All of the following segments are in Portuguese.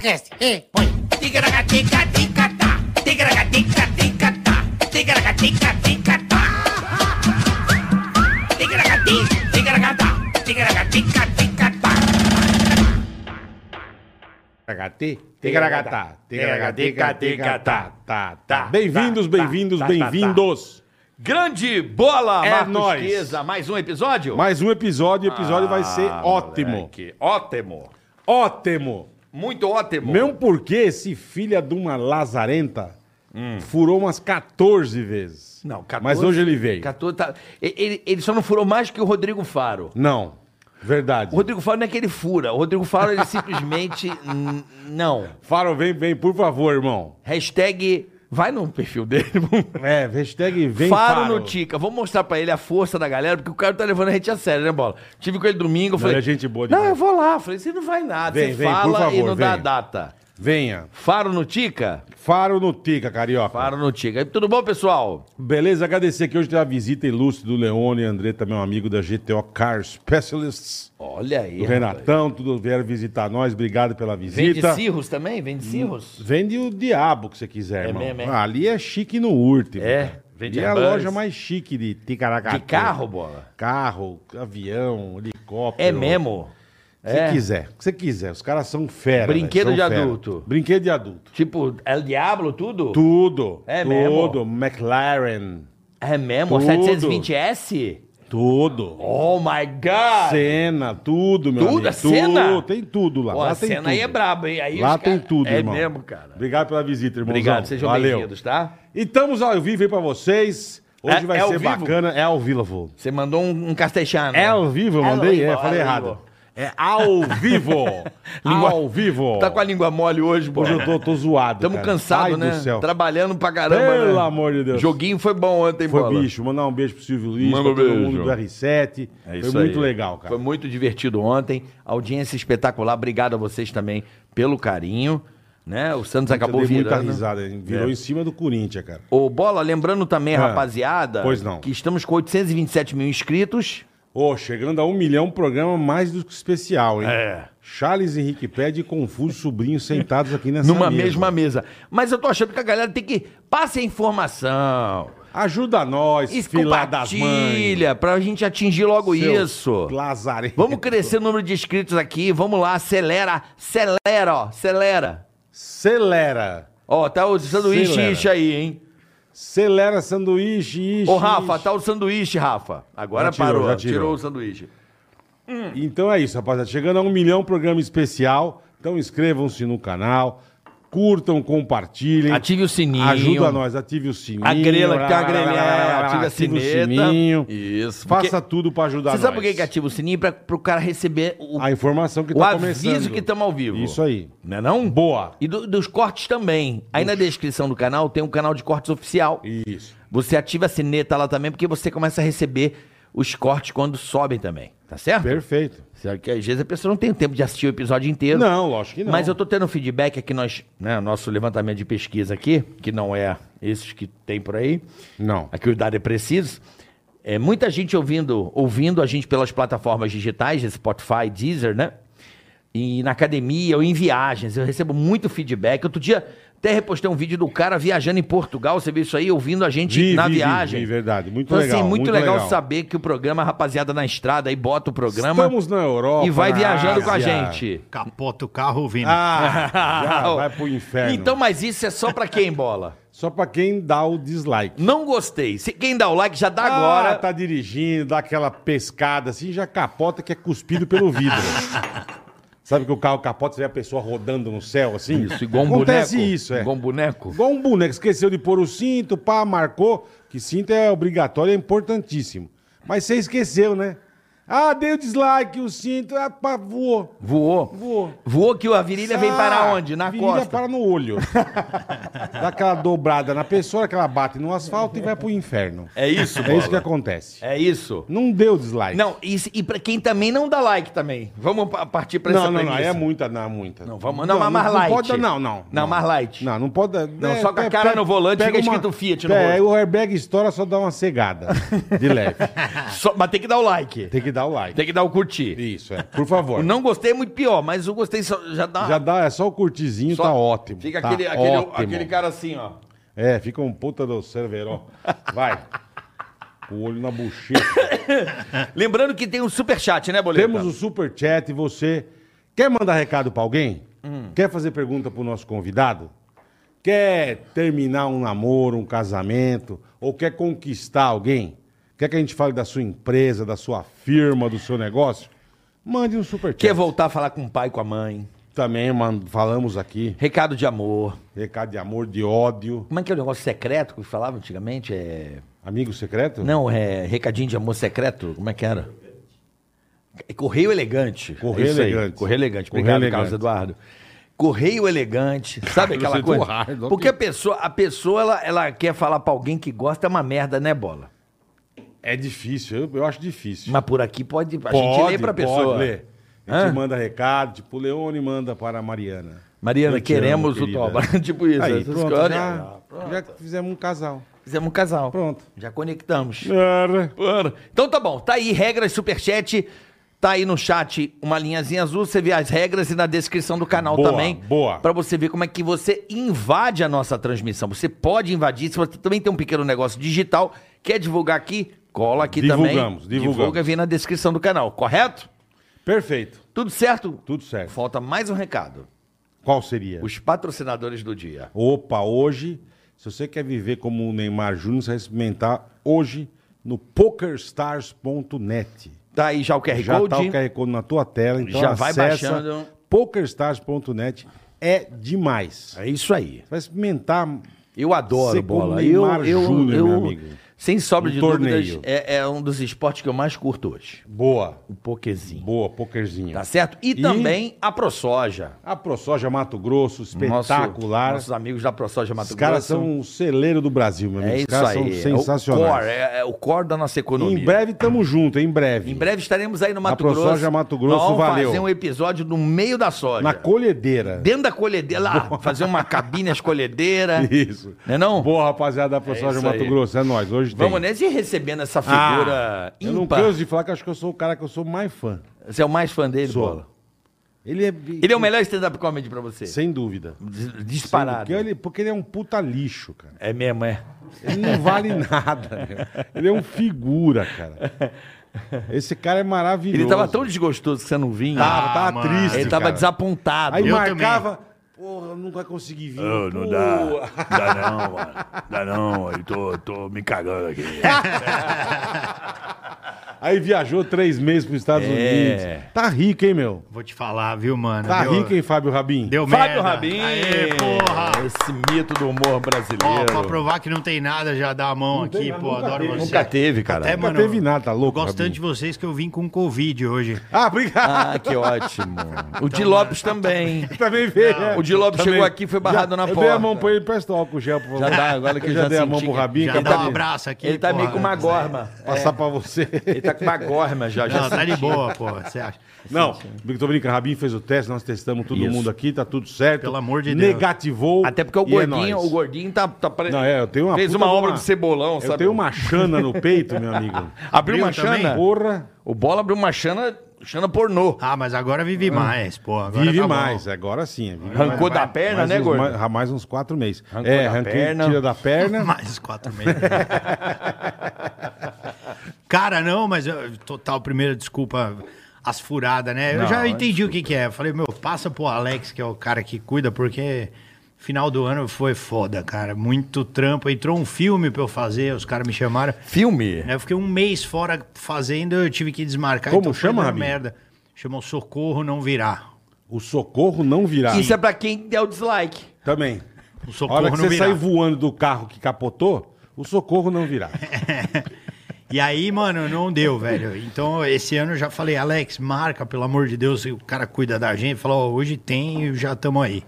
Cast. Ei, põe. Ticaracati, ticaracatá, ticaracatica, ticatá, tá, tá. Bem-vindos, tá, bem-vindos, bem-vindos. Grande bola, É Marcos nóis. Queza. Mais um episódio? Mais um episódio, o episódio vai ser Ah, ótimo. moleque. Ótimo. Ótimo. Muito ótimo. Mesmo porque esse filha de uma lazarenta furou umas 14 vezes. Hum. Não, 14, Mas hoje ele veio. 14, tá- e- ele, ele só não furou mais que o Rodrigo Faro. Não, verdade. O Rodrigo Faro não é que ele fura. O Rodrigo Faro, ele simplesmente... n- não. Faro, vem, vem, por favor, irmão. Hashtag... Vai no perfil dele. É, hashtag vem faro, Faro. no Tica. Vamos mostrar pra ele a força da galera, porque o cara tá levando a gente a sério, né, Bola? Tive com ele domingo, eu Não, falei... ele é gente boa Não, demais." eu vou lá. Eu Falei, você não vai nada. Vem, você vem, por fala e favor, não dá a vem. data. Venha. Faro no Tica? Faro no Tica, Carioca. Faro no Tica. Tudo bom, pessoal? Beleza, agradecer que hoje tem a visita ilustre do Leone Andretta, meu amigo da GTO Car Specialists. Olha aí. O Renatão, tudo vieram visitar nós, obrigado pela Vende visita. cirros também? Vende Hum. cirros? Vende o diabo que você quiser, É irmão. mesmo, é? Ah, ali é chique no último. É, cara. vende Ali é a Airbus. loja mais chique de Ticaracatu. De carro, bola? Carro, avião, helicóptero. É mesmo? Se É. quiser, o que você quiser. Os caras são fera. Brinquedo velho, são de fera. adulto. Brinquedo de adulto. Tipo, El Diablo, tudo? Tudo. É Tudo. McLaren. É mesmo? Tudo. 720S? Tudo. Oh my God! Cena, tudo, meu Tudo? amigo. É cena? Tem tudo lá. Ó, lá a tem cena tudo. aí é braba, hein? Aí Lá os cara- tem tudo, é irmão. É mesmo, cara. Obrigado pela visita, irmãozão. Obrigado, sejam Valeu. bem-vindos, tá? E estamos ao vivo aí pra vocês. Hoje É- vai é ao ser vivo? bacana. É ao vivo. Você mandou um, um castelhano. É ao vivo, eu É ao mandei? vivo, é, falei é ao errado. vivo. É ao vivo. Língua- ao vivo. Tá com a língua mole hoje, bola? Hoje eu tô, tô zoado, Tamo cara. cansado, Pai né? do céu. Trabalhando pra caramba, Pelo né? amor de Deus. Joguinho foi bom ontem, Foi bola. bicho. Mandar um beijo pro Silvio Luiz, Manda um pra todo beijo. mundo do R7. É isso Foi muito aí. legal, cara. Foi muito divertido ontem. Audiência espetacular. Obrigado a vocês também pelo carinho. Né? O Santos acabou né? eu dei virando. muita risada. hein? Virou É. em cima do Corinthians, cara. Ô, Bola, lembrando também, Ah, rapaziada, pois não. que estamos com 827 mil inscritos. Ô, chegando a um milhão, programa mais do que especial, hein? É. Charles Henrique Pede e Confuso Sobrinho sentados aqui nessa Numa mesa. mesma mesa. Mas eu tô achando que a galera tem que. Passe a informação. Ajuda nós, E filha das mães. compartilha pra gente atingir logo Seus isso. Lazarento. Vamos crescer o número de inscritos aqui. Vamos lá, acelera. Acelera, ó. Acelera. Acelera. Ó, tá o sanduíche Acelera. ish aí, hein? Acelera sanduíche, ixi, Ô, Rafa, ixi. tá o sanduíche, Rafa. Agora Já tirou, parou, já tirou. tirou. o sanduíche. Então é isso, rapaziada. Chegando a um milhão, programa especial. Então inscrevam-se no canal, curtam, compartilhem. Ative o sininho. Ajuda nós, ative o sininho. A grela, que tem uma lá, lá, grelha, lá, lá, lá, lá, ative a ative o sineta. sininho. Isso, Faça porque- tudo pra ajudar Você nós. sabe por que que ativa o sininho? Pra, pro cara receber o, A informação que o tá aviso começando. que estamos ao vivo. Isso aí. Não é não? Boa. E do- dos cortes também. Aí na descrição do canal tem um canal de cortes oficial. Isso. Você ativa a sineta lá também, porque você começa a receber os cortes quando sobem também. Tá certo? Perfeito. Será que às vezes a pessoa não tem tempo de assistir o episódio inteiro? Não, lógico que não. Mas eu tô tendo um feedback aqui, nós, né, nosso levantamento de pesquisa aqui, que não é esses que tem por aí, Não. aqui o dado é preciso. É, muita gente ouvindo, ouvindo a gente pelas plataformas digitais, Spotify, Deezer, né? E na academia ou em viagens, eu recebo muito feedback. Outro dia até repostei um vídeo do cara viajando em Portugal, você viu isso aí, ouvindo a gente Vi, na vi, vi, viagem. vi, verdade. Muito Então, assim, legal, muito, muito legal, legal. saber que o programa Rapaziada na Estrada aí bota o programa. Estamos na Europa. E vai na viajando com a Ásia. gente. Capota o carro ouvindo. Ah, já vai pro inferno. Então, mas isso é só pra quem, bola? Só pra quem dá o dislike. Não gostei. Se quem dá o like já dá agora. Ah, tá dirigindo, dá aquela pescada assim, já capota que é cuspido pelo vidro. Sabe que o carro capota, você vê a pessoa rodando no céu assim? Isso, igual um Acontece boneco. isso, é. Igual um boneco. Igual um boneco, esqueceu de pôr o cinto, pá, marcou, que cinto é obrigatório, é importantíssimo. Mas você esqueceu, né? Ah, dei o dislike, o cinto, ah, pá, voou. Voou. Voou. Voou que a virilha vem Ah, para onde? Na virilha costa. para no olho. Dá aquela dobrada na pessoa, que ela bate no asfalto e vai pro inferno. É isso, É isso que Bola. acontece. É isso. Não deu dislike. Não, e, se- e pra quem também não dá like também. Vamos pa- partir pra essa não, não, não, aí premissa. é muita, não, é muita. Não, vamos- não, mas mais light. Não pode, dar- não, não. Não, mais light. Não, não pode. dar- Não, só com a pe- cara pega- no volante pega fica escrito Fiat no É, rosto. o airbag estoura só dá uma cegada de leve. Só- mas tem que dar o like. Tem que dar dar o like. Tem que dar o curtir. Isso, é. Por favor. O não gostei é muito pior, mas o gostei só- já dá. Já dá, é só o curtizinho, só- tá ótimo. Fica tá aquele, aquele, ótimo. aquele cara assim, ó. É, fica um puta do cerveró. Vai. Com o olho na bochecha. Lembrando que tem um superchat, né, Boleta? Temos o super chat. Você quer mandar recado pra alguém? Hum. Quer fazer pergunta pro nosso convidado? Quer terminar um namoro, um casamento? Ou quer conquistar alguém? Quer que a gente fale da sua empresa, da sua firma, do seu negócio? Mande um super chat. Quer voltar a falar com o pai, com a mãe. Também man- falamos aqui. Recado de amor. Recado de amor, de ódio. Como é que é o negócio secreto que falava antigamente? É... Amigo secreto? Não, é recadinho de amor secreto? Como é que era? É Correio elegante. Correio É isso aí, elegante. Correio elegante. Correio Obrigado, elegante. Carlos Eduardo. Correio elegante, sabe aquela Carlos coisa? Eduardo, ok. Porque a pessoa, a pessoa ela, ela quer falar pra alguém que gosta, é uma merda, né, bola? É difícil, eu, eu acho difícil. Mas por aqui pode. A gente lê pra pessoa. ler. A gente manda recado, tipo, o Leone manda para a Mariana. Mariana, Eu te queremos amo, o querida. Toba. tipo isso. Aí, essas pronto, coisas. já, já fizemos um casal. Fizemos um casal. Pronto. Já conectamos. Claro. Então tá bom, tá aí regras superchat, tá aí no chat uma linhazinha azul, você vê as regras e na descrição do canal Boa, também, boa. Pra você ver como é que você invade a nossa transmissão. Você pode invadir, se você também tem um pequeno negócio digital, quer divulgar aqui, cola aqui Divulgamos, também. divulgamos. Divulga vem na descrição do canal, correto? Perfeito. Tudo certo? Tudo certo. Falta mais um recado. Qual seria? Os patrocinadores do dia. Opa, hoje, se você quer viver como o Neymar Júnior, você vai experimentar hoje no pokerstars.net. Tá aí já o QR Já Code. tá o QR Code na tua tela, então Já vai acessa baixando. pokerstars.net é demais. Você É isso aí. vai experimentar Eu adoro Ser como bola. Eu, Neymar eu, Júnior, eu- meu amigo. sem sobra Um de torneio. dúvidas, é, é um dos esportes que eu mais curto hoje. boa, O pokezinho. boa pokerzinho. Tá certo? E, E- também a ProSoja. A ProSoja Mato Grosso, Nosso- espetacular. nossos amigos da ProSoja Mato Os caras Grosso. são o celeiro do Brasil, meu amigo. é Os isso caras aí. são É o core, sensacionais. é, é o core da nossa economia. Em breve tamo junto, em breve. Em breve estaremos aí no Mato Grosso. ProSoja Mato Grosso, Nós vamos valeu. fazer um episódio no meio da soja. Na colhedeira. Dentro da colhedeira, lá, fazer uma cabine às colhedeiras. Isso. Não é não? Boa, rapaziada da ProSoja isso Mato aí. Grosso. É nóis, hoje tem. Vamos nessa e recebendo essa figura Ah, Eu não ímpar. canso de falar que eu acho que eu sou o cara que eu sou mais fã. Você é o mais fã dele, Sou. bola. Ele é... Ele é o melhor stand-up comedy pra você. Sem dúvida. Dis- Sem- Disparado. Porque ele, porque ele é um puta lixo, cara. É mesmo, é. Ele não vale nada, meu. Ele é um figura, cara. Esse cara é maravilhoso. Ele tava tão desgostoso que você não vinha. Tava, Ah, tava mano. triste, ele tava cara. desapontado. Aí Eu marcava... Porra, não vai conseguir vir. Pô, Dá não, mano. Dá não. Eu tô, tô me cagando aqui. É, Aí viajou três meses para os Estados É. Unidos. Tá rico, hein, meu? Vou te falar, viu, mano? Tá deu, rico, hein, Fábio Rabin? Deu Fábio merda. Rabin. Aê, porra. Esse mito do humor Ó, brasileiro. pra provar que não tem nada, já dá a mão tem aqui, nada, pô. nunca Adoro teve. você. Nunca teve, cara. Até, Nunca É, mano, teve nada, tá louco, Gosto tanto de vocês que eu vim com Covid hoje. Ah, obrigado. Ah, que ótimo. O Di Lopes também. Ah. Também veio. né? O Di Lopes Também. chegou aqui e foi barrado Já- na eu porta. dei a mão pra ele, presta o álcool gel. Pra... Já dá, agora que eu já dei a mão senti pro que- Rabin. Já que é dá pra um abraço aqui. Ele tá porra. meio com uma gorma. Passar pra você. Ele tá com uma gorma já. já Não, tá senti. de boa, pô. Você acha? Não, tô brincando, Rabin fez o teste, nós testamos todo Isso. mundo aqui, tá tudo certo. Pelo amor de Deus. Negativou. Até porque o e é gordinho, nóis. o gordinho tá, tá pare- Não, é, eu tenho uma fez puta uma de obra de cebolão, Eu sabe? tenho uma chana no peito, meu amigo. Abriu uma Abriu também? chana. Porra, O bola abriu uma chana, chana pornô. Ah, mas agora vive mais, pô. Agora vive tá bom. mais, agora sim. Vive Arrancou Vai, da vai, perna, mais né, uns, gordo? Mais, mais uns quatro meses. Arrancou é, da arranquei, perna. tira da perna. Mais quatro meses. Cara, não, mas eu- total, primeira desculpa, as furadas, né? eu já entendi o que, que é. Eu falei, meu, passa pro Alex, que é o cara que cuida, porque final do ano foi foda, cara. Muito trampo. Entrou um filme pra eu fazer, os caras me chamaram. Filme. Aí eu fiquei um mês fora fazendo, eu tive que desmarcar. Então Como foi chama, dando Rabinho? merda. Chamou Socorro Não Virá. O socorro não virá. Isso é pra quem der o dislike. Também. O A Socorro hora que Não você Virá. sair voando do carro que capotou, o socorro não virá. E aí, mano, não deu, velho. Então, esse ano eu já falei, Alex, marca, pelo amor de Deus, o cara cuida da gente. Falou, ó, hoje tem e já estamos aí.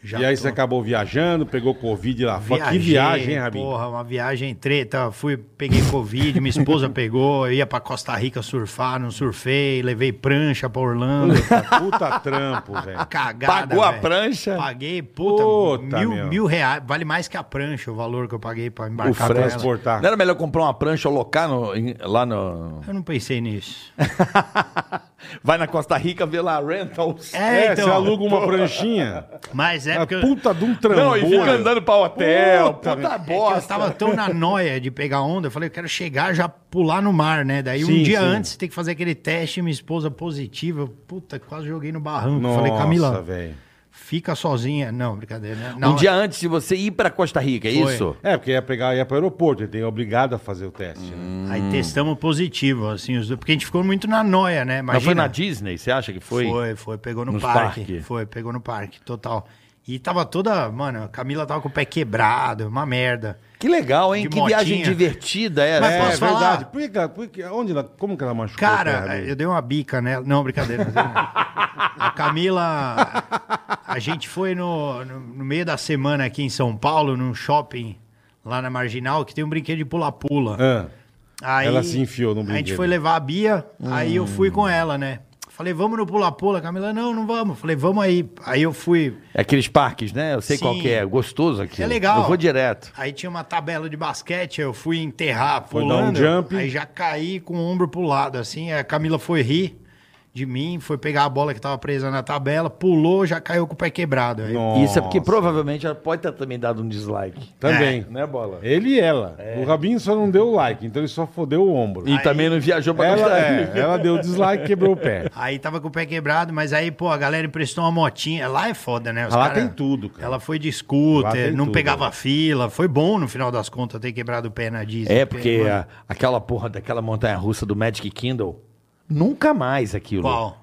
Já e aí tô. você acabou viajando, pegou Covid lá fora. Que Viajei, viagem, hein, Rabinho? Porra, uma viagem treta. Fui, peguei Covid, minha esposa pegou, eu ia pra Costa Rica surfar, não surfei, levei prancha pra Orlando. Puta, Tá puta trampo, velho. Cagada, Pagou a velho. prancha? Paguei, puta, Puta, mil, meu. mil reais. Vale mais que a prancha o valor que eu paguei pra O embarcar com frete. ela. transportar. Não era melhor comprar uma prancha ou locar no- em- lá no. Eu não pensei nisso. Vai na Costa Rica ver lá rentals. É, É, então. você aluga uma pranchinha. Mas é a porque eu- puta de um trambolho. Não, e fica andando pra hotel. Puta, Puta, Um é que eu tava tão na noia de pegar onda, eu falei, eu quero chegar já pular no mar, né? Daí Sim, um dia sim. antes tem que fazer aquele teste, minha esposa positiva, eu, puta, quase joguei no barranco. Nossa, falei, Camila, velho. fica sozinha. Não, brincadeira, né? Um dia antes de você ir pra Costa Rica, é Foi. isso? É, porque ia pegar, ia pro aeroporto, ele tem obrigado a fazer o teste, né? Aí Hum. testamos positivo, assim, os dois, porque a gente ficou muito na noia, né? Mas foi Imagina. na Disney, você acha que foi? Foi, foi, pegou no Nos parque. parque. Foi, pegou no parque, total. E tava toda, mano, a Camila tava com o pé quebrado, uma merda. Que legal, hein? De que viagem motinha. divertida era. Mas É, posso falar? Por que, que ela- por que- onde ela, como que ela machucou? o pé, Cara, é, amigo? eu dei uma bica nela. Não, brincadeira. a Camila. A gente foi no, no, no meio da semana aqui em São Paulo, num shopping lá na Marginal, que tem um brinquedo de pula-pula. Ah, Aí, Ela se enfiou no A brinquedo. Hum. gente foi levar a Bia, aí eu fui com ela, né? Falei, vamos no pula-pula. Camila, não, não vamos. Falei, vamos aí. Aí eu fui. Aqueles parques, né? Eu sei Sim. qual que é. Gostoso aqui. É legal. Eu vou direto. Aí tinha uma tabela de basquete, eu fui enterrar Foi dar um pulando. jump. Aí já caí com o ombro pro lado, assim. A Camila foi rir de mim, foi pegar a bola que tava presa na tabela, pulou, já caiu com o pé quebrado. Aí, Nossa. Isso é porque provavelmente ela pode ter também dado um dislike. Também. Né, Bola? Ele e ela. O Rabinho só não deu o like, então ele só fodeu o ombro. E também não viajou pra Ela, Costa é, Rica. ela deu o dislike e quebrou o pé. aí tava com o pé quebrado, mas aí, pô, a galera emprestou uma motinha. Lá é foda, né? Os Lá cara- tem tudo, cara. Ela foi de Lá tem scooter, não tudo, pegava fila. Foi bom, no final das contas, ter quebrado o pé na Disney. É, porque mano, a- aquela porra daquela montanha russa do Magic Kindle, nunca mais aquilo. Qual?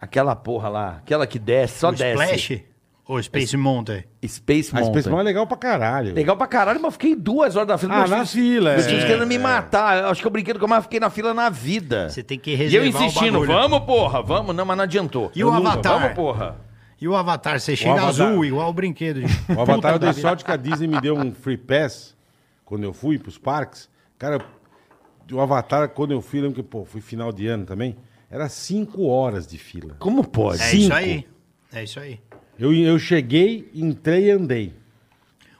Aquela porra lá, aquela que desce, só o desce. Splash? Ou Space Mountain? Space A Mountain. Space Mountain é legal pra caralho. Legal pra caralho, mas fiquei duas horas na fila. Ah, Meus na filhos- fila, Meus é, filhos querendo me é. matar. Eu Acho que é o brinquedo que eu mais fiquei na fila na vida. Você tem que E eu reservar o insistindo, bagulho. vamos, porra, vamos. Não, mas não adiantou. E o Eu nunca, Avatar? Vamos, porra. E o Avatar, você chega Avatar. azul, igual o brinquedo. gente. O Avatar eu Puta dei da sorte que a Disney me deu um free pass quando eu fui pros parques. Cara, o Avatar, quando eu fui, lembro que, pô, fui final de ano também. Era cinco horas de fila. Como pode? É Cinco. isso aí. É isso aí. Eu, eu cheguei, entrei e andei.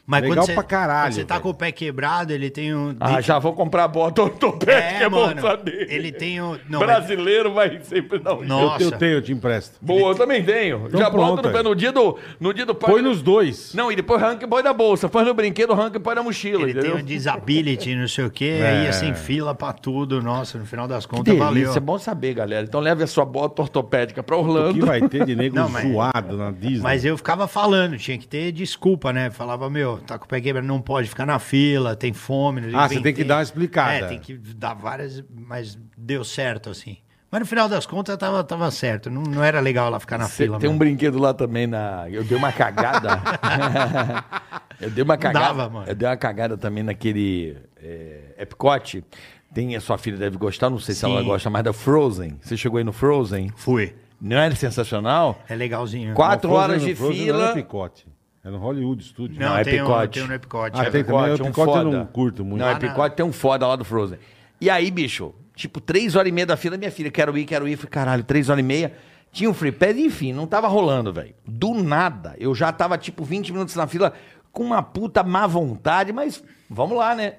Mas Legal pra caralho, Quando você tá velho. com o pé quebrado, ele tem um. Ah, já vou comprar a bota ortopédica, é, É, bom mano. saber. Ele tem um. Não, Brasileiro vai sempre... Não, Não. Eu, Nossa. eu tenho, eu te empresto. Boa, eu também tenho. Então já pronto, boto no, pé aí. no dia do, no dia do pai. Põe nos dois. Não, e depois arranca e põe da bolsa. Põe no brinquedo, arranca e põe na ele mochila, tem entendeu? um disability, não sei o quê. É. Aí ia sem fila pra tudo. Nossa, no final das Que contas, delícia, valeu. é bom saber, galera. Então leve a sua bota ortopédica pra O que Orlando. vai ter de nego Não, mas- zoado na Disney? Mas eu ficava falando, tinha que ter desculpa, né? Falava, meu, tá com o pé quebrado, não pode ficar na fila, tem fome. não sei o Ah, que, você tem que dar uma explicada. É, tem que dar várias, mas deu certo, assim. Mas no final das contas, tava, tava certo. Não, não era legal ela ficar na Cê- fila. tem um mano. brinquedo lá também na. Eu dei uma cagada. eu dei uma cagada. dava, mano. Eu dei uma cagada também naquele é, Epcot. Tem, a sua filha deve gostar, não sei se Sim. ela gosta mais da Frozen. Você chegou aí no Frozen? Fui. Não era sensacional? É legalzinho. Quatro Frozen- horas de Frozen fila. Não é picote. É no Hollywood Ah, Studio. Não, é tem, um, picote. tem um no Epicote. Ah, é tem verdade. também, Epicote, o um Epicote eu foda. não curto muito. Não, Ah, Epicote tem um foda lá do Frozen. E aí, bicho, tipo, três horas e meia da fila, minha filha, quero ir, quero ir. Falei, caralho, três horas e meia. Tinha um free pass, enfim, não tava rolando, velho. Do nada, eu já tava, tipo, 20 minutos na fila com uma puta má vontade, mas vamos lá, né?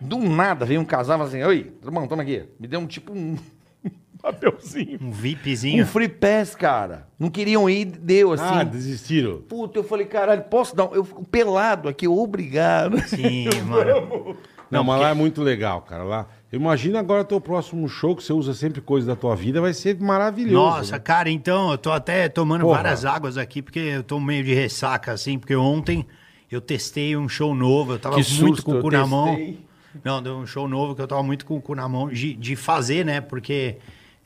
Do nada veio um casal e falou assim, oi, tudo bom, toma aqui. Me deu um, tipo, um papelzinho. Um Um VIPzinho. free pass, cara. Não queriam ir, deu, assim. Ah, desistiram. Puta, eu falei, caralho, posso dar? um- Eu fico pelado aqui, obrigado. Sim, mano. Não, mas lá é muito legal, cara. Lá. Imagina agora teu próximo show que você usa sempre coisa da tua vida, vai ser maravilhoso. Nossa, né? cara, então, eu tô até tomando Porra. várias águas aqui, porque eu tô meio de ressaca, assim, porque ontem eu testei um show novo, eu tava Que muito susto, com o eu cu na mão. testei. Não, deu um show novo que eu tava muito com o cu na mão de, de fazer, né? Porque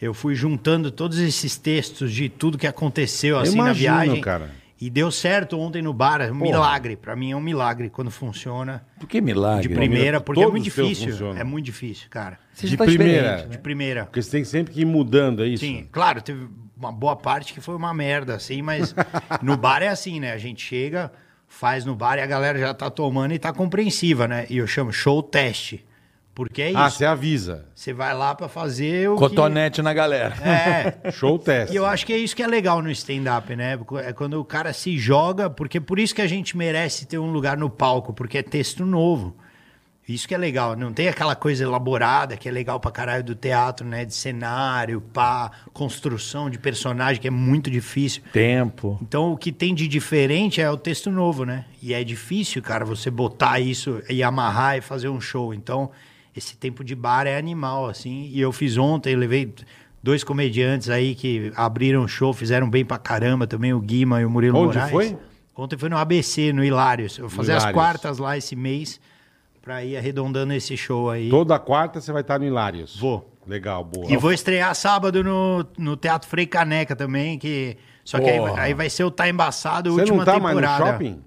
eu fui juntando todos esses textos de tudo que aconteceu, assim, na imagino, viagem. cara. E deu certo ontem no bar, é um milagre. Pra mim é um milagre quando funciona Por que é milagre? né? de primeira, porque é todos muito os teus difícil. funcionam. É muito difícil, cara. Você De já tá primeira. diferente, De né? primeira. Porque você tem sempre que ir mudando, é isso? Sim, claro, teve uma boa parte que foi uma merda, assim, mas no bar é assim, né? A gente chega, faz no bar e a galera já tá tomando e tá compreensiva, né? E eu chamo show teste. Porque é Ah, isso. você avisa. Você vai lá pra fazer o. que- Cotonete na galera. É. Show teste. E eu acho que é isso que é legal no stand-up, né? É quando o cara se joga, porque por isso que a gente merece ter um lugar no palco, porque é texto novo. Isso que é legal. Não tem aquela coisa elaborada que é legal pra caralho do teatro, né? De cenário, pá, construção de personagem, que é muito difícil. Tempo. Então, o que tem de diferente é o texto novo, né? E é difícil, cara, você botar isso e amarrar e fazer um show. Então, esse tempo de bar é animal, assim. E eu fiz ontem, eu levei dois comediantes aí que abriram o show, fizeram bem pra caramba também, o Guima e o Murilo Onde Moraes. foi? Ontem foi no ABC, no Hilários. Eu vou fazer as Hilários. quartas lá esse mês pra ir arredondando esse show aí. Toda quarta você vai estar no Hilários. Vou. Legal, boa. E vou estrear sábado no, no Teatro Frei Caneca também, que... Só que aí, Porra. aí vai ser o Tá Embaçado, a Você última não tá temporada. mais no shopping?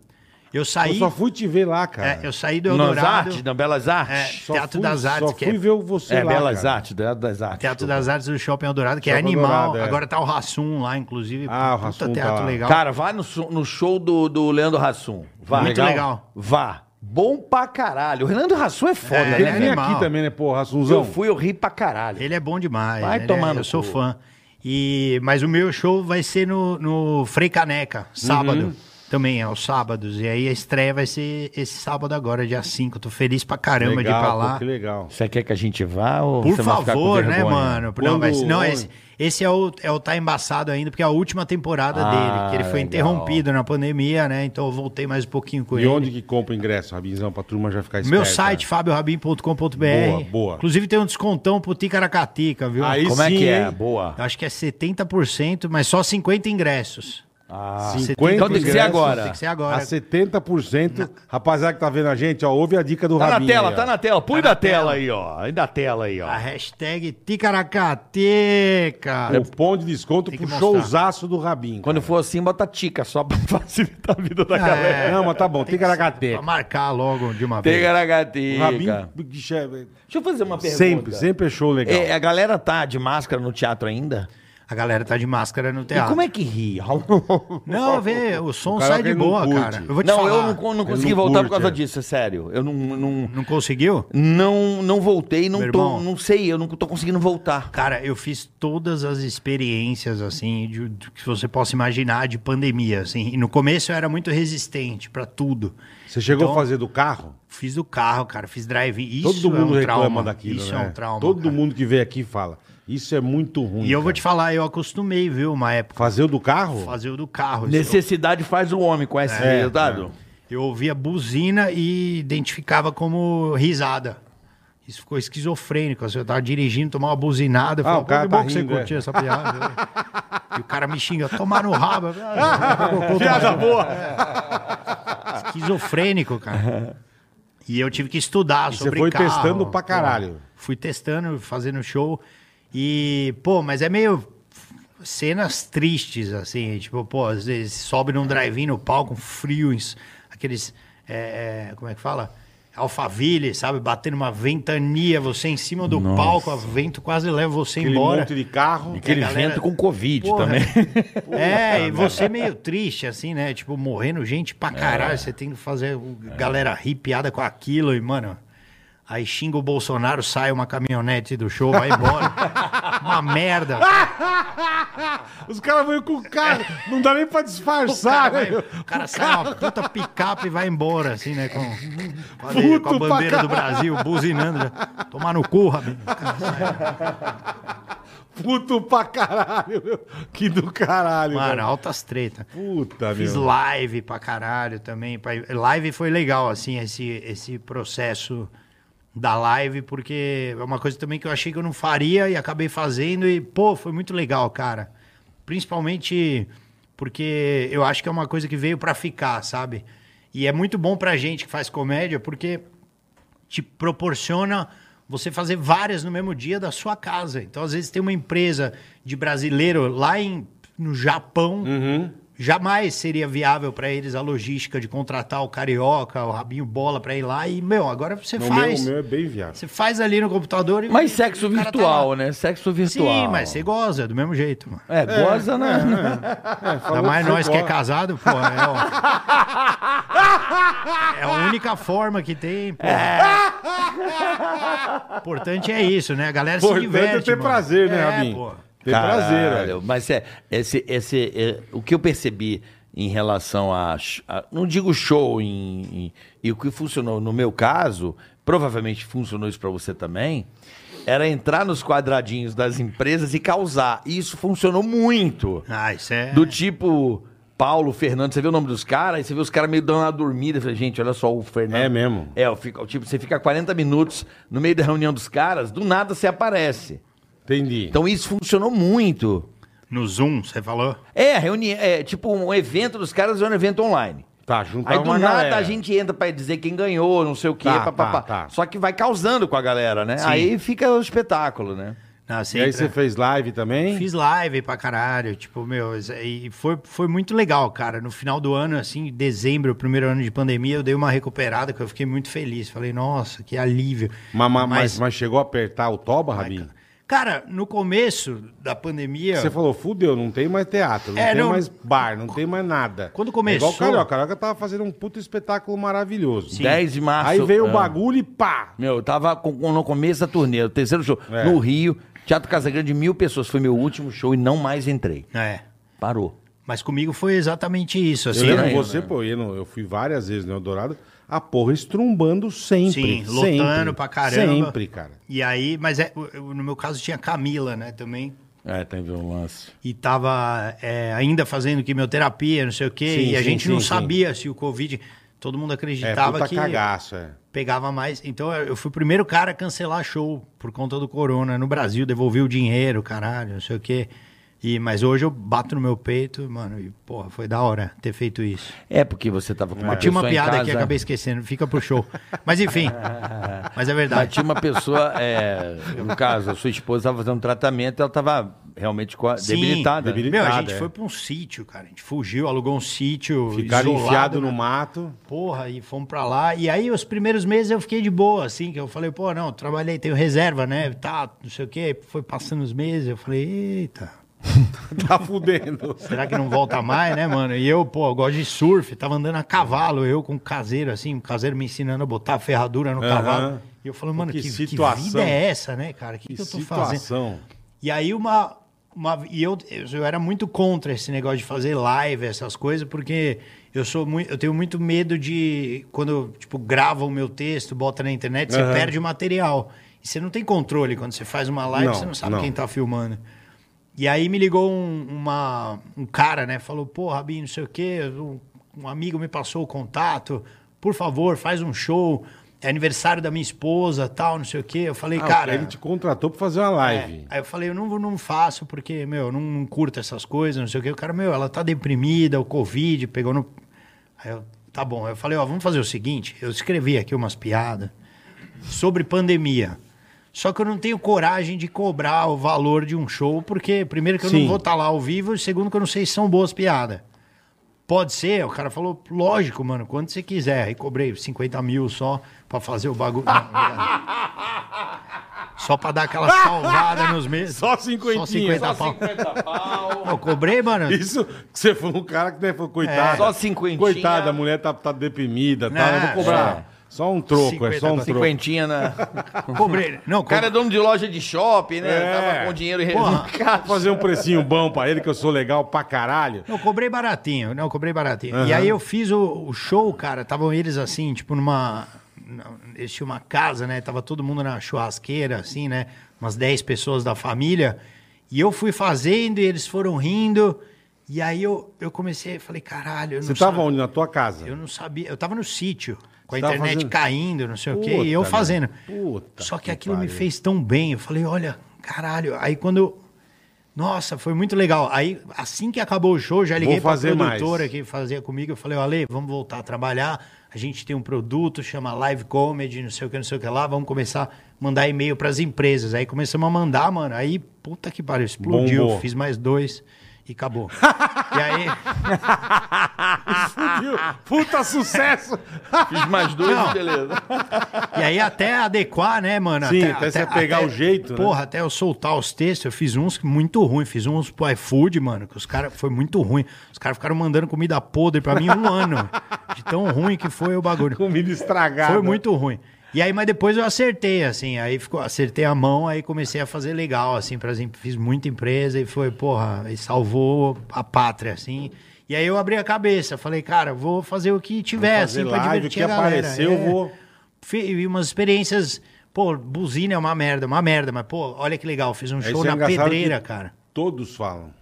Eu Eu saí, só fui te ver lá, cara. é, eu saí do Nas Eldorado, artes, na Belas É, Artes. Só fui- Teatro das Artes, Só que fui é- ver você É, lá, Belas cara. Artes, Teatro das Artes. Teatro desculpa. das Artes do Shopping Eldorado, que é Shopping animal. Eldorado, é. Agora tá o Rassum lá, inclusive. Ah, o puta Hassum tá teatro lá. legal. Cara, vá no, so- no show do, do Leandro Hassum. Vá. Muito legal. Vá. Bom pra caralho. O Leandro Hassum é foda, É, né? Ele é velho? vem animal. aqui também, né, porra, Assunzão? Eu fui, eu ri pra caralho. ele é bom demais. Vai ele tomar é, no Eu sou cu. fã. E, mas o meu show vai ser no, no Frei Caneca, sábado. Uhum. Também, é, aos sábados. E aí a estreia vai ser esse sábado agora, dia 5. Tô feliz pra caramba de ir Legal, pra pô, lá. que legal. Você quer que a gente vá ou Por você vai ficar com favor, né, vergonha? mano? Não, Quando- vai ser- não esse, esse é, o, é o Tá Embaçado ainda, porque é a última temporada Ah, dele, que ele foi legal. interrompido na pandemia, né? Então eu voltei mais um pouquinho com E ele. onde que compra o ingresso, Rabinzão, pra turma já ficar esperta? Meu site, fabiorabin.com.br. Boa, boa. Inclusive tem um descontão pro Ticaracatica, viu? Aí Como é sim, que é? hein? Boa. Eu acho que é 70%, mas só 50 ingressos. Ah, 50 Então tem que ser ingressos agora. Tem que ser agora. A 70%. Rapaziada que tá vendo a gente, ó, ouve a dica do tá na Rabinho. tela, aí, ó. tá na tela. Põe da Tá na tela tela. aí, ó. Aí da tela aí, ó. A hashtag Ticaracateca. Cupom de desconto Tem pro que mostrar. showzaço do Rabinho. Quando for assim, bota tica só pra facilitar a vida da Ah, galera. é. Não, mas tá bom, tem Pra caracateca. marcar logo de uma vez. O Ticaracatica. Rabinho, bicho, é- Deixa eu fazer uma pergunta. sempre, sempre é show legal. É, a galera tá de máscara no teatro ainda? A galera tá de máscara no E teatro. como é que ri? Não, vê, o som cara sai que de não boa, curte. cara. Eu vou te não, falar. eu não, con- não Ele consegui não voltar por curte, causa é. disso, é sério. Eu não não, Não conseguiu? não, não voltei, não, Meu tô, irmão. não sei, eu não tô conseguindo voltar. Cara, eu fiz todas as experiências, assim, de, de- que você possa imaginar de pandemia, assim. E no começo eu era muito resistente pra tudo. Você chegou Então, a fazer do carro? Fiz do carro, cara, fiz drive-in. Isso Todo mundo é um reclama trauma. daquilo, Isso né? é um trauma. Todo cara. mundo que vem aqui fala, isso é muito ruim. E eu vou cara." te falar, eu acostumei, viu, uma época, Fazer o do carro? fazer o do carro. Necessidade faz o homem com esse É, resultado. Eu ouvia buzina e identificava como risada. Isso ficou esquizofrênico. assim, Eu tava dirigindo, tomava uma buzinada. eu Ah, o falava, cara "Pô, que tá bom que você rindo, é." curtia essa piada. né? e o cara me xinga, tomar no rabo. Eu falei, "Ah, não, não, não, não, Piada não." boa! Esquizofrênico, cara. E eu tive que estudar E você sobre foi carro. testando pra caralho. Pô, Fui testando, fazendo show. E, pô, mas é meio cenas tristes, assim. Tipo, pô, às vezes sobe num drive-in no palco, um frio, ins- aqueles. é, é, como é que fala? Alphaville, sabe? Batendo uma ventania, você em cima do palco, o vento quase leva você Aquele embora. monte de carro. Aquele a galera- vento com Covid Porra. também. É, e você meio triste, assim, né? Tipo, morrendo gente É. pra caralho. Você tem que fazer o- galera rir piada com aquilo e, mano. Aí xinga o Bolsonaro, sai uma caminhonete do show, vai embora. uma merda. Ah, Os caras vêm com o carro. Não dá nem pra O cara, disfarçar, vai- velho. o cara sai uma puta picape e vai embora, assim, né? Com, com a- Puto com a pra bandeira do caralho. Brasil, buzinando. já. Tomar no cu, Rabinho. Puto pra caralho, meu. Que do caralho, Mano, velho. altas tretas. Puta, Fiz meu. live pra caralho também. pra- Live foi legal, assim, esse, esse processo da live, porque é uma coisa também que eu achei que eu não faria e acabei fazendo. E, pô, foi muito legal, cara. Principalmente porque eu acho que é uma coisa que veio pra ficar, sabe? E é muito bom pra gente que faz comédia, porque te proporciona você fazer várias no mesmo dia da sua Uhum. casa. Então, às vezes, tem uma empresa de brasileiro lá em, no Japão jamais seria viável para eles a logística de contratar o Carioca, o Rabinho Bola para ir lá. E, meu, agora você Não, o meu, faz. o meu é bem viável. Você faz ali no computador e. Mas sexo o cara tá virtual, lá. né? Sexo Sim, virtual. mas você goza do mesmo jeito, mano. É, goza, né? Ainda mais que você nós que é gosta. casado, pô. É, ó. É a única forma que tem, pô. É. importante é isso, né? A galera se Importante é diverte, ter mano. prazer, né, É, Rabinho? pô. Ter prazer, Caralho, velho. Mas é, esse, esse, é, o que eu percebi em relação a, sh- a- não digo show, em, em- e o que funcionou no meu caso, provavelmente funcionou isso pra você também, era entrar nos quadradinhos das empresas e causar. E isso funcionou muito. Ah, isso é... Do tipo Paulo, Fernando, você vê o nome dos caras, aí você vê os caras meio dando uma dormida. Eu Falei, gente, olha só o Fernando. É mesmo. É, eu fico, tipo, você fica 40 minutos no meio da reunião dos caras, do nada você aparece. Entendi. Então isso funcionou muito. No Zoom, você falou? É, reuni é tipo um evento dos caras é um evento online. tá, juntar Aí do uma nada galera. a gente entra pra dizer quem ganhou, não sei o quê, Tá, papapá. tá, tá. Só que vai causando com a galera, né? Aí fica o espetáculo, né? Não, E você aí entra- você fez live também? Fiz live pra caralho, tipo, meu, e foi, foi muito legal, cara. No final do ano, assim, dezembro, o primeiro ano de pandemia, eu dei uma recuperada que eu fiquei muito feliz. Falei, nossa, que alívio. Mas, mas, mas, mas chegou a apertar o toba, Rabinho? Cara, no começo da pandemia. Você falou, fudeu, não tem mais teatro, não É, tem não- mais bar, não tem mais nada. É igual Quando o começou- Carioca, o Carioca tava fazendo um puto espetáculo maravilhoso. 10 de março. Aí veio é. o bagulho e pá! Meu, eu tava com- com- no começo da turnê, o terceiro show, É. no Rio, Teatro Casagrande, mil pessoas. Foi meu último show e não mais entrei. É. Parou. Mas comigo foi exatamente isso, Eu assim. lembro né? você, pô, eu, não- eu fui várias vezes no Eldorado, a porra estrumbando sempre. Sim, lotando sempre, pra caramba. Sempre, cara. E aí, mas é, eu- eu- no meu caso tinha Camila, né, também. É, teve um lance. e tava é, ainda fazendo quimioterapia, não sei o quê, Sim, e a sim, gente sim, não sim. sabia se o Covid. Todo mundo É, acreditava puta que cagaço, é. pegava mais. Então eu fui o primeiro cara a cancelar show por conta do corona no Brasil, devolvi o dinheiro, caralho, não sei o quê. E, mas hoje eu bato no meu peito, mano, e porra, foi da hora ter feito isso. É porque você tava com uma Eu tinha uma pessoa em piada que casa- acabei esquecendo, fica pro show. Mas enfim, mas é verdade. Mas tinha uma pessoa, é, no caso, a sua esposa estava fazendo um tratamento, ela estava realmente co- debilitada. debilitada. Meu, a gente é. foi pra um sítio, cara. A gente fugiu, alugou um sítio. Ficaram isolado, enfiado né? no mato. Porra, e fomos pra lá. E aí, os primeiros meses eu fiquei de boa, assim, que eu falei, pô, não, trabalhei, tenho reserva, né? Tá, não sei o quê. Foi passando os meses, eu falei, eita, Tá fudendo. será que não volta mais, né, mano? E eu, pô, eu gosto de surf, tava andando a cavalo, eu com um caseiro, assim, um caseiro me ensinando a botar a ferradura no Aham. cavalo. E eu falando, mano, Que que, que situação. vida é essa, né, cara? O que, Que que eu tô fazendo? situação. E aí uma. uma e eu, eu era muito contra esse negócio de fazer live, essas coisas, porque eu sou muito. Eu tenho muito medo de. Quando eu, tipo, gravo o meu texto, bota na internet, você Aham. perde o material. E você não tem controle. Quando você faz uma live, Não, você não sabe não. quem tá filmando. E aí me ligou um, uma- um cara, né? Falou, pô, Rabinho, não sei o quê, um, um amigo me passou o contato, por favor, faz um show. É aniversário da minha esposa, tal, não sei o quê. Eu falei, Ah, cara. ele te contratou pra fazer uma live. É. Aí eu falei, eu não, vou- não faço porque, meu, eu não, não curto essas coisas, não sei o quê. O cara, meu, ela tá deprimida, o Covid pegou no. Aí eu, tá bom. Aí eu falei, ó, vamos fazer o seguinte: eu escrevi aqui umas piadas sobre pandemia. Só que eu não tenho coragem de cobrar o valor de um show, porque, primeiro, que eu Sim. não vou estar lá ao vivo, e segundo, que eu não sei se são boas piadas. Pode ser? O cara falou, lógico, mano, quando você quiser. Aí cobrei 50 mil só pra fazer o bagulho. Não, obrigado. só pra dar aquela salvada nos meses. Só cinquentinha. Só 50 Só pau. Eu cobrei, mano. Isso que você foi um cara que né, falou, coitado. É. Só cinquentinha. Coitada, a mulher tá, tá deprimida, tá? Não, Eu vou cobrar. é. Só um troco, é só um troco. Cinquentinha na... Cobrei. Não, O cara é dono de loja de shopping, né? É. Tava com dinheiro Porra. reservado. Vou fazer um precinho bom pra ele, que eu sou legal pra caralho. Não, cobrei baratinho, não, cobrei baratinho. E aí eu fiz o, o show, cara, estavam eles assim, tipo numa... na- Eles tinham uma casa, né? Tava todo mundo na churrasqueira, assim, né? Umas 10 pessoas da família. E eu fui fazendo e eles foram rindo. E aí eu, eu comecei, falei, caralho, eu não Você tava sabia- onde? Na tua casa? Eu não sabia, eu tava no sítio, com a Você tava internet fazendo- caindo, não sei o quê, Puta, e eu meu. fazendo. Puta Só que que aquilo me pariu. fez tão bem, eu falei, olha, caralho. Aí quando. Nossa, foi muito legal. Aí, assim que acabou o show, já liguei pra fazer mais. produtora que fazia comigo. Eu falei, Ale, vamos voltar a trabalhar. A gente tem um produto, chama Live Comedy, não sei o que, não sei o que lá. Vamos começar a mandar e-mail pras empresas. Aí começamos a mandar, mano. Aí, puta que pariu, explodiu. Bombou. Fiz mais dois. E acabou. e aí. Fudiu. Puta sucesso! Fiz mais dois, Não. beleza. E aí até adequar, né, mano? Sim, até você pegar o jeito, né? Porra, até eu soltar os textos, eu fiz uns muito ruim, fiz uns pro iFood, mano, que os caras foi muito ruim. Os caras ficaram mandando comida podre pra mim um ano. De tão ruim que foi o bagulho. Comida estragada. Foi muito ruim. E aí, mas depois eu acertei, assim, aí ficou, acertei a mão, aí comecei a fazer legal, assim, por exemplo, fiz muita empresa e foi, porra, e salvou a pátria, assim. E aí eu abri a cabeça, falei, cara, vou fazer o que tiver, fazer assim, pra live, o divertir que a galera. É. aparecer eu vou. Fi- E umas experiências, pô, buzina é uma merda, uma merda, mas, pô, olha que legal, fiz um Aí show você é na engraçado pedreira, que cara. Todos falam.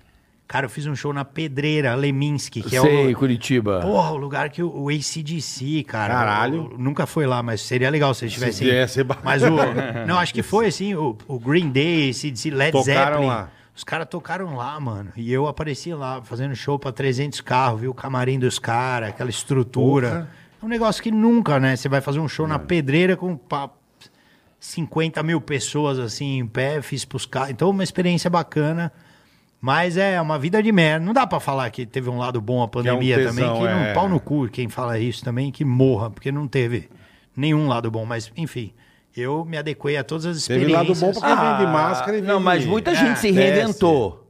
Cara, eu fiz um show na pedreira, Leminski, um que é o... Sei, Curitiba. Porra, o lugar que o, o ACDC, cara. Caralho. o- o- nunca foi lá, mas seria legal se eles Se tivessem. viesse, ba- Mas o. Não, acho que foi assim, o, o Green Day, ACDC, Led Tocaram Zeppelin. lá. Os caras tocaram lá, mano. E eu apareci lá, fazendo show pra 300 carros, viu? O camarim dos caras, aquela estrutura. Porra. É. É um negócio que nunca, né? Você vai fazer um show na pedreira com pa- 50 mil pessoas assim em pé, fiz pros caras. Então, uma experiência bacana. Mas é uma vida de merda. Não dá pra falar que teve um lado bom a é um pandemia também, tesão, que é. não pau no cu quem fala isso também, que morra, porque não teve nenhum lado bom. Mas, enfim, eu me adequei a todas as Teve experiências. lado bom pra quem vende máscara e vende... Ah, Não, mas muita É, gente se desce. reinventou.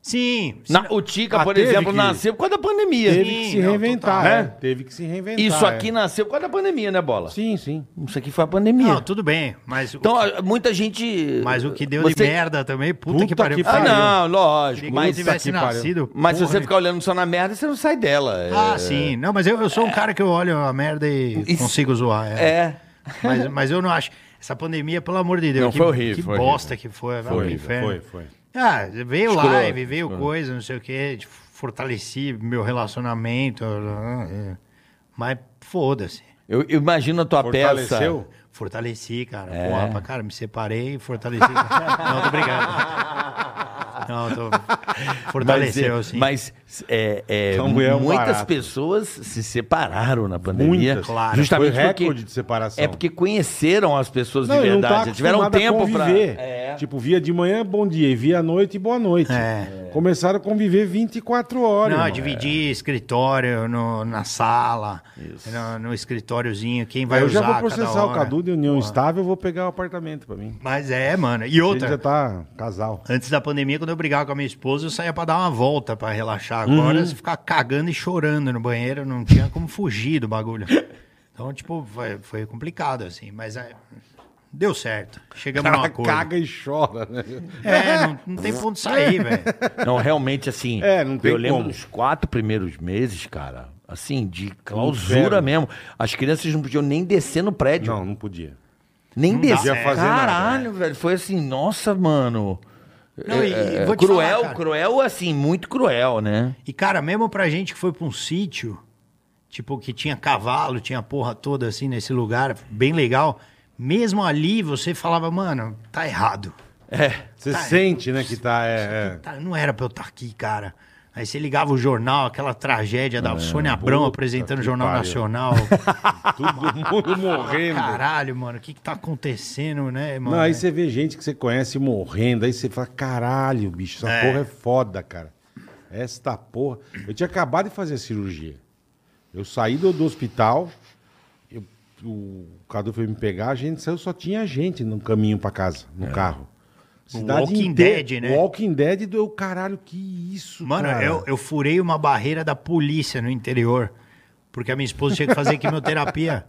Sim, sim. Na, o Tica, Ah, por teve exemplo, que- nasceu por causa da pandemia. Teve que se Sim, não, reinventar, total. né? É. Teve que se reinventar. Isso aqui é. nasceu por causa da pandemia, né, Bola? Sim, sim. Isso aqui foi a pandemia. Não, tudo bem, mas, Então, o, a- muita gente... que, mas o que deu de Você- merda também, puta, Puta que pariu. que Ah, pariu. não, Se lógico. não Mas, tivesse que pariu. nascido. mas se porra você nenhuma. ficar olhando só na merda, você não sai dela. É- Ah, sim. Não, mas eu, eu É. sou um cara que eu olho a merda e Isso- consigo zoar. é. É. Mas, mas eu não acho. Essa pandemia, pelo amor de Deus. Não, que, foi horrível, Que foi bosta que foi. Foi, Foi, inferno. foi, foi. Ah, veio Escroto, live, veio coisa, não sei o quê. tipo, Fortaleci meu relacionamento. ah, é. Mas foda-se. Eu eu imagino a tua Fortaleceu? peça... Fortaleci, cara. Porra, pra cara, me separei e fortaleci. não, tô brincando. Não, tô... Fortaleceu, mas, é, sim. Mas é, é, Sua mulher é um muitas barato. pessoas se separaram na pandemia. Muitas. Claro. Justamente Foi porque- recorde de separação. É porque conheceram as pessoas Não, de e não tá verdade. um Tiveram um acostumado a tempo pra. conviver. É. Tipo, via de manhã, bom dia. e Via à noite, boa noite. É. Começaram a conviver 24 horas. É. Não, irmão. dividir escritório no- na sala, no, no escritóriozinho, quem vai Eu usar já vou cada processar o hora. Cadu de União Estável, eu vou pegar o apartamento pra mim. Mas é, mano. E Ele já outra, tá casal. antes da pandemia, quando eu brigava com a minha esposa, eu saía pra dar uma volta pra relaxar. Uhum. Agora, se ficar cagando e chorando no banheiro, não tinha como fugir do bagulho. Então, tipo, foi, foi complicado, assim. Mas é, deu certo. Chegamos num Cara, acordo. caga e chora, né? É, não, não tem ponto de sair, velho. Não, realmente, assim. É, não tem eu lembro como. dos quatro primeiros meses, cara. Assim, de clausura Inferno. mesmo. As crianças não podiam nem descer no prédio. Não, não podia. nem podia descer. fazer nada, é. Caralho, velho. Foi assim, nossa, mano. Não, e- É, e vou te cruel, falar, cara. cruel, assim, muito cruel, né? E, cara, mesmo pra gente que foi pra um sítio, tipo, que tinha cavalo, tinha porra toda assim nesse lugar, bem legal. Mesmo ali, você falava, mano, tá errado. É. Você Tá, sente, né, que tá. É, é. Tá, não era pra eu estar aqui, cara. Aí você ligava o jornal, aquela tragédia da Sônia Abrão É, puta apresentando o que Jornal pariu. Nacional. é, Todo mundo morrendo. Caralho, mano, o que, que tá acontecendo, né, mano? Não, aí você vê gente que você conhece morrendo, aí você fala, caralho, bicho, essa É. porra é foda, cara. Esta porra. Eu tinha acabado de fazer a cirurgia. Eu saí do, do hospital, eu- o Cadu foi me pegar, a gente saiu, só tinha gente no caminho pra casa, no carro. É. Walking inteira- Dead, né? Walking Dead do caralho, que isso, Mano, cara. eu, eu furei uma barreira da polícia no interior, porque a minha esposa tinha que fazer quimioterapia.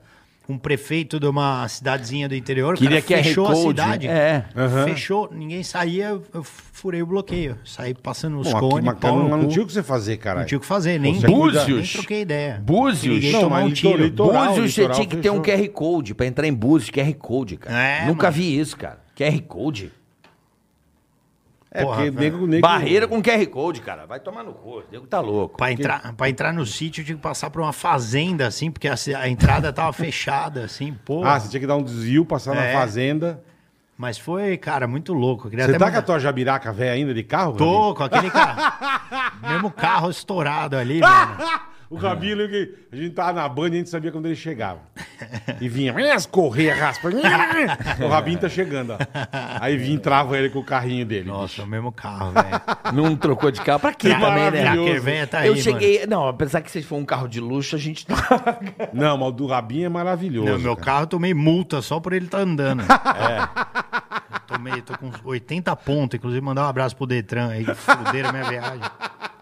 Um prefeito de uma cidadezinha do interior Queria cara, que a fechou a, Recode- cidade. É. Aham. Fechou, ninguém saía, eu- eu furei o bloqueio. Saí passando os Bom, aqui, cones, mas pau não, no não cu. tinha o que você fazer, caralho. Não tinha o que fazer, nem, Você nem Búzios. troquei ideia. Búzios. Liguei Não, tomar mas um tiro. litorito- Litoral, Búzios, você litoral tinha que ter um fechou. QR Code pra entrar em Búzios, QR Code, cara. É, Nunca mano. vi isso, cara. QR Code. É, Porra, porque cara. nego, nego... Barreira com QR Code, cara. Vai tomar no cu. O nego tá louco. Pra entrar, pra entrar no sítio, eu tinha que passar por uma fazenda, assim, porque a, ci- a entrada tava fechada, assim, pô. Ah, você tinha que dar um desvio, passar É. na fazenda. Mas foi, cara, muito louco. Eu queria Você até tá mandar- com a tua jabiraca velha ainda de carro? Gabi? Tô com aquele carro. mesmo carro estourado ali, mano. O Rabinho, eu lembro que a gente tava na banda e a gente sabia quando ele chegava. E vinha, "Mas", corria, raspa. o Rabinho tá chegando, ó. Aí vinha e trava ele com o carrinho dele. Nossa, o mesmo carro, velho. Tá Não trocou de carro. Pra quê também, né? maravilhoso. Tracker velho tá aí, eu mano. cheguei. Não, apesar que se for um carro de luxo, a gente. tá- Não, mas o do Rabinho é maravilhoso. Não, meu cara. carro eu tomei multa só por ele estar andando. É. Eu Tomei, tô com uns 80 pontos, inclusive mandar um abraço pro Detran aí, que fuderam minha viagem.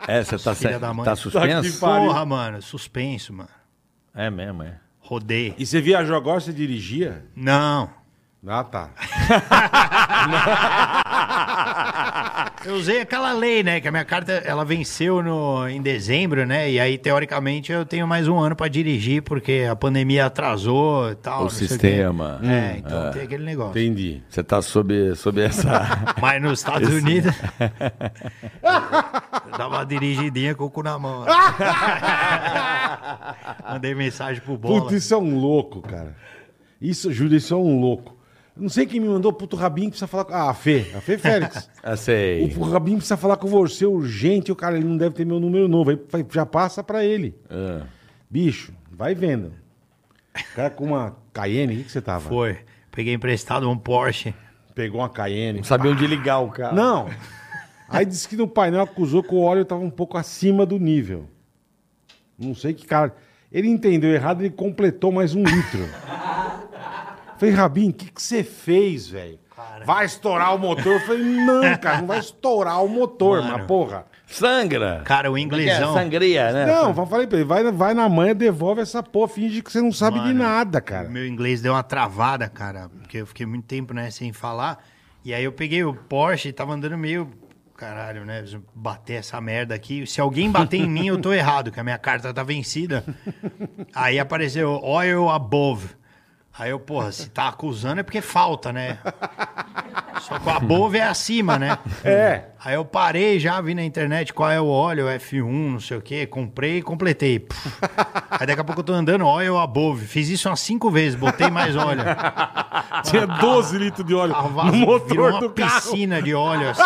É, você tá, Filha da mãe. tá Tá que suspenso? pariu. Porra, mano, suspenso, mano. É mesmo, é. Rodei. E você viajou agora, você dirigia? Não. Ah, tá. Eu usei aquela lei, né? Que a minha carta ela venceu no, em dezembro, né? E aí, teoricamente, eu tenho mais um ano pra dirigir, porque a pandemia atrasou e tal. O não sei quê. sistema. É, então tem aquele negócio. Entendi. Você tá sob, sob essa. Mas nos Estados Unidos. eu dava uma dirigidinha com o cu na mão. Mandei mensagem pro Bola. Puta, isso é um louco, cara. Isso, Júlio, isso é um louco. Não sei quem me mandou, puto o Rabinho precisa falar com. Ah, a Fê, a Fê Félix. Ah, sei. o Rabinho precisa falar com você é urgente, o cara ele não deve ter meu número novo. Aí fa- já passa pra ele. Ah. Bicho, vai vendo. O cara com uma Cayenne, o que, que você tava? Foi. Peguei emprestado um Porsche. Pegou uma Cayenne. Não sabia onde ligar o carro. Não. Aí disse que no painel acusou que o óleo estava um pouco acima do nível. Não sei que cara. Ele entendeu errado, ele completou mais um litro. Falei, Rabin, o que que você fez, velho? Vai estourar o motor? Eu falei, não, cara, não vai estourar o motor, Mano. mas porra. Sangra. Cara, o É, inglesão. sangria, né? Não, eu falei pra ele, vai, vai na manha, devolve essa porra, finge que você não sabe de Mano, nada, cara. Meu inglês deu uma travada, cara, porque eu fiquei muito tempo, né, sem falar. E aí eu peguei o Porsche e tava andando meio. Caralho, né? preciso Bater essa merda aqui. Se alguém bater em mim, eu tô errado, que a minha carta tá vencida. Aí apareceu oil above. Aí eu, porra, se tá acusando é porque falta, né? Só que o above é acima, né? É. Aí eu parei já, vi na internet qual é o óleo, F1, não sei o quê, comprei e completei. Puf. Aí daqui a pouco eu tô andando óleo above. Fiz isso umas cinco vezes, botei mais óleo. Tinha 12 litros de óleo A vaso no Ah, virou motor uma do carro. piscina de óleo, assim.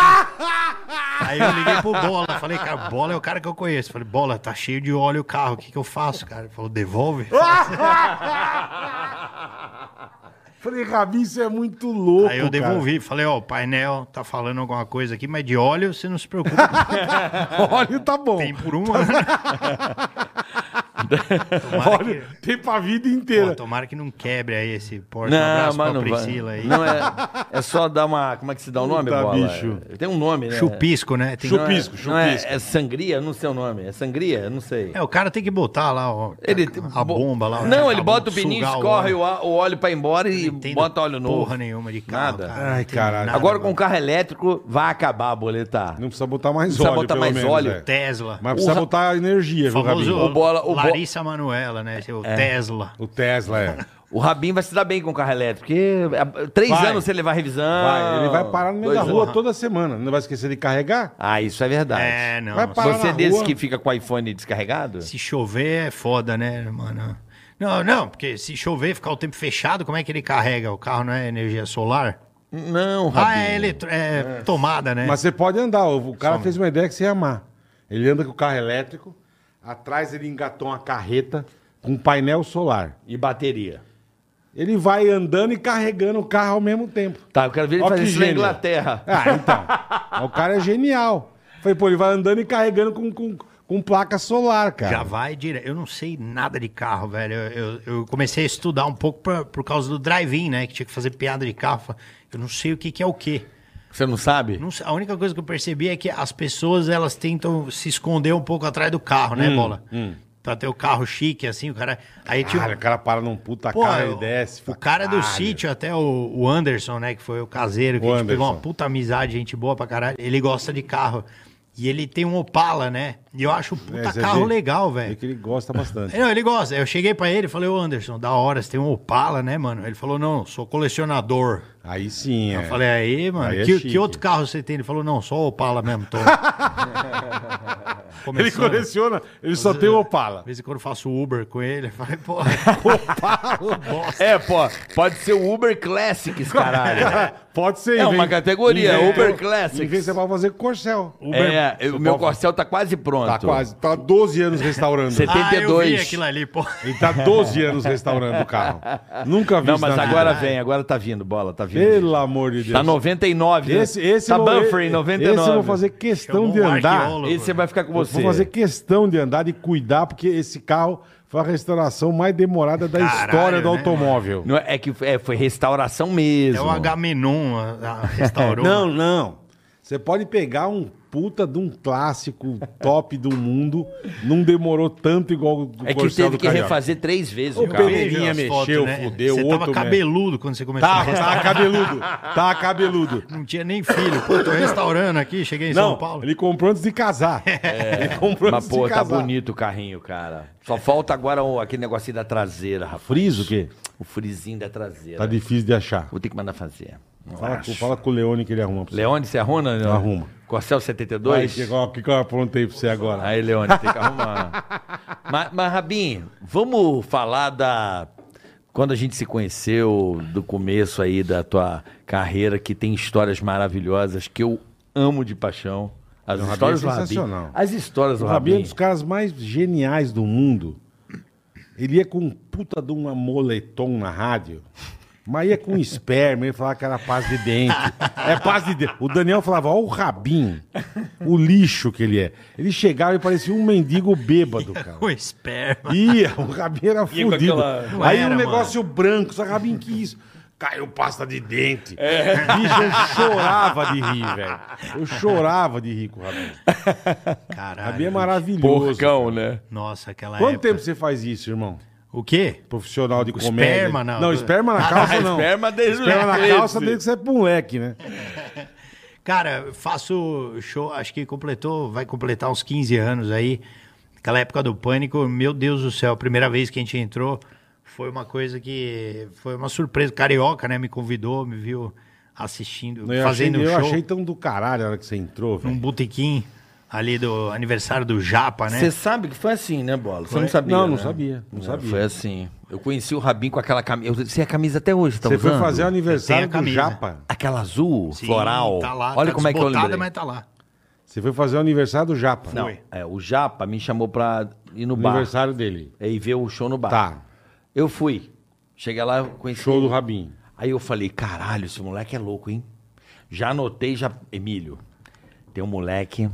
Aí eu liguei pro Bola, falei, cara, Bola é o cara que eu conheço. Falei, Bola, tá cheio de óleo o carro, o que que eu faço, cara? Ele falou, devolve. Falei, Rabin, isso é muito louco, Aí eu cara. devolvi, falei, ó, o painel tá falando alguma coisa aqui, mas de óleo você não se preocupa, Óleo tá bom. tem por um ano. Tomara que- Olha, tem pra vida Pô, inteira. tomara que não quebre aí esse Porsche. um Não, abraço mas pra não vai. Priscila aí. Não, é, é só dar uma. Como é que se dá o nome, Puta, bola? bicho. Tem um nome, né? Chupisco, né? Tem- Não é- Chupisco, não é- chupisco. é, sangria? Não sei o nome. É sangria? Não sei. É, o cara tem que botar lá ó, Ele um a bomba lá. né? Não, a ele bomba, bota o pininho, sugar escorre óleo. o, a- o óleo pra ir embora e Não entendo bota óleo novo. Porra nenhuma de carro, Nada. cara. Não Ai, entendo caralho. nada, Agora com mano. o carro elétrico vai acabar a boletar. Não precisa botar mais Não precisa óleo, botar pelo mais menos, óleo. velho. Tesla. Mas precisa O ra- botar energia, o viu, famoso Rabinho? O Bola- o Bo- É. Larissa Manuela, né? O Tesla. O Tesla, é. O Rabin vai se dar bem com o carro elétrico, porque é, três Vai. anos você levar revisão. Vai, ele vai parar no meio dois da rua anos. toda semana. Não vai esquecer de carregar? Ah, isso é verdade. É, não. Vai se- parar Você na é desse rua. que fica com o iPhone descarregado? Se chover é foda, né, mano? Não, não, porque se chover ficar o tempo fechado, como é que ele carrega? O carro não é energia solar? Não, Rabin. Ah, é, eletro... é, tomada, né? Mas você pode andar. O cara um fez uma ideia que você ia amar. Ele anda com o carro elétrico, atrás ele engatou uma carreta com um painel solar. E bateria. Ele vai andando e carregando o carro ao mesmo tempo. Tá, eu quero ver ele Ó fazer que isso na gênio. Inglaterra. Ah, então. o cara é genial. Falei, pô, ele vai andando e carregando com, com, com placa solar, cara. Já vai direto. Eu não sei nada de carro, velho. Eu, eu- eu comecei a estudar um pouco pra- por causa do drive-in, né? Que tinha que fazer piada de carro. Eu não sei o que, que é o quê. Você não sabe? Não sei- a única coisa que eu percebi é que as pessoas, elas tentam se esconder um pouco atrás do carro, Hum, né, Bola? Pra ter o carro chique, assim, o cara... Aí tinha... um, Cara, o cara para num puta Pô, carro, o- ele desce. O fala, cara é do "Caralho". sítio, até o, o Anderson, né? Que foi o caseiro, que O a gente pegou Anderson. uma puta amizade, gente boa pra caralho. Ele gosta de carro. E ele tem um Opala, né? E eu acho um puta É, você carro vê- legal, velho. vê que ele gosta bastante. É, Não, ele gosta. Eu cheguei pra ele e falei, ô Anderson, da hora, você tem um Opala, né, mano? Ele falou, não, sou colecionador. Aí sim, Eu é. falei, aí, mano, Aí é que, chique. que outro carro você tem? Ele falou, não, só o Opala mesmo, Tom. ele Começando. coleciona, ele só tem o Opala. De vez em quando eu faço Uber com ele, eu falei, porra, É, pô, pode ser o Uber Classics, caralho. Pode ser. É inventa- uma categoria, inventa- Uber Classics. inventa- Você pode fazer com Corcel. é, Você o meu pode- corcel tá quase pronto. Tá quase. Tá 12 anos restaurando. Você- ah, eu vi 72. aquilo ali, porra. Ele tá 12 anos restaurando o carro. Nunca vi Não, isso mas na agora vida. vem, agora tá vindo, bola, tá vindo. Pelo amor de Deus. Tá 99, né? Esse, esse tá eu vou- buffer em 99. Esse eu vou fazer questão Chamou de um andar. arqueólogo. Esse você vai ficar com você. Vou fazer questão de andar e cuidar, porque esse carro foi a restauração mais demorada da Caralho, história do né, automóvel. Não, é que é, foi restauração mesmo. É o H-Menon, a- a- restaurou. Não, não. Você pode pegar um puta de um clássico top do mundo, não demorou tanto igual o do É que Corcel teve do que Carioca. refazer três vezes o Ô, carro. Pedro, Pereirinha mexeu, fudeu, né? Você outro tava cabeludo quando você começou a Tá, restaurar. tá cabeludo, tá cabeludo. Não tinha nem filho. Pô, tô restaurando aqui, cheguei em São Não, Paulo. ele comprou antes de casar. Ele comprou Mas, antes pô, de tá casar. bonito o carrinho, cara. Só falta agora o- aquele negocinho da traseira, rapaz. Friso o quê? O frizinho da traseira. Tá difícil de achar. Vou ter que mandar fazer. Fala, com- fala com o Leone que ele arruma. pra você. Leone, você arruma? Leone? Arruma. Corcel Vai, 72? que, ó, que que eu aprontei pra você agora? Aí, Leone, tem que arrumar. mas, mas, Rabinho, vamos falar da. Quando a gente se conheceu, do começo aí da tua carreira, que tem histórias maravilhosas que eu amo de paixão. As Não, o Rabinho histórias é do Rabinho. sensacional. As histórias do O Rabinho é um Rabinho. dos caras mais geniais do mundo. Ele ia com um puta de uma moletom na rádio. Mas ia com um esperma, ele falava que era paz de dente. É paz de dente. O Daniel falava, ó o Rabinho, o lixo que ele é. Ele chegava e parecia um mendigo bêbado, cara. O esperma. Ia, o Rabinho era Ia com fudido. aquela- Não Aí era, um negócio branco, só Rabinho que isso. Caiu pasta de dente. É. Bicho, eu chorava de rir, velho. Eu chorava de rir com o Rabinho. O Caralho. Rabinho é maravilhoso. Porcão, né? Nossa, aquela Quanto época. tempo você faz isso, irmão? O quê? Profissional de Com comédia. esperma, não. Não, esperma na calça não. esperma desde o Esperma na eclipse. calça desde que você é moleque, né? Cara, eu faço show, acho que completou, vai completar uns 15 anos aí. Aquela época do pânico, meu Deus do céu, a primeira vez que a gente entrou foi uma coisa que foi uma surpresa. Carioca, né, me convidou, me viu assistindo, Eu, fazendo achei, um eu show achei tão do caralho a hora que você entrou, num velho. botequim ali do aniversário do Japa, né? Você sabe que foi assim, né, Bola? Você não sabia, Não, não né? sabia, não sabia. Foi assim. Eu conheci o Rabinho com aquela camisa. Eu sei a camisa até hoje, tá Você foi usando? fazer o Eu aniversário tenho a do camisa. Japa. Aquela azul, Sim, floral. Tá lá, Olha tá como é que eu desbotada, lembrei. mas tá lá. Você foi fazer o aniversário do Japa. Não, Foi. é, o Japa me chamou pra ir no O bar. aniversário dele. E ver o show no bar. Tá. Eu fui. Cheguei lá, eu conheci. Show do Rabinho. Aí eu falei, caralho, esse moleque é louco, hein? Já anotei, já. Emílio, tem um moleque.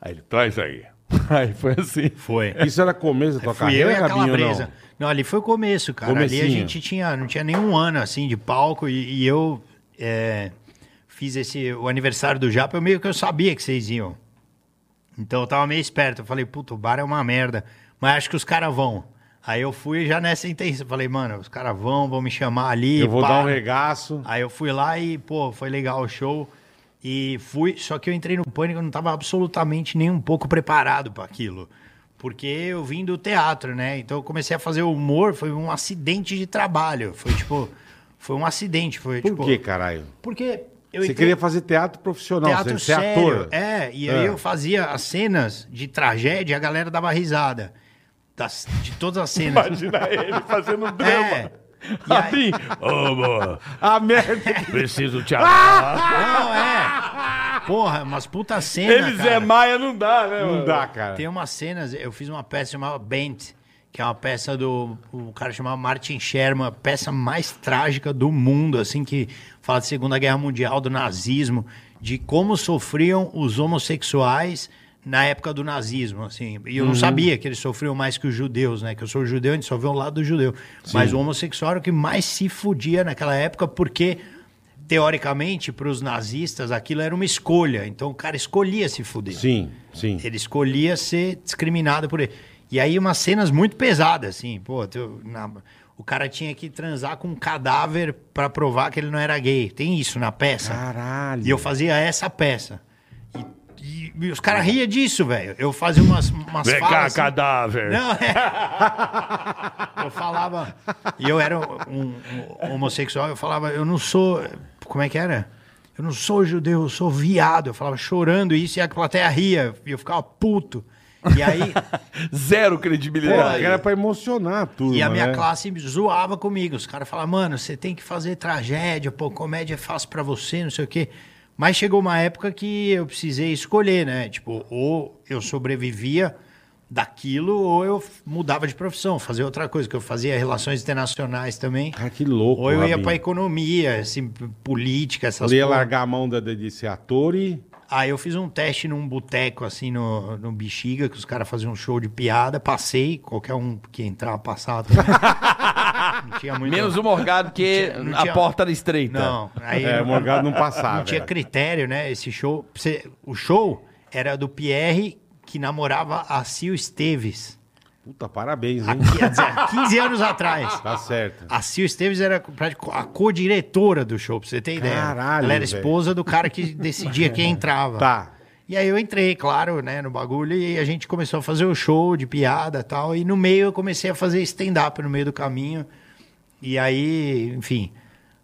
Aí ele, traz aí. Aí foi assim. Foi. Isso era começo da tua Fui eu carreira, é e a Rabinho, Calabresa. não? Não, ali foi o começo, cara. Comecinho. Ali a gente tinha, não tinha nenhum ano, assim, de palco. E, e eu é, fiz esse, o aniversário do Japa. Eu meio que eu sabia que vocês iam. Então eu tava meio esperto. Eu falei, puta, o bar é uma merda. Mas acho que os caras vão. Aí eu fui já nessa intenção. Falei, mano, os caras vão, vão me chamar ali. Eu vou pá. dar um regaço. Aí eu fui lá e, pô, foi legal o show. E fui, só que eu entrei no pânico, eu não tava absolutamente nem um pouco preparado para aquilo. Porque eu vim do teatro, né? Então eu comecei a fazer humor, foi um acidente de trabalho. Foi tipo, foi um acidente, foi Por tipo, que, caralho? Porque eu Você entrei- queria fazer teatro profissional, teatro você é sério. ator. É, e aí É. eu fazia as cenas de tragédia, a galera dava risada. Das, de todas as cenas. Imagina ele fazendo um É. drama. E aí- Assim, ô, boa, A merda. preciso te amar. Não, é. Porra, umas puta cenas. Eles é cara. Maia, não dá, né? Não dá, cara. Tem um umas cenas, eu fiz uma peça chamada Bent, que é uma peça do. O cara chamava Martin Sherman, a peça mais trágica do mundo, assim, que fala de Segunda Guerra Mundial, do nazismo, de como sofriam os homossexuais na época do nazismo, assim. E eu não sabia que eles sofriam mais que os judeus, né? Que eu sou judeu, a gente só vê o lado do judeu. Mas o homossexual era o que mais se fudia naquela época, porque teoricamente, para os nazistas, aquilo era uma escolha. Então o cara escolhia se fuder. Sim, sim. Ele escolhia ser discriminado por ele. E aí umas cenas muito pesadas, assim, pô, teu- na- o cara tinha que transar com um cadáver pra provar que ele não era gay. Tem isso na peça. Caralho. E eu fazia essa peça. E, e- e os caras riam disso, velho. Eu fazia umas, umas Vem cá, falas... assim- cadáver. não, é. um Eu falava. E eu era um, um homossexual, eu falava, eu não sou Como é que era? Eu não sou judeu, eu sou viado. Eu falava chorando isso e a plateia ria. E eu ficava puto. E aí, Zero Pô, credibilidade. era pra emocionar né? tudo. e a minha classe zoava comigo. Os caras falavam, mano, você tem que fazer tragédia, pô, comédia é fácil pra você, não sei o quê. Mas chegou uma época que eu precisei escolher, né? Tipo, ou eu sobrevivia daquilo, ou eu f- mudava de profissão, fazia outra coisa, que eu fazia relações internacionais também. Cara, que louco. Ou eu ia Rabinho. pra economia, assim, p- política, essas Ele ia porra. largar a mão da, de, de ser ator e. Aí eu fiz um teste num boteco, assim, no, no Bexiga, que os caras faziam um show de piada. Passei, qualquer um que entrava passava. não tinha muito... Menos o Morgado, que Não tinha- não a tinha- porta era estreita. Não, aí É, o não, Morgado não passava. não tinha velho. critério, né? Esse show... você- o show era do Pierre, que namorava a Sil Esteves. Puta, parabéns, hein? Quer dizer, há 15 anos atrás. Uh. Tá certo. A Sil Esteves era prati- a co-diretora do show, pra você ter ideia. Caralho, Ela velho. era esposa do cara que decidia quem entrava. Tá. E aí eu entrei, claro, né, no bagulho, e a gente começou a fazer o show de piada e tal. E no meio eu comecei a fazer stand-up no meio do caminho. E aí, enfim,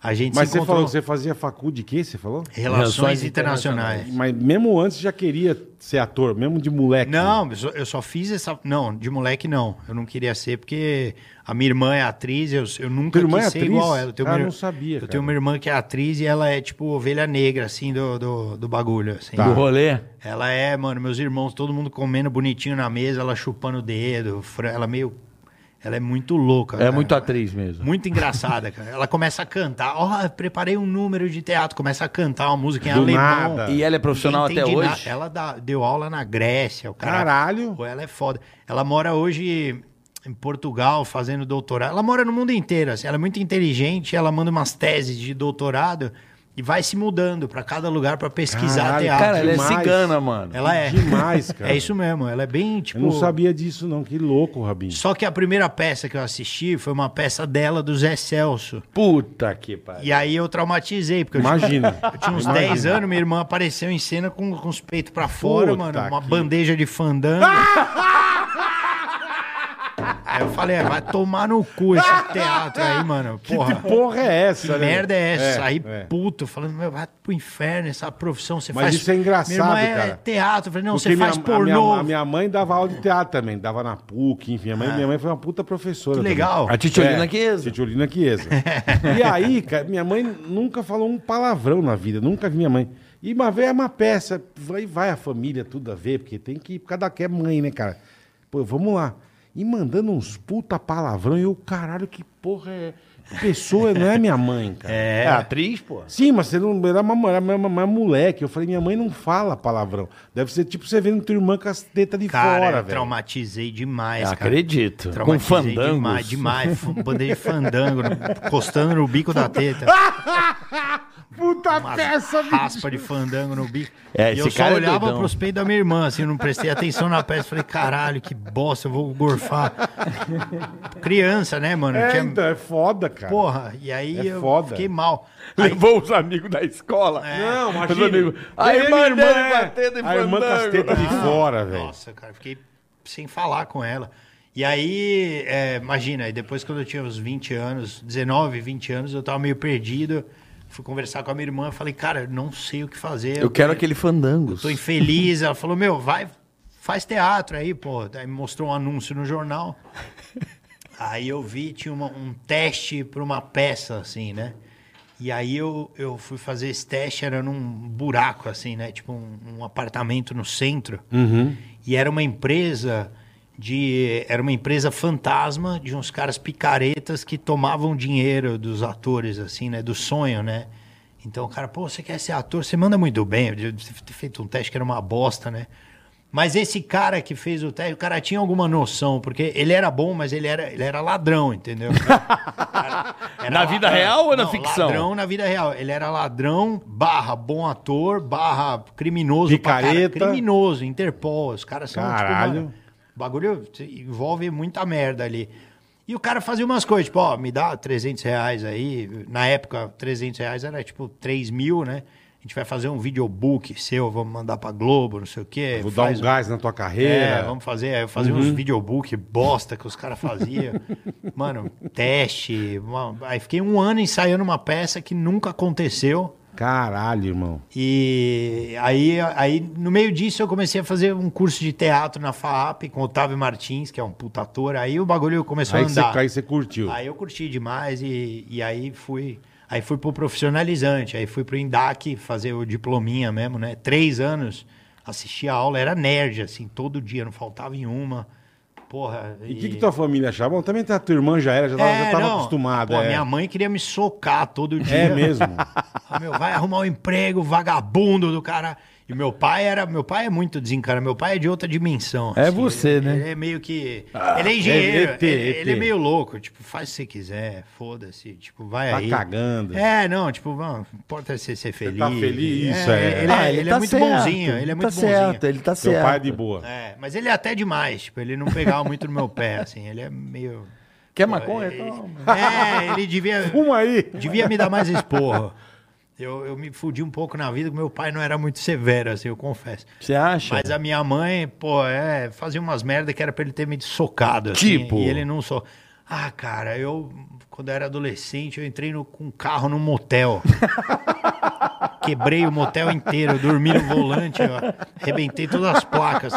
a gente Mas se você falou encontrou. que você fazia facul de quê? Você falou? Relações, Relações internacionais. Mas mesmo antes já queria ser ator, mesmo de moleque. Não, eu só, eu só fiz essa. Não, de moleque não. Eu não queria ser, porque a minha irmã é atriz, eu, eu nunca Tua irmã quis é ser atriz? igual a ela. Eu tenho Ah, uma ir- não sabia, Eu cara. tenho uma irmã que é atriz e ela é tipo ovelha negra, assim, do, do, do bagulho. Assim. Tá. Do rolê. Ela é, mano, meus irmãos, todo mundo comendo bonitinho na mesa, ela chupando o dedo, fra- ela é meio. Ela é muito louca. É cara. muito atriz mesmo. Muito engraçada, cara. Ela começa a cantar. Ó, preparei um número de teatro. Começa a cantar uma música em Do alemão. nada. E ela é profissional Ninguém até entende hoje? nada. Ela dá- deu aula na Grécia, o cara. Caralho. Pô, ela é foda. Ela mora hoje em Portugal fazendo doutorado. Ela mora no mundo inteiro, assim. Ela é muito inteligente, ela manda umas teses de doutorado e vai se mudando pra cada lugar pra pesquisar Caralho, teatro. Cara, ela Demais. é cigana, mano. Ela é. Demais, cara. É isso mesmo. Ela é bem, tipo. Eu não sabia disso, não. Que louco, Rabinho. Só que a primeira peça que eu assisti foi uma peça dela do Zé Celso. Puta que pariu. E aí eu traumatizei, porque eu tinha- Imagina. eu tinha uns 10 anos, minha irmã apareceu em cena com, com os peitos pra fora, Puta mano. Uma que- bandeja de fandango. aí eu falei, "Ah, vai tomar no cu esse teatro aí, mano. Porra. Que porra é essa, Que merda é essa? Saí é. puto, falando, meu, vai pro inferno essa profissão. Você Mas faz... isso é engraçado, Minha irmã é cara. teatro. Eu falei, não, Porque você faz minha, a minha- pornô. A minha, mãe dava aula de teatro também, dava na PUC, enfim. A mãe, Minha mãe foi uma puta professora. É. Que também. legal. A Titiolina É, Chiesa. Titiolina Chiesa. e aí, cara, minha mãe nunca falou um palavrão na vida, nunca vi minha mãe. E uma vez é uma peça, vai, vai a família tudo a ver, porque tem que ir, por causa da que é mãe, né, cara? Pô, vamos lá. E mandando uns puta palavrão, e eu, caralho, que porra é... Pessoa não é minha mãe, cara. É atriz, pô. Sim, mas você não era uma, era uma- uma- uma moleque. Eu falei, minha mãe não fala palavrão. Deve ser tipo você vendo tua irmã com as tetas de Cara, é fora, eu velho. traumatizei demais, cara. Acredito. Com Traumatizei fandango. Demais, demais. F- Bandeja de fandango, no- encostando no bico da teta. Ah, Puta Uma peça, bicho. raspa de fandango no bico. É, e esse eu só cara é olhava doidão. pros peitos da minha irmã, assim, eu não prestei atenção na peça. Falei, caralho, que bosta, eu vou gorfar. Criança, né, mano? É, Tinha- então, é foda, cara. Porra, e aí É eu foda. fiquei mal. Levou os amigos da escola. É. Não, Os amigos. A Tem irmã dele é. batendo em A irmã com as fandango. tetas de Ah, fora, velho. Nossa, cara, fiquei sem falar com ela. E aí, é, imagina, aí depois quando eu tinha uns 20 anos, 19, 20 anos, eu tava meio perdido. Fui conversar com a minha irmã, falei, cara, eu não sei o que fazer. Eu quero aquele fandango. Tô infeliz. Ela falou, meu, vai, faz teatro aí, pô. Daí me mostrou um anúncio no jornal. Aí eu vi, tinha uma- um teste pra uma peça, assim, né? E aí eu, eu fui fazer esse teste, era num buraco, assim, né? Tipo um, um apartamento no centro. E era uma empresa de... Era uma empresa fantasma de uns caras picaretas que tomavam dinheiro dos atores, assim, né? Do sonho, né? Então o cara, pô, você quer ser ator? Você manda muito bem. Eu devia ter feito um teste que era uma bosta, né? Mas esse cara que fez o teste, o cara tinha alguma noção, porque ele era bom, mas ele era, ele era ladrão, entendeu? Era- era Na vida real ou na Não, ficção? Ladrão na vida real. Ele era ladrão, barra bom ator, barra criminoso. pra caralho. Picareta. Criminoso, Interpol. Os caras são, tipo, Caralho. mano, o bagulho envolve muita merda ali. E o cara fazia umas coisas, tipo, ó, me dá 300 reais aí. Na época, 300 reais era tipo 3 mil, né? gente vai fazer um videobook seu, vamos mandar pra Globo, não sei o quê. Vou dar um Uhum. faz- gás na tua É, carreira. vamos fazer. aí Eu fazia uns videobook bosta que os caras faziam. Mano, teste. uma- Aí fiquei um ano ensaiando uma peça que nunca aconteceu. Caralho, irmão. E aí, aí, no meio disso, eu comecei a fazer um curso de teatro na FAAP com o Otávio Martins, que é um puta ator. Aí o bagulho começou Aí a você, andar. aí você curtiu. Aí eu curti demais e, e aí fui. Aí fui pro profissionalizante, aí fui pro INDAC fazer o diplominha mesmo, né? Três anos, assisti a aula, era nerd, assim, todo dia, não faltava em uma. Porra. É, E o que, que tua família achava? Bom, também a tua irmã já era, já tava, já tava acostumada. Pô, é. minha mãe queria me socar todo dia. é mesmo. Ah, meu, vai arrumar um emprego, vagabundo do cara. E meu pai era. Meu pai é muito desencarado, meu pai é de outra dimensão. É você, ele- né? Ele é meio que. ele é engenheiro. é ET, ele, ele é ET. meio louco. Tipo, faz o que você quiser, foda-se. Tipo, vai Tá aí. cagando. É, não, tipo, mano, importa você ser feliz. tá feliz, isso é. Ele, Ah, ele, é tá muito certo, bonzinho, ele é muito tá bonzinho. Certo, ele tá Seu certo. pai é de boa. É, mas ele é até demais, tipo, ele não pegava muito no meu pé, assim, ele é meio. Quer Pô, maconha? então? ele- Toma. É, ele devia. Fuma aí. Devia me dar mais esporro. Eu, eu me fudi um pouco na vida, que meu pai não era muito severo, assim, eu confesso. Você acha? Mas a minha mãe, pô, é, fazia umas merda que era pra ele ter me socado, assim. Tipo? E ele não só. Ah, cara, eu, quando eu era adolescente, eu entrei no- com um carro num motel. Quebrei o motel inteiro, eu dormi no volante, eu arrebentei todas as placas.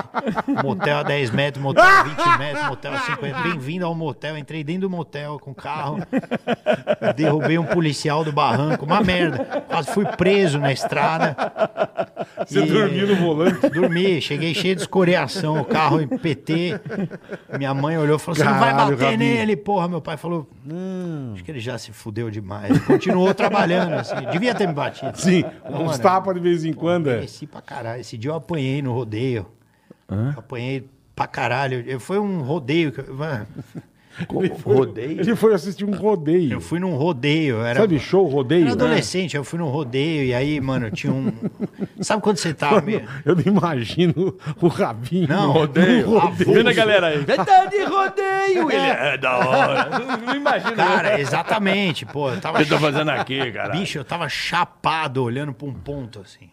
Motel a 10 metros, motel a 20 metros, motel a 50. Bem-vindo ao motel. Entrei dentro do motel com o carro, derrubei um policial do barranco, uma merda. Quase fui preso na estrada. Você E- dormiu no volante. Dormi, cheguei cheio de escoriação, o carro em PT. Minha mãe olhou e falou: Você não vai Caralho, bater Rabinho." nele, porra. Meu pai falou: "Hum, Acho que ele já se fudeu demais. Continuou trabalhando, assim. Devia ter me batido. Sim, Não, uns mano, tapas de vez em quando. é. Cresci pra caralho. Esse dia eu apanhei no rodeio. Apanhei pra caralho. Eu- Foi um rodeio. que eu- mano, Rodeio? Ele foi assistir um rodeio. Eu fui num rodeio. eu Era, Sabe show, rodeio? eu era adolescente, eu fui num rodeio e aí, mano, tinha um. Sabe quando você tá. meio- Eu não imagino o Rabinho. Não, no rodeio. no Avulso. Vendo a galera aí? Tá de rodeio! Ele É da hora. Não, não imagino. Cara, exatamente, pô. Eu O tava que eu tô fazendo aqui, cara? Bicho, eu tava chapado olhando pra um ponto assim.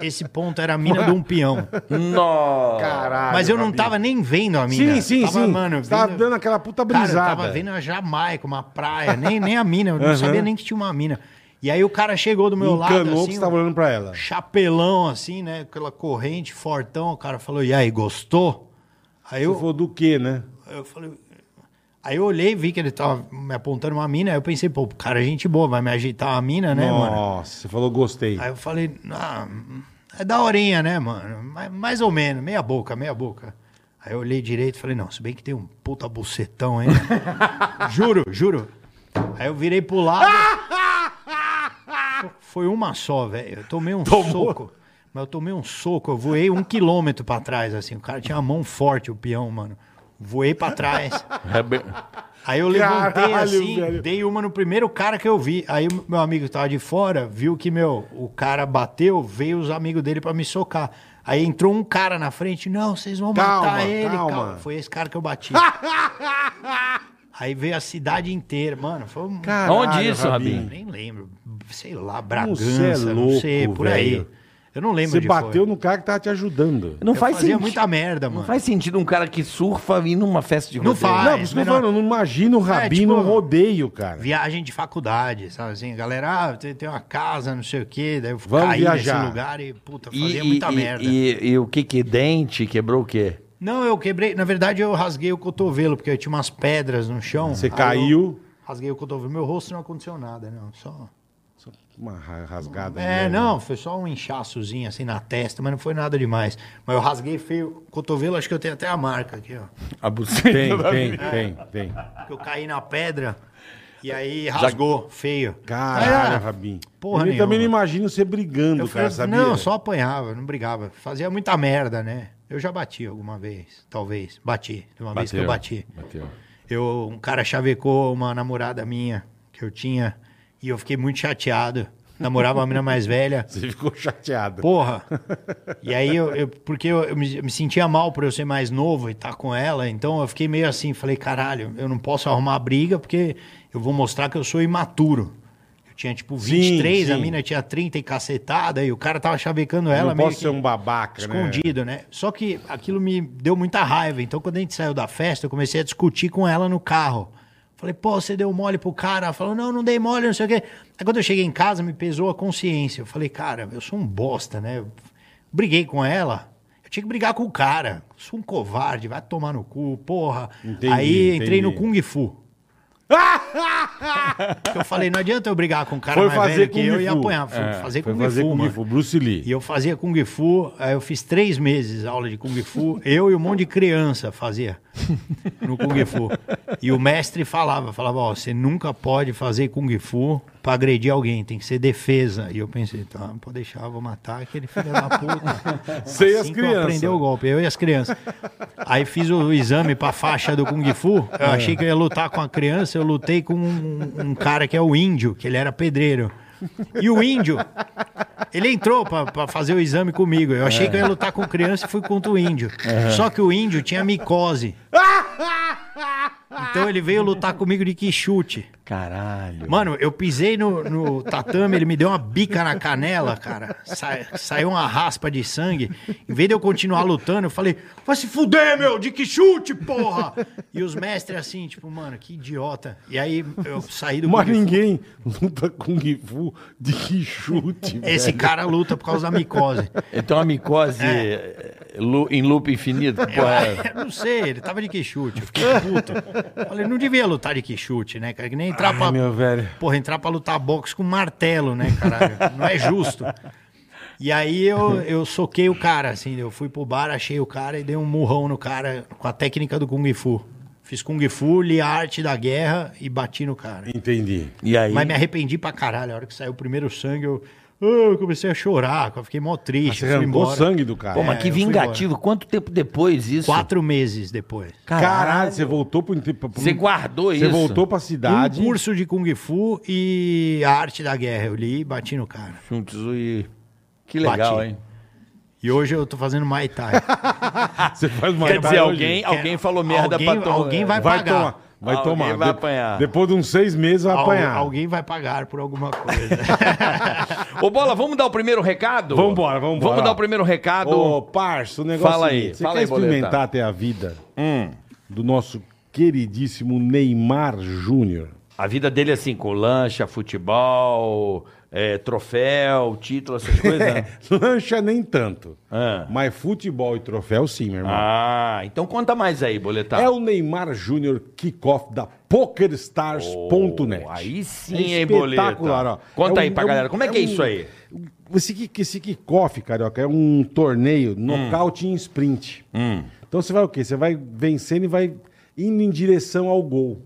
Esse ponto era a mina de um peão. Nossa! Caralho. Mas eu não tava nem vendo a mina. Sim, sim, tava, sim. Mano, Você tava vendo- dando aquela puta Cara, brisada. eu tava vendo a Jamaica, uma praia, nem, nem a mina. Eu não Aham. sabia nem que tinha uma mina. E aí o cara chegou do meu lado, Encanou que assim, você tava olhando pra ela. chapelão, assim, né? Aquela corrente, fortão. O cara falou, e aí, gostou? Aí eu, Eu vou do quê, né? eu falei. Aí eu olhei, vi que ele tava me apontando uma mina. Aí eu pensei, pô, o cara é gente boa, vai me ajeitar uma mina, né, mano? Nossa, você falou gostei. Aí eu falei, ah, é daorinha, né, mano? Ma- Mais, ou menos, meia boca, meia boca. Aí eu olhei direito e falei, não, se bem que tem um puta bucetão, hein? juro, juro. Aí eu virei pro lado. Foi uma só, velho. Eu tomei um soco. Mas eu tomei um soco, eu voei um quilômetro pra trás, assim. O cara tinha uma mão forte, o peão, mano. Voei pra trás. Aí eu levantei Caralho, assim, velho. dei uma no primeiro cara que eu vi. Aí o meu amigo que tava de fora, viu que, meu, o cara bateu, veio os amigos dele pra me socar. Aí entrou um cara na frente, não, vocês vão Calma, matar ele, calma. calma. Foi esse cara que eu bati. Aí veio a cidade inteira, mano. Foi um. Caralho, Onde isso, Rabinho? nem lembro. Sei lá, Bragança, Você é não sei, louco, por aí. velho. Eu não lembro Você onde bateu foi. no cara que tava te ajudando. Não Eu faz fazia sentido. muita merda, mano. Não faz sentido um cara que surfa ir numa festa de Não rodeio. faz. Não, por isso que eu tô menor. falando, eu não imagino o Rabinho é tipo- no rodeio, cara. viagem de faculdade, sabe assim? A galera, ah, tem, tem uma casa, não sei o quê, daí eu Vamos caí viajar. nesse lugar e, puta, E, fazia e- muita e- merda. E, e o que que dente quebrou o quê? Não, eu quebrei, na verdade eu rasguei o cotovelo, porque eu tinha umas pedras no chão. Você Aí eu caiu. Rasguei o cotovelo, meu rosto não aconteceu nada, não, só... Só Uma ra- rasgada. É, né? não, foi só um inchaçozinho assim na testa, mas não foi nada demais. Mas eu rasguei feio o cotovelo, acho que eu tenho até a marca aqui, ó. A buceta. Tem, tem, É. tem, tem. Que eu caí na pedra e aí rasgou, feio. Aí, ah, Caralho, Rabinho. Porra eu também não nenhuma. imagino você brigando, Eu cara, falei, sabia? Não, só apanhava, não brigava. Fazia muita merda, né? Eu já bati alguma vez, talvez. Bati. Tem uma vez que eu bati. Bateu. Eu, um cara chavecou uma namorada minha que eu tinha e eu fiquei muito chateado. Namorava uma mina mais velha. Você ficou chateado. Porra! E aí, eu, eu- porque eu, eu me, eu me sentia mal por eu ser mais novo e estar com ela, então eu fiquei meio assim, falei, caralho, eu não posso arrumar briga porque eu vou mostrar que eu sou imaturo. Eu tinha tipo Sim, 23, a sim. mina tinha 30 e cacetada, e o cara tava chavecando Eu ela não meio posso que ser um babaca, né? escondido, né? Só que aquilo me deu muita raiva. Então, quando a gente saiu da festa, eu comecei a discutir com ela no carro. Falei, pô, você deu mole pro cara. Ela falou, não, não dei mole, não sei o quê. Aí quando eu cheguei em casa, me pesou a consciência. Eu falei, cara, eu sou um bosta, né? Eu briguei com ela. Eu tinha que brigar com o cara. Eu sou um covarde, vai tomar no cu, porra. Entendi, Aí entrei no entendi. Kung Fu. Porque eu falei, não adianta eu brigar com um cara Foi mais fazer velho que Kung eu e Fu. apanhar. Foi É, fazer foi Kung fazer Fu, Kung mano. Fu, Bruce Lee. E eu fazia Kung Fu, aí eu fiz três meses aula de Kung Fu, eu e um monte de criança fazia no Kung Fu. E o mestre falava, falava, ó, você nunca pode fazer Kung Fu pra agredir alguém, tem que ser defesa. E eu pensei, tá, pode deixar, eu vou matar aquele filho da puta. Você e as assim que eu aprendi crianças. o golpe, eu e as crianças. Aí fiz o exame pra faixa do Kung Fu, É. eu achei que eu ia lutar com a criança, eu lutei com um, um cara que é o índio, que ele era pedreiro. E o índio, ele entrou pra, pra fazer o exame comigo. Eu É. achei que eu ia lutar com criança e fui contra o índio. Só que o índio tinha micose. Então ele veio lutar comigo de que chute. Caralho. Mano, eu pisei no, no tatame, ele me deu uma bica na canela, cara. Sa- saiu uma raspa de sangue. Em vez de eu continuar lutando, eu falei, vai se fuder, meu, de que chute, porra! E os mestres assim, tipo, mano, que idiota. E aí eu saí do Mas Kung Fu. ninguém luta com Kung Fu de que chute, Esse velho. cara luta por causa da micose. Então a micose eh, lu- em loop infinito, que porra. é? Eu não sei, ele tava de queixute. Eu fiquei puto. Falei, não devia lutar de queixute, né, cara? Que nem entrar é, pra. meu velho. Porra, entrar pra lutar boxe com martelo, né, caralho? Não é justo. E aí eu, eu soquei o cara, assim, eu fui pro bar, achei o cara e dei um murrão no cara com a técnica do Kung Fu. Fiz Kung Fu, li a arte da guerra e bati no cara. Entendi. E aí? Mas me arrependi pra caralho. A hora que saiu o primeiro sangue, eu, "Ah, eu comecei a chorar, eu fiquei mó triste. Você eu fui arrancou embora. sangue do cara. Pô, mas É, que eu fui vingativo. Quanto tempo depois isso? Quatro meses depois. Caralho, você voltou pro... pro- pro- Você guardou Você isso? voltou pra cidade. Um curso de Kung Fu e a arte da guerra. Eu li e bati no cara. Shun Tzu e... Que legal, Bati. hein? E hoje eu tô fazendo Muay Thai. Você faz uma Quer dizer, hoje. alguém, alguém falou merda Alguém- pra tomar. alguém vai- vai pagar. tomar. Vai Alguém tomar. vai De- apanhar. Depois de uns seis meses vai Al- apanhar. alguém vai pagar por alguma coisa. Ô, Bola, vamos dar o primeiro recado? Vambora, vambora. Vamos dar o primeiro recado. Ô, parça, o negócio Fala é o aí, seguinte, Você fala quer aí, experimentar Boleta. Hum. até a vida do nosso queridíssimo Neymar Júnior? A vida dele é assim, com lancha, futebol, é, troféu, título, essas coisas. É. né? Lancha nem tanto. Ah. Mas futebol e troféu sim, meu irmão. ah, então conta mais aí, Boletar. É o Neymar Júnior Kickoff da PokerStars.net. Oh, aí sim, é hein, Boleta? espetacular, ó. Conta É aí pra galera, como é que é isso aí? Esse, ki- esse kickoff, carioca, é um torneio Hum. nocaute em sprint. Então você vai o quê? Você vai vencendo e vai indo em direção ao gol.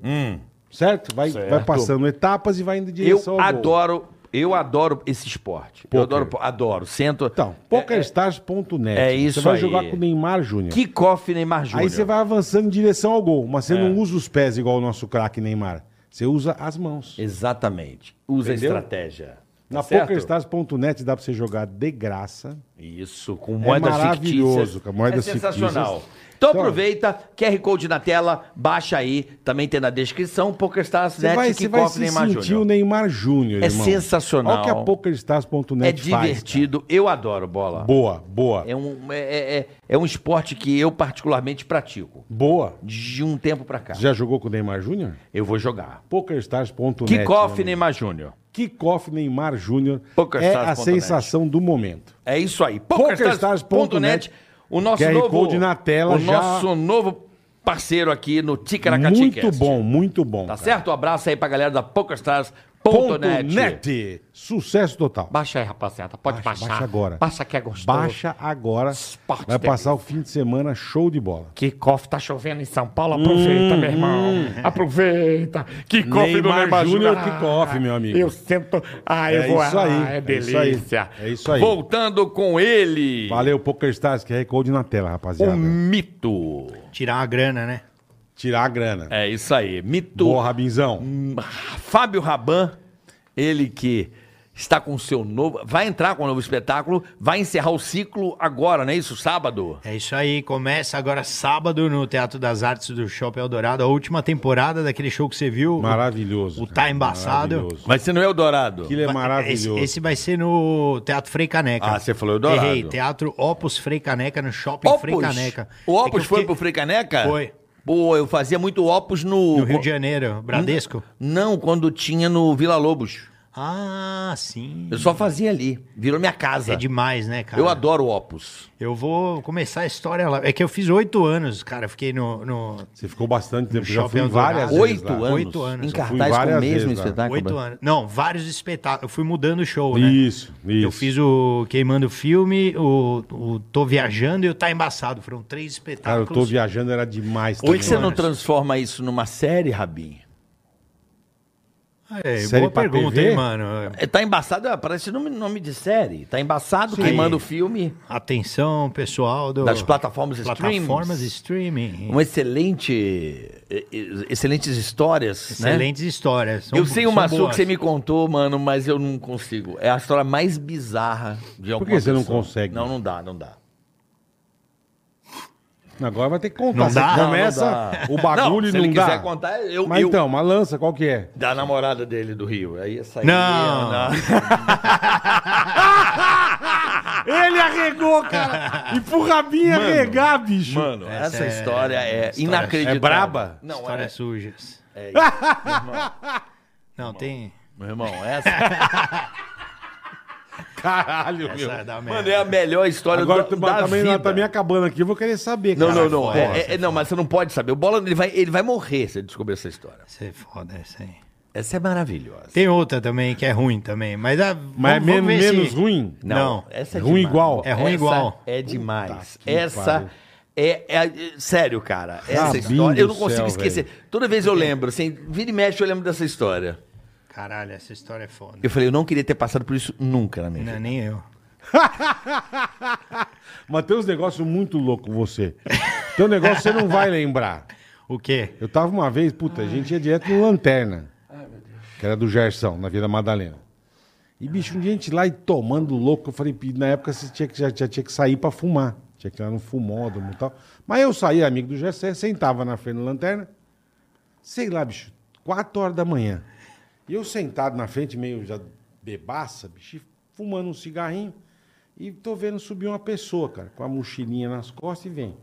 Certo? Vai, vai passando etapas e vai indo em Hum. Eu direção ao gol. adoro, eu adoro esse esporte. Eu Poker. adoro, po- adoro. Sento. Então, PokerStars.net. é isso Você vai aí. jogar com o Neymar Júnior. Kickoff Neymar Júnior. É. Aí você vai avançando em direção ao gol, mas você não usa os pés igual o nosso craque Neymar. Você usa as mãos. Exatamente. Usa a Entendeu? estratégia. Na tá certo? PokerStars.net dá pra você jogar de graça. Isso, com moedas É maravilhoso, fictícias. cara, moedas é sensacional. fictícias. Então, Então- aproveita, QR Code na tela, baixa aí, também tem na descrição, PokerStars, Você vai, Net, você vai Kickoff se Neymar sentir o Júnior. Neymar Júnior, É irmão. sensacional. Olha o que a PokerStars.net É faz. divertido, eu adoro bola. cara. Boa, boa. É um, é, é- é- é um esporte que eu particularmente pratico, Boa. de um tempo pra cá. Já jogou com o Neymar Júnior? Eu vou jogar. PokerStars.net. Kickoff meu amigo. Neymar Júnior. Kickoff Neymar Júnior. É PokerStars.net. a sensação do momento. É isso aí. PokerStars.net, o nosso QR novo Code na tela o já. nosso novo parceiro aqui no Ticaracati Muito bom, muito bom. Tá cara. certo? Um abraço aí pra galera da Ponto PokerStars.net. net. Sucesso total. Baixa aí, rapaziada. Pode Baixa, baixar. baixa agora. Baixa que é gostoso. Baixa agora. Esporte Vai passar o fim de semana show de bola. Que cofre tá chovendo em São Paulo, aproveita, meu irmão. Aproveita. Que cofre do Hum. Neymar Neymar Júnior, Júnior. que cofre, meu amigo. Eu sento. Ah, eu É vou. isso aí, Ah, é é isso aí, delícia. É isso aí. Voltando com ele. Valeu, PokerStars, QR Code na tela, rapaziada. O mito. Tirar uma grana, né? Tirar a grana. É isso aí. Mito. Boa, Rabinzão. Fábio Raban, ele que está com o seu novo. Vai entrar com o novo espetáculo, vai encerrar o ciclo agora, não é isso? Sábado? É isso aí, começa agora sábado no Teatro das Artes do Shopping Eldorado, a última temporada daquele show que você viu. Maravilhoso. O cara, Tá Embaçado. maravilhoso. Vai ser no Eldorado. Aquilo é maravilhoso. Esse, esse vai ser no Teatro Frei Caneca. Ah, você falou Eldorado. Errei, Teatro Opus Frei Caneca, no Shopping Frei Caneca. O É que eu Opus foi fiquei- pro Frei Caneca? Foi. Pô, eu fazia muito Opus no. No Rio de Hum? Janeiro, Bradesco. Não, quando tinha no Vila Lobos. Ah, sim. Eu só fazia ali. Virou minha casa. É demais, né, cara? eu adoro Opus. Eu vou começar a história lá. É que eu fiz oito anos, cara. eu Fiquei no. no- Você ficou bastante tempo. Eu já Shopping fui Eldorado. várias vezes. Oito lá. anos. né? Oito Em anos. Eu fui cartaz com o várias mesmo vezes lá. espetáculo. Oito anos. Não, vários espetáculos. Eu fui mudando o show, né? Isso, isso. Eu fiz o Queimando Filme, o, o Tô Viajando e o Tá Embaçado. Foram três Cara, eu espetáculos. tô viajando, era demais Por que que você não anos. transforma isso numa série, Rabin? É, Série boa pra pergunta, TV? hein, mano? É, tá embaçado, ah, parece nome, nome de série. Tá embaçado, quem manda o filme Atenção, pessoal do- das plataformas né? streaming. plataformas streaming. Uma Um excelente. eh, eh, Excelentes histórias. né? Excelente. Excelentes histórias. são- Eu sei são uma sua que boas. você me contou, mano, mas eu não consigo. É a história mais bizarra de alguma que você não pessoa. consegue? Não, não dá, não dá. Agora vai ter que contar. Não Você dá? começa o bagulho e se não, ele dá. quiser contar, eu, Mas eu- então, mas lança, qual que é? da namorada dele do Rio. Aí é ia sair. Não. Ele arregou, cara. E pro Rabinho arregar, bicho. Mano, essa, Essa é- história é, história- inacreditável. É braba? Não, Histórias é. sujas. é isso. Não, tem. Meu irmão, é essa, Caralho, meu. Essa da merda. mano, é a melhor história Agora do, tu- da também, vida. nós também acabando aqui, eu vou querer saber, Não, cara. não, não. Porra. é- é- é- não, mas você não pode saber. O Bola ele vai, ele vai morrer se ele descobrir essa história. Isso é foda, isso aí. Essa é maravilhosa. Tem outra também que é ruim também, mas a, Mas é men- menos ruim? Não, essa é ruim demais. igual. É ruim Essa igual. É demais. que pariu. Essa é, é- é- Sério, cara. Essa Rabinho história. Eu do não consigo céu, esquecer. Toda vez eu lembro, assim, vira e mexe, eu lembro dessa história. Caralho, essa história é foda. Eu falei, eu não queria ter passado por isso nunca na minha Não, vida. nem eu. Mas tem uns negócios muito loucos com você. Tem um negócio que você não vai lembrar. O quê? Eu tava uma vez, puta, a gente ia direto no Lanterna. Que era do Gerson, na Vila Madalena. E, bicho, um dia a gente lá e tomando louco, eu falei, "Pi, na época você tinha que, já, já tinha que sair pra fumar. Tinha que ir lá no fumódromo e tal. Mas eu saí, amigo do Gerson, sentava na frente do Lanterna. Sei lá, bicho, quatro horas da manhã. E eu sentado na frente, meio já bebaça, bicho, e fumando um cigarrinho. E tô vendo subir uma pessoa, cara, com a mochilinha nas costas e vem.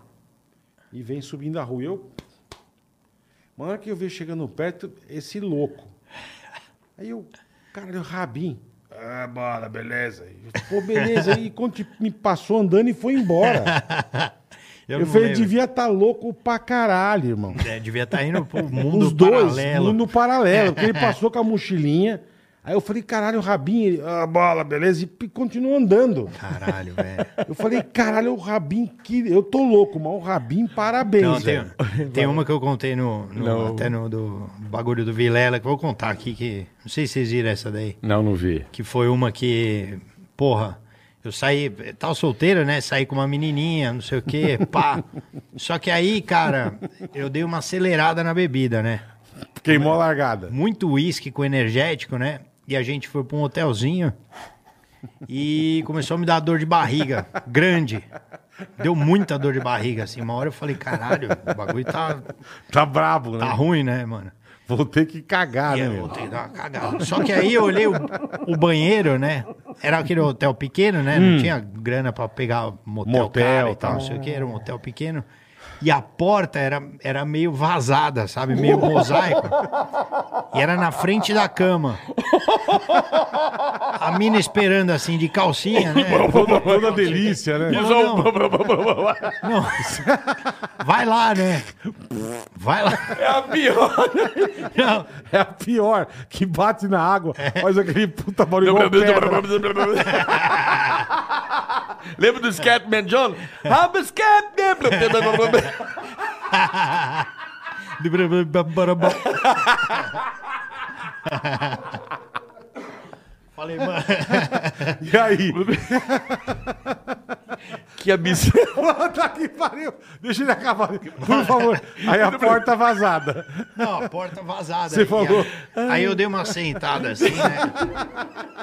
E vem subindo a rua. E eu uma hora que eu vi chegando perto, esse louco. Aí eu, cara, o Rabin. Ah, bora, beleza. Eu, Pô, beleza. E quando te- me passou andando e foi embora. Eu, não falei, lembro. devia estar louco pra caralho, irmão. É, devia estar indo pro mundo Os dois, paralelo. mundo paralelo. Porque ele passou com a mochilinha. Aí eu falei, caralho, o Rabin. Ele, ah, bola, beleza. E p- continuou andando. Caralho, velho. Eu falei, caralho, o Rabin, que... eu tô louco, mas o Rabin, parabéns. Não, tem, um- velho. tem uma que eu contei no, no- até no do bagulho do Vilela, que eu vou contar aqui, que não sei se vocês viram essa daí. Não, não vi. Que foi uma que, porra, eu saí, tava solteiro, né? Saí com uma menininha, não sei o quê, pá. Só que aí, cara, eu dei uma acelerada na bebida, né? Queimou a largada. muito uísque com energético, né? E a gente foi pra um hotelzinho e começou a me dar dor de barriga, grande. Deu muita dor de barriga, assim. Uma hora eu falei, caralho, o bagulho tá, Tá brabo, né? tá ruim, né, mano? Vou ter que cagar, E é né, eu meu? voltei a dar uma cagada. Só que aí eu olhei o, o banheiro, né? Era aquele hotel pequeno, né? Hum. Não tinha grana pra pegar motel, Motel, cara e tal, tá. não sei o que. Era um hotel pequeno. E a porta era, era meio vazada, sabe? Meio mosaico. E era na frente da cama. A mina esperando assim, de calcinha, né? Toda, toda delícia, né? Não, não. Não. Vai lá, né? Vai lá. É a pior. Não. É a pior, que bate na água, É. faz aquele puta barulho igual pedra. Lembra do Scatman John? I'm a Scatman! Falei, mano. E aí? Que absurdo. Puta que pariu. Deixa ele acabar. Por favor. Aí a porta vazada. Não, a porta vazada. Você aí, falou. Aí, aí eu dei uma sentada assim, né?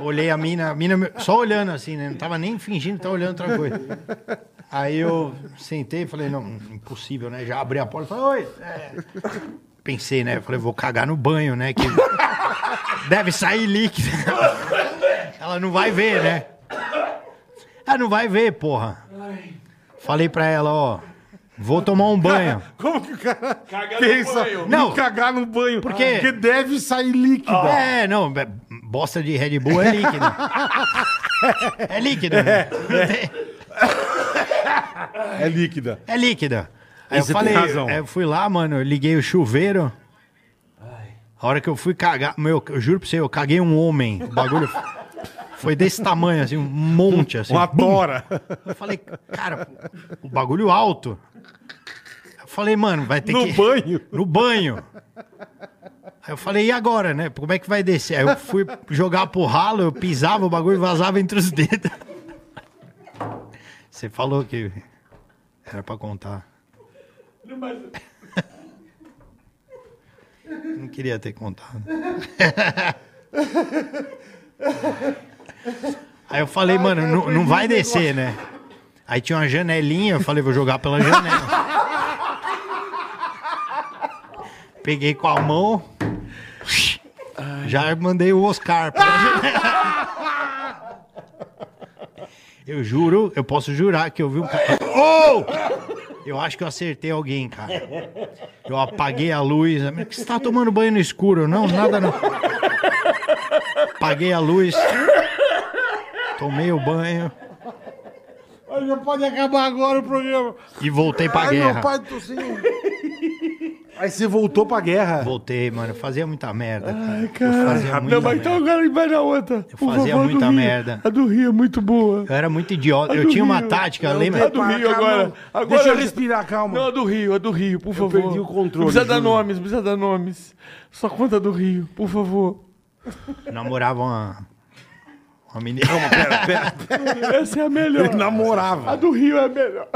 Olhei a mina, a mina me- só olhando assim, né? Não tava nem fingindo que tava olhando outra coisa. Aí eu sentei e falei, não, impossível, né? Já abri a porta e falei, oi. é. Pensei, né? Falei, vou cagar no banho, né? Que deve sair líquido. Ela não vai ver, né? Ela não vai ver, porra. Falei pra ela, ó, vou tomar um banho. Como que o cara pensa em Não. cagar no banho? Por quê? Porque deve sair líquido. É, não, é- bosta de Red Bull é líquido. é líquido. né? É, líquida. É líquida. Aí eu Você tem falei, razão. é, eu fui lá, mano, eu liguei o chuveiro. A hora que eu fui cagar, meu, eu juro pra você, eu caguei um homem. O bagulho foi desse tamanho, assim, um monte, assim. Uma tora. Eu falei, cara, o bagulho alto. Eu falei, mano, vai ter No que... banho. No banho. Aí eu falei, e agora, né? Como é que vai descer? Aí eu fui jogar pro ralo, eu pisava, o bagulho vazava entre os dedos. Você falou que era pra contar. Não queria ter contado. Aí eu falei, mano, não, não vai descer, né? Aí tinha uma janelinha, eu falei, vou jogar pela janela. Peguei com a mão. Já mandei o Oscar pra janela. Eu juro, eu posso jurar que eu vi um cara. Oh! Eu acho que eu acertei alguém, cara. Eu apaguei a luz. Mas Você tá tomando banho no escuro? Não, nada não. Apaguei a luz. Tomei o banho Olha, já pode acabar agora o programa. e voltei Ah, pra Ai, guerra. meu pai, tô sem... Aí você voltou pra guerra. Voltei, mano. Eu fazia muita merda. Cara. eu fazia muita Não, mas merda. então agora ele vai na outra. Eu fazia vovô do muita Rio. merda. A do Rio é muito boa. Eu era muito idiota. Eu do tinha uma Rio. tática, lembra? A do Para, Rio calma. agora. agora. Deixa eu respirar, calma. Não, a do Rio, a do Rio, por favor. perdi o controle, Não precisa dar juro. nomes, não precisa dar nomes. Só conta a do Rio, por favor. Namorava uma. Uma menina. Essa é a melhor. Ele namorava. A do Rio é a melhor.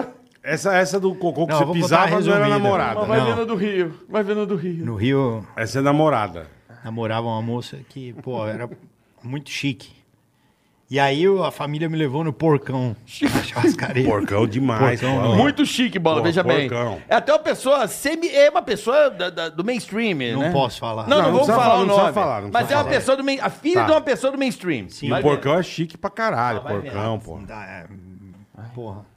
Essa, essa do cocô que Não, eu você vou botar né? pisava não era resumida. Mas namorada. vai Não. vendo a do Rio. Vai vendo a do Rio. No Rio, Essa é namorada. namorava uma moça que, pô, era muito chique. E aí eu- a família me levou no porcão. na Churrascaria. Porcão né? demais. Porcão, pô. não. Muito chique, bola, Pô, veja porcão. bem. É até uma pessoa semi. É uma pessoa da- da- do mainstream, né? Não posso falar. Não, Não, não, não vou precisa falar, falar, o não nome. precisa falar, não mas precisa é uma falar. pessoa do main, a filha Tá. de uma pessoa do mainstream. Sim, E Vai o porcão é chique pra caralho, Ah, vai ver. porcão, pô. Dá, é, porra.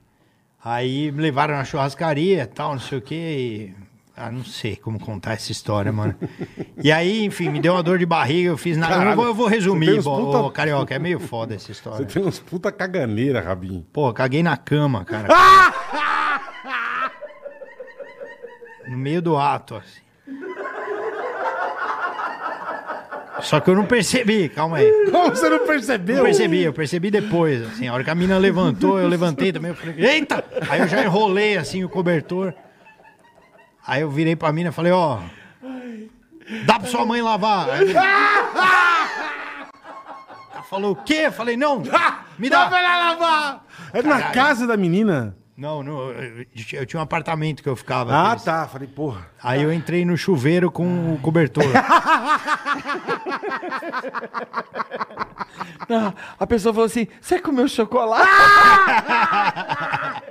Aí me levaram na churrascaria e tal, não sei o quê. e- Ah, não sei como contar essa história, mano. E aí, enfim, me deu uma dor de barriga, eu fiz nada. Eu, não vou- eu vou Você resumir, tem bo- uns puta- ô, Carioca, é meio foda essa Você história. tem uns puta caganeira, Rabinho. Pô, caguei na cama, cara. No meio do ato, assim. Só que eu não percebi, calma aí. Como você não percebeu? Eu percebi, eu percebi depois, assim, a hora que a mina levantou, eu levantei também, eu falei, eita! Aí eu já enrolei, assim, o cobertor. Aí eu virei pra mina e falei, ó, dá pra sua mãe lavar. Aí ela- Ela falou, o quê? Eu falei, não, me Dá pra dá. ela lavar! É na casa da menina? Não, não, eu, eu tinha um apartamento que eu ficava. Ah, aqueles- tá. Falei, porra. Aí eu entrei no chuveiro com o cobertor. Não, a pessoa falou assim: você comeu chocolate? Ah!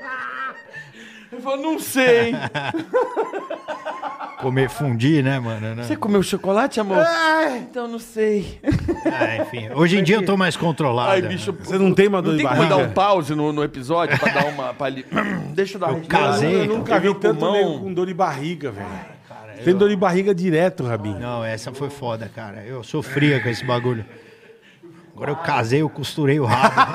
Eu falo, não sei. Comer fundir, né, mano? Né? Você comeu chocolate, amor? Então não sei. Ah, enfim, hoje em dia eu tô mais controlado. Ai, bicho, Você não tem uma dor não de tem como dar um barriga? pause no, no episódio pra dar uma. Pra ali... Deixa eu um dar uma casei. Eu nunca vi Teve o tanto pulmão. nego com dor de barriga, velho. Tem dor de barriga direto, Rabinho. Não, essa foi foda, cara. Eu sofria com esse bagulho. Agora eu casei, eu costurei o rabo.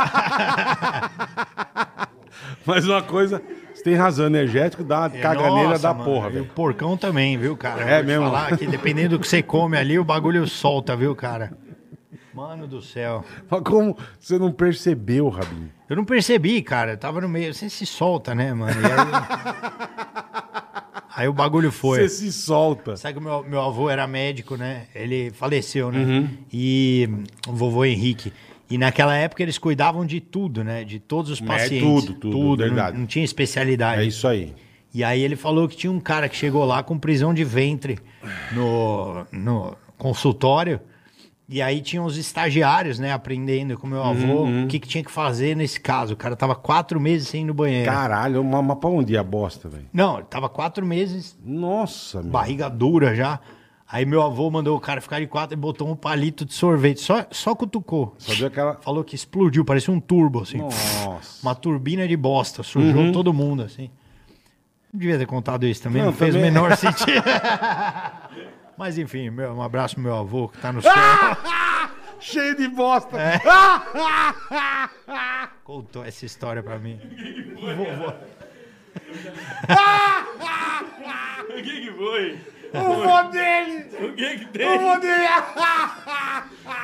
Mas uma coisa, você tem razão, energético dá uma caganeira É, Nossa, da mano, porra, E o velho. porcão também, viu, cara? Eu É te mesmo? Falar que dependendo do que você come ali, o bagulho solta, viu, cara? Mano do céu. Mas como você não percebeu, Rabinho? Eu não percebi, cara. Eu tava no meio. Você se solta, né, mano? E aí... aí o bagulho foi. Você se solta. Sabe que o meu, Uhum. meu avô era médico, né? Ele faleceu, né? E o hum, vovô Henrique. E naquela época eles cuidavam de tudo, né? De todos os É, pacientes. tudo, tudo, não- verdade. Não, tinha especialidade. É isso aí. E aí ele falou que tinha um cara que chegou lá com prisão de ventre no, no consultório. E aí tinha os estagiários, né, aprendendo com meu Uhum, avô o que, que tinha que fazer nesse caso. O cara tava quatro meses sem ir no banheiro. É. Caralho, mas, mas pra onde ia a bosta, velho? Não, ele tava quatro meses, Nossa, meu. barriga dura já. Aí meu avô mandou o cara ficar de quatro e botou um palito de sorvete. Só, só cutucou. Só deu aquela. Falou que explodiu, parecia um turbo, assim. Nossa. Uma turbina de bosta, sujou todo mundo, assim. Não devia ter contado isso também, não, Não, fez também- o menor sentido. Mas enfim, meu, um abraço pro meu avô que tá no céu. Ah! Cheio de bosta. Contou essa história pra mim. Vovô. O que que foi? O vô dele! O que que O tem? vô dele! É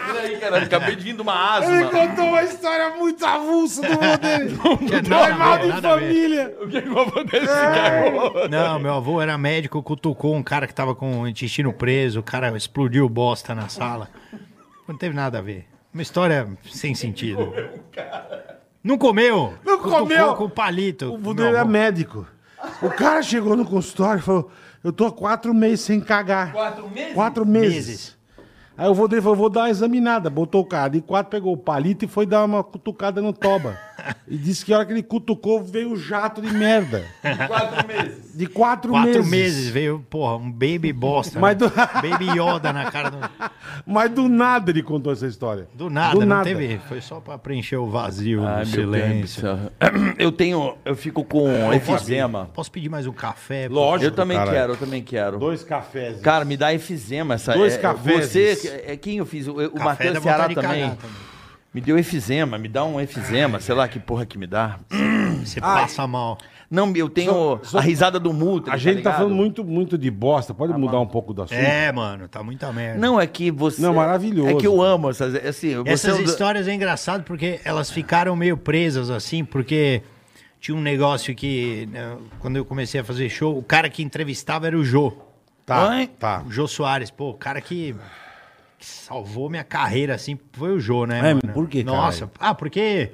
Peraí, caralho, acabei de vir de uma Ele asma. contou uma história muito avulsa do vô dele. Que Foi nada a é mal ver, de nada a ver. família. O que que vai acontecer agora? Não, meu avô era médico, cutucou um cara que tava com o intestino preso, o cara explodiu bosta na sala. Não teve nada a ver. Uma história sem sentido. Não comeu! Não Cutucou comeu. Com palito. O vô Meu dele era avô. médico. O cara chegou no consultório e falou: Eu tô há quatro meses sem cagar. Quatro meses? Quatro meses. Meses. Aí o vô dele falou: Vou dar uma examinada. Botou o cara de quatro, pegou o palito e foi dar uma cutucada no toba. e disse que a hora que ele cutucou veio o jato de merda. Quatro meses. De quatro, Quatro meses. meses. veio, porra, um baby bosta. Mas né? do- Baby Yoda na cara do, Mas do nada ele contou essa história. do nada, não teve. Foi só pra preencher o vazio, o silêncio. Eu tenho. Eu fico com efizema. Posso pedir mais um café? Lógico. Eu também caralho. quero, eu também quero. Dois cafés. Cara, me dá efizema essa. Dois é, cafés. Você, é quem eu fiz? O, o Café Matheus dá Ceará vontade de também. cagar também. Me deu efizema, me dá um efizema, sei lá que porra que me dá. Você passa mal. Não, eu tenho Só- só- a risada do Mutra. A gente tá, ligado? falando muito, muito de bosta. Pode Tá mudar um pouco do assunto? É, mano, tá muita merda. Não, é que você. Não, maravilhoso. É que eu amo essas. Assim, você é Essas um do- histórias é engraçado porque elas ficaram meio presas assim, porque tinha um negócio que né, quando eu comecei a fazer show, o cara que entrevistava era o Jô, Tá, Oi? tá. o Jô Soares, pô, o cara que, que salvou minha carreira assim, foi o Jô, né? É, por que, Nossa, ah, porque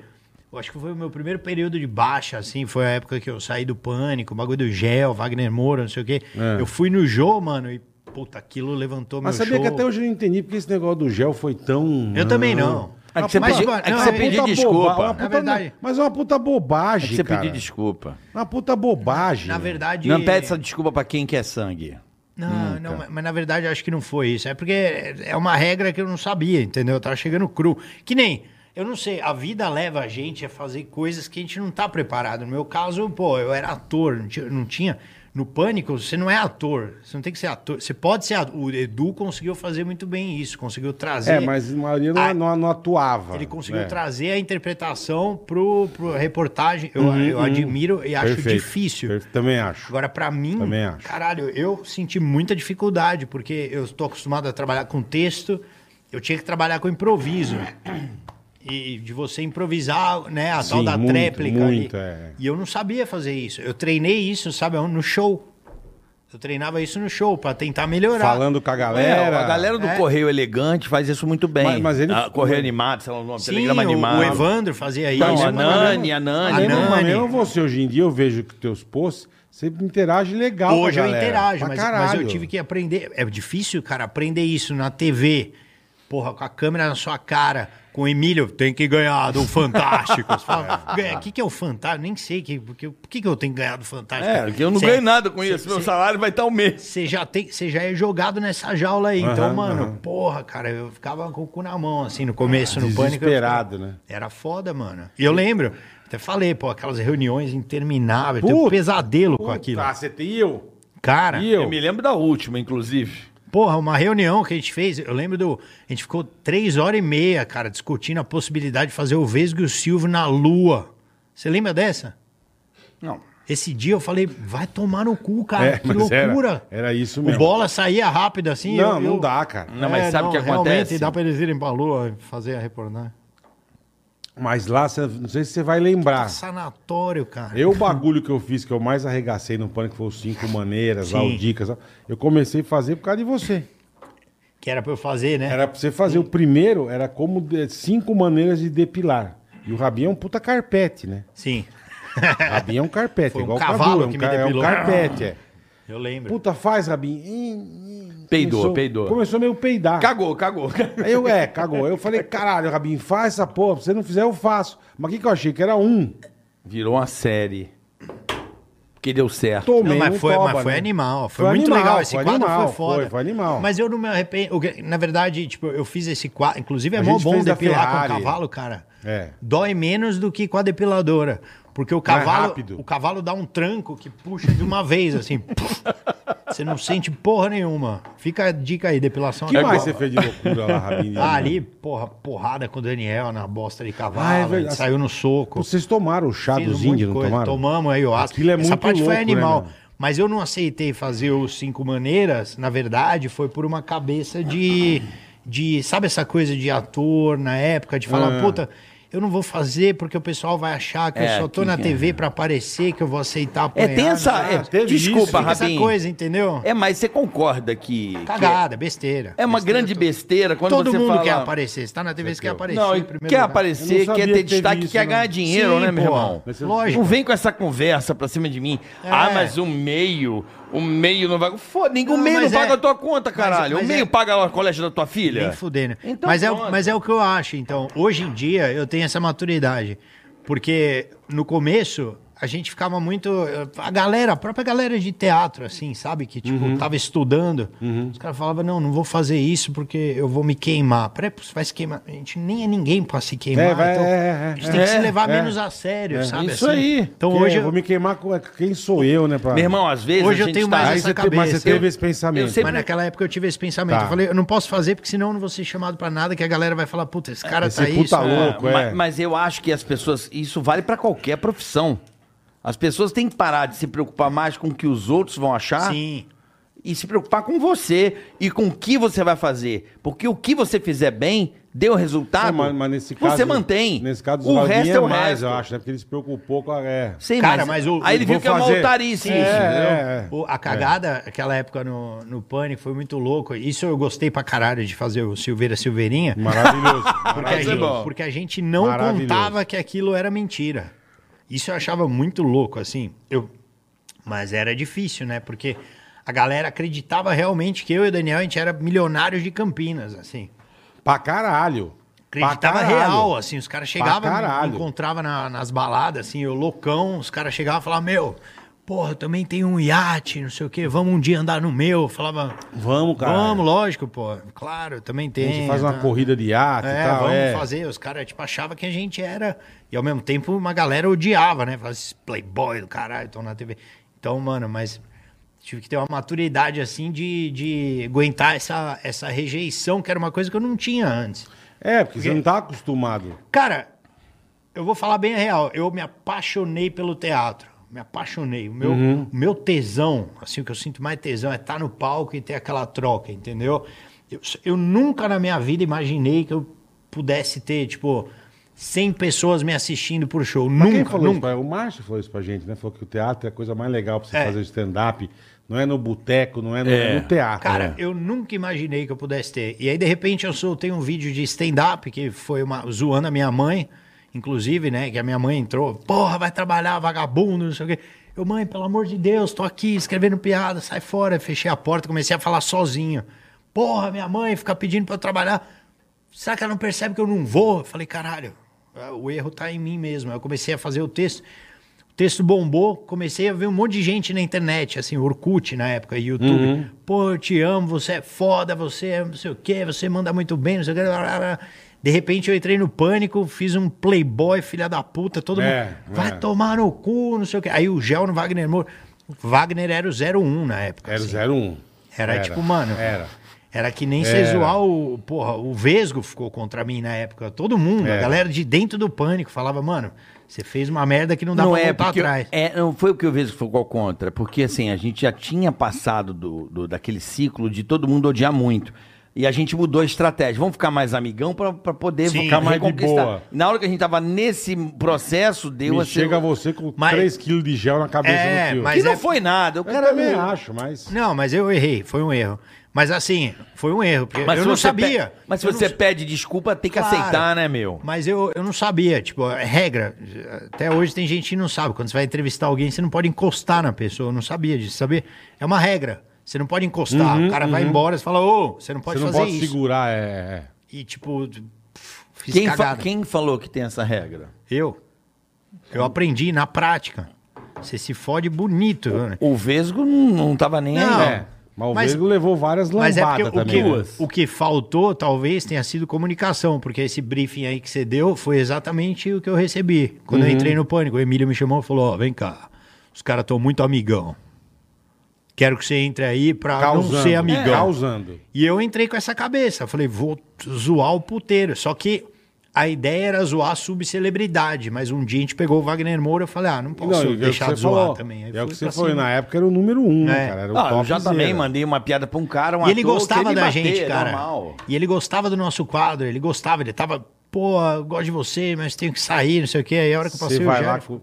eu acho que foi o meu primeiro período de baixa assim, foi a época que eu saí do pânico, o bagulho do Gel, Wagner Moura, não sei o quê. É. Eu fui no Jô, mano, e puta, aquilo levantou Mas meu sabia show. que até hoje eu não entendi porque esse negócio do gel foi tão. Eu também não. É que você Mas, pediu- mano, é que não, você é- pediu Puta desculpa. boba- uma Na puta- verdade. Mas é uma puta bobagem. É que você cara. pedir desculpa. Uma puta bobagem. Na verdade. né? Não pede essa Hum, tá. desculpa pra quem quer sangue. Não, não, mas- mas na verdade eu acho que não foi isso. É porque é uma regra que eu não sabia, entendeu? Eu tava chegando cru. Que nem, eu não sei, a vida leva a gente a fazer coisas que a gente não tá preparado. No meu caso, pô, eu era ator, não tinha. não tinha- no pânico, você não é ator. Você não tem que ser ator. Você pode ser ator. O Edu conseguiu fazer muito bem isso, conseguiu trazer. É, mas a maioria não, Ah, não- não atuava. Ele conseguiu É. trazer a interpretação pro, pro reportagem. Eu, eu admiro e acho Uhum, Perfeito. difícil. Perfe- Também acho. Agora, pra mim, Também acho. caralho, eu senti muita dificuldade, porque eu estou acostumado a trabalhar com texto, eu tinha que trabalhar com improviso. E de você improvisar, né, a tal Sim, da muito, tréplica muito, ali. é. E eu não sabia fazer isso. Eu treinei isso, sabe, aonde? no show. Eu treinava isso no show pra tentar melhorar. Falando com a É, galera. a galera do É. Correio Elegante faz isso muito bem. Mas- mas ele- Ah, Correio Animado, sei lá o nome, Sim, Telegrama o, Animado. o Evandro fazia Então, isso. a Nani, a Nani. A Mesmo, Nani. mas mesmo você hoje em dia, é eu vejo que teus posts, você interage legal. com a Hoje eu galera. interajo, Pra mas, mas caralho. eu tive que aprender. É difícil, cara, aprender isso na TV. Porra, com a câmera na sua cara, com o Emílio, tem que ganhar do Fantástico. Você fala, "Ganha- O que, que é o Fantástico? Nem sei. Que, porque, por que, que eu tenho que ganhar do Fantástico? É, que eu não Cê- ganho nada com isso. Meu salário vai estar um mês. Você já, tem, você já é jogado nessa jaula aí. Aham, então, mano, aham. porra, cara, eu ficava com o cu na mão, assim, no começo, no pânico. eu Desesperado, ficava- né? Era foda, mano. E eu lembro, até falei, pô, aquelas reuniões intermináveis, tem um Puta- pesadelo com Puta, aquilo. você tem e eu? Cara, E eu? Eu me lembro da última, inclusive. Porra, uma reunião que a gente fez, eu lembro do. A gente ficou três horas e meia, cara, discutindo a possibilidade de fazer o Vesgo e o Silvio na Lua. Você lembra dessa? Não. Esse dia eu falei, vai tomar no cu, cara, É, que mas era- loucura. Era, isso o mesmo. bola saía rápido assim. Não, eu- não eu- dá, cara. Não, mas É, sabe o que acontece? Realmente dá pra eles irem pra Lua e fazer a reportagem. Mas lá, você- não sei se você vai lembrar. Sanatório, cara. Ah. Eu, o bagulho que eu fiz, que eu mais arregacei no pânico, foi os cinco maneiras, lá, Sim. o dicas. lá. Eu comecei a fazer por causa de você. que era pra eu fazer, né? Era pra você fazer. O primeiro era como de- cinco maneiras de depilar. E o Rabinho é um puta carpete, né? Sim. Rabinho é um carpete, Foi é um igual o cavalo Cadu, é um que me ca- depilou. É um carpete, é. Eu lembro. Puta, faz, Rabinho. Ih, ih. Peidou, Começou- peidou. Começou meio peidar. Cagou, cagou. cagou. Aí eu, é, cagou. Aí eu falei, caralho, Rabinho, faz essa porra. Se você não fizer, eu faço. Mas o que, que eu achei? Que era um. Virou uma série. Que deu certo. Tomei Não, mas, um foi, toba, mas foi né? animal. Foi, Foi muito animal, legal. Esse foi quadro animal, foi foda. foi- foi animal. Mas eu não me arrependo. o que- Na verdade, tipo, eu fiz esse quadro. Inclusive, é A mó gente bom fez da depilar com o Ferrari. cavalo, cara. É. Dói menos do que com a depiladora. Porque o cavalo, rápido. o cavalo dá um tranco que puxa de uma vez, assim. Puf. Você não sente porra nenhuma. Fica a dica aí, depilação. O que É mais igual- você fez de loucura lá, Rabinho? Ah, ali, porra, porrada com o Daniel na bosta de cavalo. Ah, é ele verdade. saiu no soco. Vocês tomaram o chá Fiz um dos monte de índios, não coisa. tomaram? Tomamos aí, eu acho. Aquilo é Essa muito parte louco, foi né, animal. mano? mas eu não aceitei fazer os cinco maneiras, na verdade, foi por uma cabeça de. de sabe essa coisa de ator na época, de falar, puta. Eu não vou fazer porque o pessoal vai achar que Ah. É, eu só tô que- na TV pra aparecer, que eu vou aceitar É, apanhar. tem essa. né? Ah, é, teve isso, desculpa, tem essa Rabinho. coisa, entendeu? É, mas você concorda que. que Cagada, besteira. é uma grande besteira quando Todo você mundo fala. quer aparecer. Você tá na TV, você quer aparecer. Não, em e primeiro quer lugar. Eu não aparecer, sabia quer que ter teve destaque, isso, quer não. ganhar dinheiro, Sim, né, meu pô. irmão? Mas você- Lógico. Não vem com essa conversa pra cima de mim. É. Ah, mas o meio, o meio não vai. Foda, ninguém, o Não, meio não mas paga é- a tua conta, mas- caralho. mas o meio é- paga lá o colégio da tua filha. Nem fudendo. Então mas, é, o- pronto. mas é o que eu acho, então. Hoje em dia, eu tenho essa maturidade. Porque no começo, a gente ficava muito... eh, A galera, a própria galera de teatro, assim, sabe? Que, tipo, Uhum. tava estudando. Os caras falavam, não, não vou fazer isso porque eu vou me queimar. Peraí, pô, você vai se queimar. A gente nem é ninguém pra se queimar. É, vai- então, é, é, a gente é. tem que se levar É, menos a sério, sabe? Isso assim? aí. Então, Porque hoje... eu vou me queimar com é, quem sou eu, né? Pra... Meu irmão, às vezes. Hoje a eu gente tenho tá- mais Aí essa você, te- mas você cabeça, teve eu- esse pensamento. eu sempre- Mas naquela época eu tive esse pensamento. Tá. Eu falei, eu não posso fazer porque senão eu não vou ser chamado pra nada, que a galera vai falar, puta, esse cara Esse tá puta isso. né? louco. Ah, Ma- é. mas, eu acho que as pessoas. Isso vale pra qualquer profissão. As pessoas têm que parar de se preocupar mais com o que os outros vão achar Sim. e se preocupar com você e com o que você vai fazer. Porque o que você fizer bem, deu resultado, Não, mas, mas nesse caso, você mantém. Nesse caso, o Rabinho resto é o mais, resto. eu acho, né? Porque ele se preocupou com a. É, Sim, Cara, mas, mas o- aí ele viu Vou que é uma fazer. altarice. é, é, é. O- a cagada, aquela época no, no Pânico, foi muito louco. Isso eu gostei pra caralho de fazer o Silveira Silveirinha. Maravilhoso. é Porque a, maravilhoso. gente, porque a gente não é Maravilhoso. contava que aquilo era mentira. Isso eu achava muito louco, assim. Eu... Mas era difícil, né? Porque a galera acreditava realmente que eu e o Daniel, a gente era milionários de Campinas, assim. Pra caralho. Pra Acreditava caralho. real, assim, os caras chegavam, me- caralho. me encontravam na- nas baladas, assim, eu loucão, os caras chegavam e falavam, meu, porra, eu também tenho um iate, não sei o quê, vamos um dia andar no meu. Eu falava, Vamos, cara. é. vamos, lógico, pô, claro, eu também A tenho. gente faz uma tá. corrida de arte e É, tal. vamos é. fazer. Os caras, tipo, achavam que a gente era. E ao mesmo tempo, uma galera odiava, né? Falava, esses playboy do caralho, estão na TV. Então, mano, mas tive que ter uma maturidade, assim, de, de aguentar essa, essa rejeição, que era uma coisa que eu não tinha antes. É, porque você não tá acostumado. Cara, eu vou falar bem a real. Eu me apaixonei pelo teatro. Me apaixonei. O meu, Uhum. o meu tesão, assim, o que eu sinto mais tesão é estar no palco e ter aquela troca, entendeu? Eu, eu nunca na minha vida imaginei que eu pudesse ter, tipo, 100 pessoas me assistindo por show. Mas nunca, quem falou isso? nunca. pra- O Márcio falou isso pra gente, né? Falou que o teatro é a coisa mais legal pra você É. fazer stand-up. Não é no boteco, não é no, É. no teatro. Cara, né? eu nunca imaginei que eu pudesse ter. E aí, de repente, eu soltei um vídeo de stand-up que foi uma, zoando a minha mãe, inclusive, né? Que a minha mãe entrou, porra, vai trabalhar, vagabundo, não sei o quê. Eu, mãe, pelo amor de Deus, tô aqui escrevendo piada, sai fora. Fechei a porta, comecei a falar sozinho. Porra, minha mãe fica pedindo pra eu trabalhar. Será que ela não percebe que eu não vou? Eu falei, caralho, o erro tá em mim mesmo. Aí eu comecei a fazer o texto. O texto bombou, comecei a ver um monte de gente na internet, assim, Orkut na época, YouTube. Uhum. Pô, eu te amo, você é foda, você é não sei o quê, você manda muito bem, não sei o quê. blá, blá, blá. De repente eu entrei no pânico, fiz um playboy, filha da puta, todo É, mundo. Vai é. tomar no cu, não sei o quê. Aí o gel no Wagner Moura. O Wagner era o 01 na época. Era assim. o 01. Era, tipo, mano. Era. Era que nem Era. se zoar o. Porra, o Vesgo ficou contra mim na época. Todo mundo, Era. a galera de dentro do pânico falava, mano, você fez uma merda que não dá Não pra é, voltar porque atrás. é, não foi o que eu vejo que ficou contra, porque assim, a gente já tinha passado do, do- daquele ciclo de todo mundo odiar muito. E a gente mudou a estratégia. Vamos ficar mais amigão pra pra poder Sim. Ficar mais de reconquistar. boa. Na hora que a gente tava nesse processo, deu Me assim, chega você com Mas- 3kg de gel na cabeça É, do tio. mas- Que não é- foi nada. O Eu cara também acho, mas... Não, mas eu errei, foi um erro. Mas assim, foi um erro, porque Mas eu se não você sabia. pe- Mas se Eu você não- pede desculpa, tem que Claro. aceitar, né, meu? Mas eu, eu não sabia, tipo, é regra. Até hoje tem gente que não sabe. Quando você vai entrevistar alguém, você não pode encostar na pessoa. Eu não sabia disso, sabia? É uma regra. Você não pode encostar. Uhum, o cara vai embora, você fala, ô, você não pode Você não fazer pode isso. segurar, é. E tipo, pff, fiz Quem, fa- cagada. quem falou que tem essa regra? Eu. Eu aprendi na prática. Você se fode bonito. né? O Vesgo não não tava nem Não. aí. né? é. Mas o Mas- Vesgo levou várias Mas é porque lambadas o também. que, né? o que faltou talvez tenha sido comunicação, porque esse briefing aí que você deu foi exatamente o que eu recebi. Quando Uhum. eu entrei no pânico, o Emílio me chamou e falou: Ó, vem cá, os caras estão muito amigão. Quero que você entre aí pra não ser amigão. É, Causando. E eu entrei com essa cabeça. Falei, vou zoar o puteiro. Só que a ideia era zoar a subcelebridade. Mas um dia a gente pegou o Wagner Moura. Eu falei, ah, não posso e é o que deixar você de zoar falou. também. Aí É o fui que você pra foi. cima. Na época era o número um, né, É. cara. Era o Ah, eu top já também zero. mandei uma piada pra um cara, um E ele ator, gostava queria da bater, é gente, cara. normal. E ele gostava do nosso quadro, ele gostava, ele tava, pô, eu gosto de você, mas tenho que sair, não sei o quê. Aí a hora que eu passei Você o vai gel, lá. ele ficou-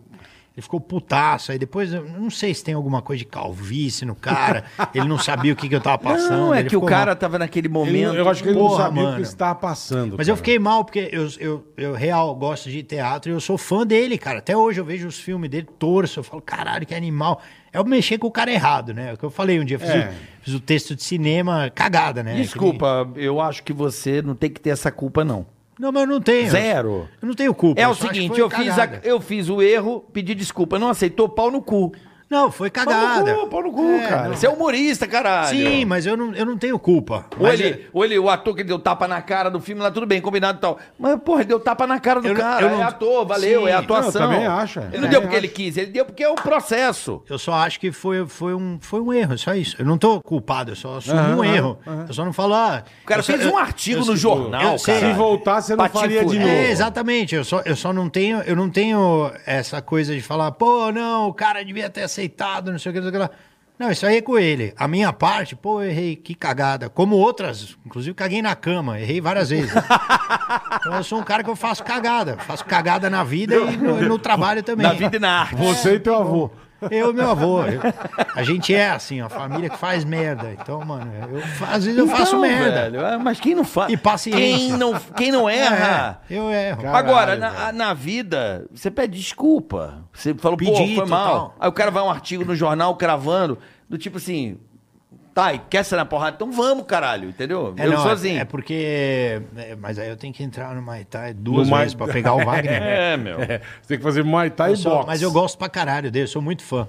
ele ficou putaço. Aí depois, eu não sei se tem alguma coisa de calvície no cara, ele não sabia o que, que eu tava passando. Não, é ele que o ficou cara mal. tava naquele Ele momento. não- eu acho que ele não Porra, sabia o mano. que estava passando. Mas eu cara. fiquei mal, porque eu, eu, eu real gosto de teatro e eu sou fã dele, cara. Até hoje eu vejo os filmes dele, torço, eu falo, caralho, que animal. É eu mexer com o cara errado, né? É o que eu falei um dia, eu fiz, É. o, fiz o texto de cinema, cagada, né? É, Desculpa, eu acho que você não tem que ter essa culpa, não. Aquele- Não, mas eu não tenho. Zero. Eu não tenho culpa. É eu o só acho que seguinte, foi eu fiz, a- cagada. eu fiz o erro, pedi desculpa, não aceitou, pau no cu. Não, foi Pau cagada. no cu, pau no cu, É, cara. não. Você é humorista, caralho. Sim, mas eu não, eu não tenho culpa. Ou Mas é- ele, ou ele, o ator que deu tapa na cara do filme lá, tudo bem, combinado e tal. Mas, porra, ele deu tapa na cara do Eu não- cara. eu não- é ator, valeu, Sim. é atuação. Não, eu também acho, é. Ele não Também deu porque acho. ele quis, ele deu porque é o processo. Eu só acho que foi, foi, um, foi um erro, só isso. Eu não tô culpado, eu só assumo Aham, um aham, erro. Eu só não falo. ah, O cara eu só- fez eu- um artigo eu- no eu- jornal, eu sei. cara. Se voltar, você não Pra te faria de fuder. novo. É, exatamente. Eu só, eu só não tenho, eu não tenho essa coisa de falar, pô, não, o cara devia ter aceitado, não sei o que, não sei o que lá. Não, isso aí é com ele. A minha parte, pô, eu errei, que cagada. Como outras, inclusive caguei na cama, errei várias vezes. então eu sou um cara que eu faço cagada. Faço cagada na vida e no, no trabalho também. É, Na vida e na arte. Você e teu avô. Eu e meu avô. eu- a gente é assim, a família que faz merda. Então, mano, eu, às vezes eu faço Então, merda. velho, é, mas quem não faz? E paciência. Quem não, quem não erra? É, eu erro. Caralho, Agora, na, velho. na vida, você pede desculpa. Você falou, pô, Pedi, foi mal. total. Aí o cara vai um artigo no jornal cravando, do tipo assim, tá, e quer ser na porrada? Então vamos, caralho, entendeu? É, eu assim. não, é- sozinho. É porque. é, mas aí eu tenho que entrar no Maitá duas No vezes Muay- pra pegar o Wagner. É, meu. É, você tem que fazer Muay Thai Eu e sou- boxe. mas eu gosto pra caralho dele, eu sou muito fã.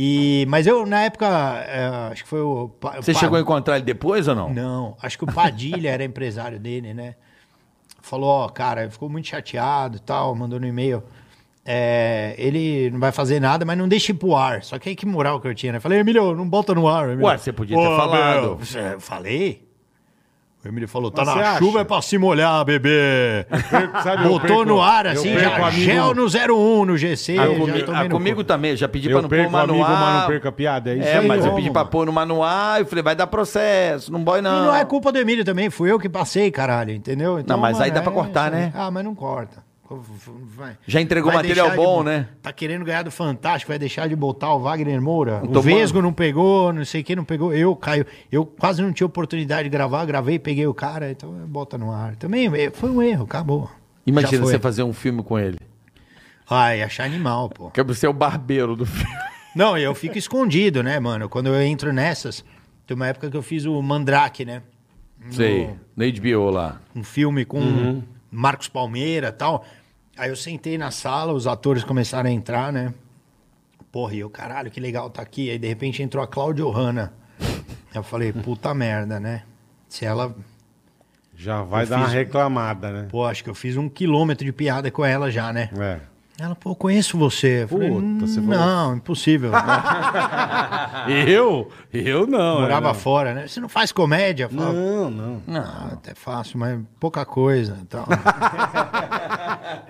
E, mas eu, na época, é, acho que foi o. Pa- Você Pa- chegou a encontrar ele depois ou não? Não, acho que o Padilha era empresário dele, né? Falou, ó, cara, ele ficou muito chateado e tal, mandou no e-mail. É, ele não vai fazer nada, mas não deixe ir pro ar. Só que aí que moral que eu tinha, né? Falei, Emílio, não bota no ar. Emílio. Ué, você podia ter Ô, falado. meu, você- eu falei? O Emílio falou, tá Mas na você acha? chuva é pra se molhar, bebê. Sabe, eu Botou perco- no ar, eu assim, perco já amigo- gel no 01, no Ah, GC. já comi- tomei ah, no cu. comigo também, já pedi pra Eu não pôr perco manual. amigo, mas não perco a piada. É isso É, aí, mas eu como, pedi pra mano? pôr no manual, eu falei, vai dar processo, não boy não. E não é culpa do Emílio também, fui eu que passei, caralho, entendeu? Ah. Então, Não, mas aí dá pra cortar, isso aí. né? Ah, mas não corta. Vai- Já entregou material deixar de- bom, né? Tá querendo ganhar do Fantástico, vai deixar de botar o Wagner Moura. Tomando. O Vesgo não pegou, não sei quem não pegou. Eu, Caio, eu quase não tinha oportunidade de gravar, gravei, peguei o cara, então bota no ar. Também eh, foi um erro, acabou. Já Imagina foi. você fazer um filme com ele. Ai, achar animal, pô. Que você é o barbeiro do filme. Não, eu fico escondido, né, mano? Quando eu entro nessas, tem uma época que eu fiz o Mandrake, né? Sei, na HBO lá. um filme com Uhum. Marcos Palmeira e tal. Aí eu sentei na sala, os atores começaram a entrar, né? Porra, e eu, caralho, que legal tá aqui. Aí de repente entrou a Cláudia Hanna. Eu falei, puta merda, né? Se ela. Já vai Eu dar uma fiz- reclamada, né? Pô, acho que eu fiz um quilômetro de piada com ela já, né? É. Ela, pô, conheço você. Eu falei, Puta, "Hum, você falou- não, impossível. Eu? Eu não. Morava eu fora, né? Você não faz comédia? Eu falava, não. Não, não. "Ah, até faço, mas pouca coisa. Então.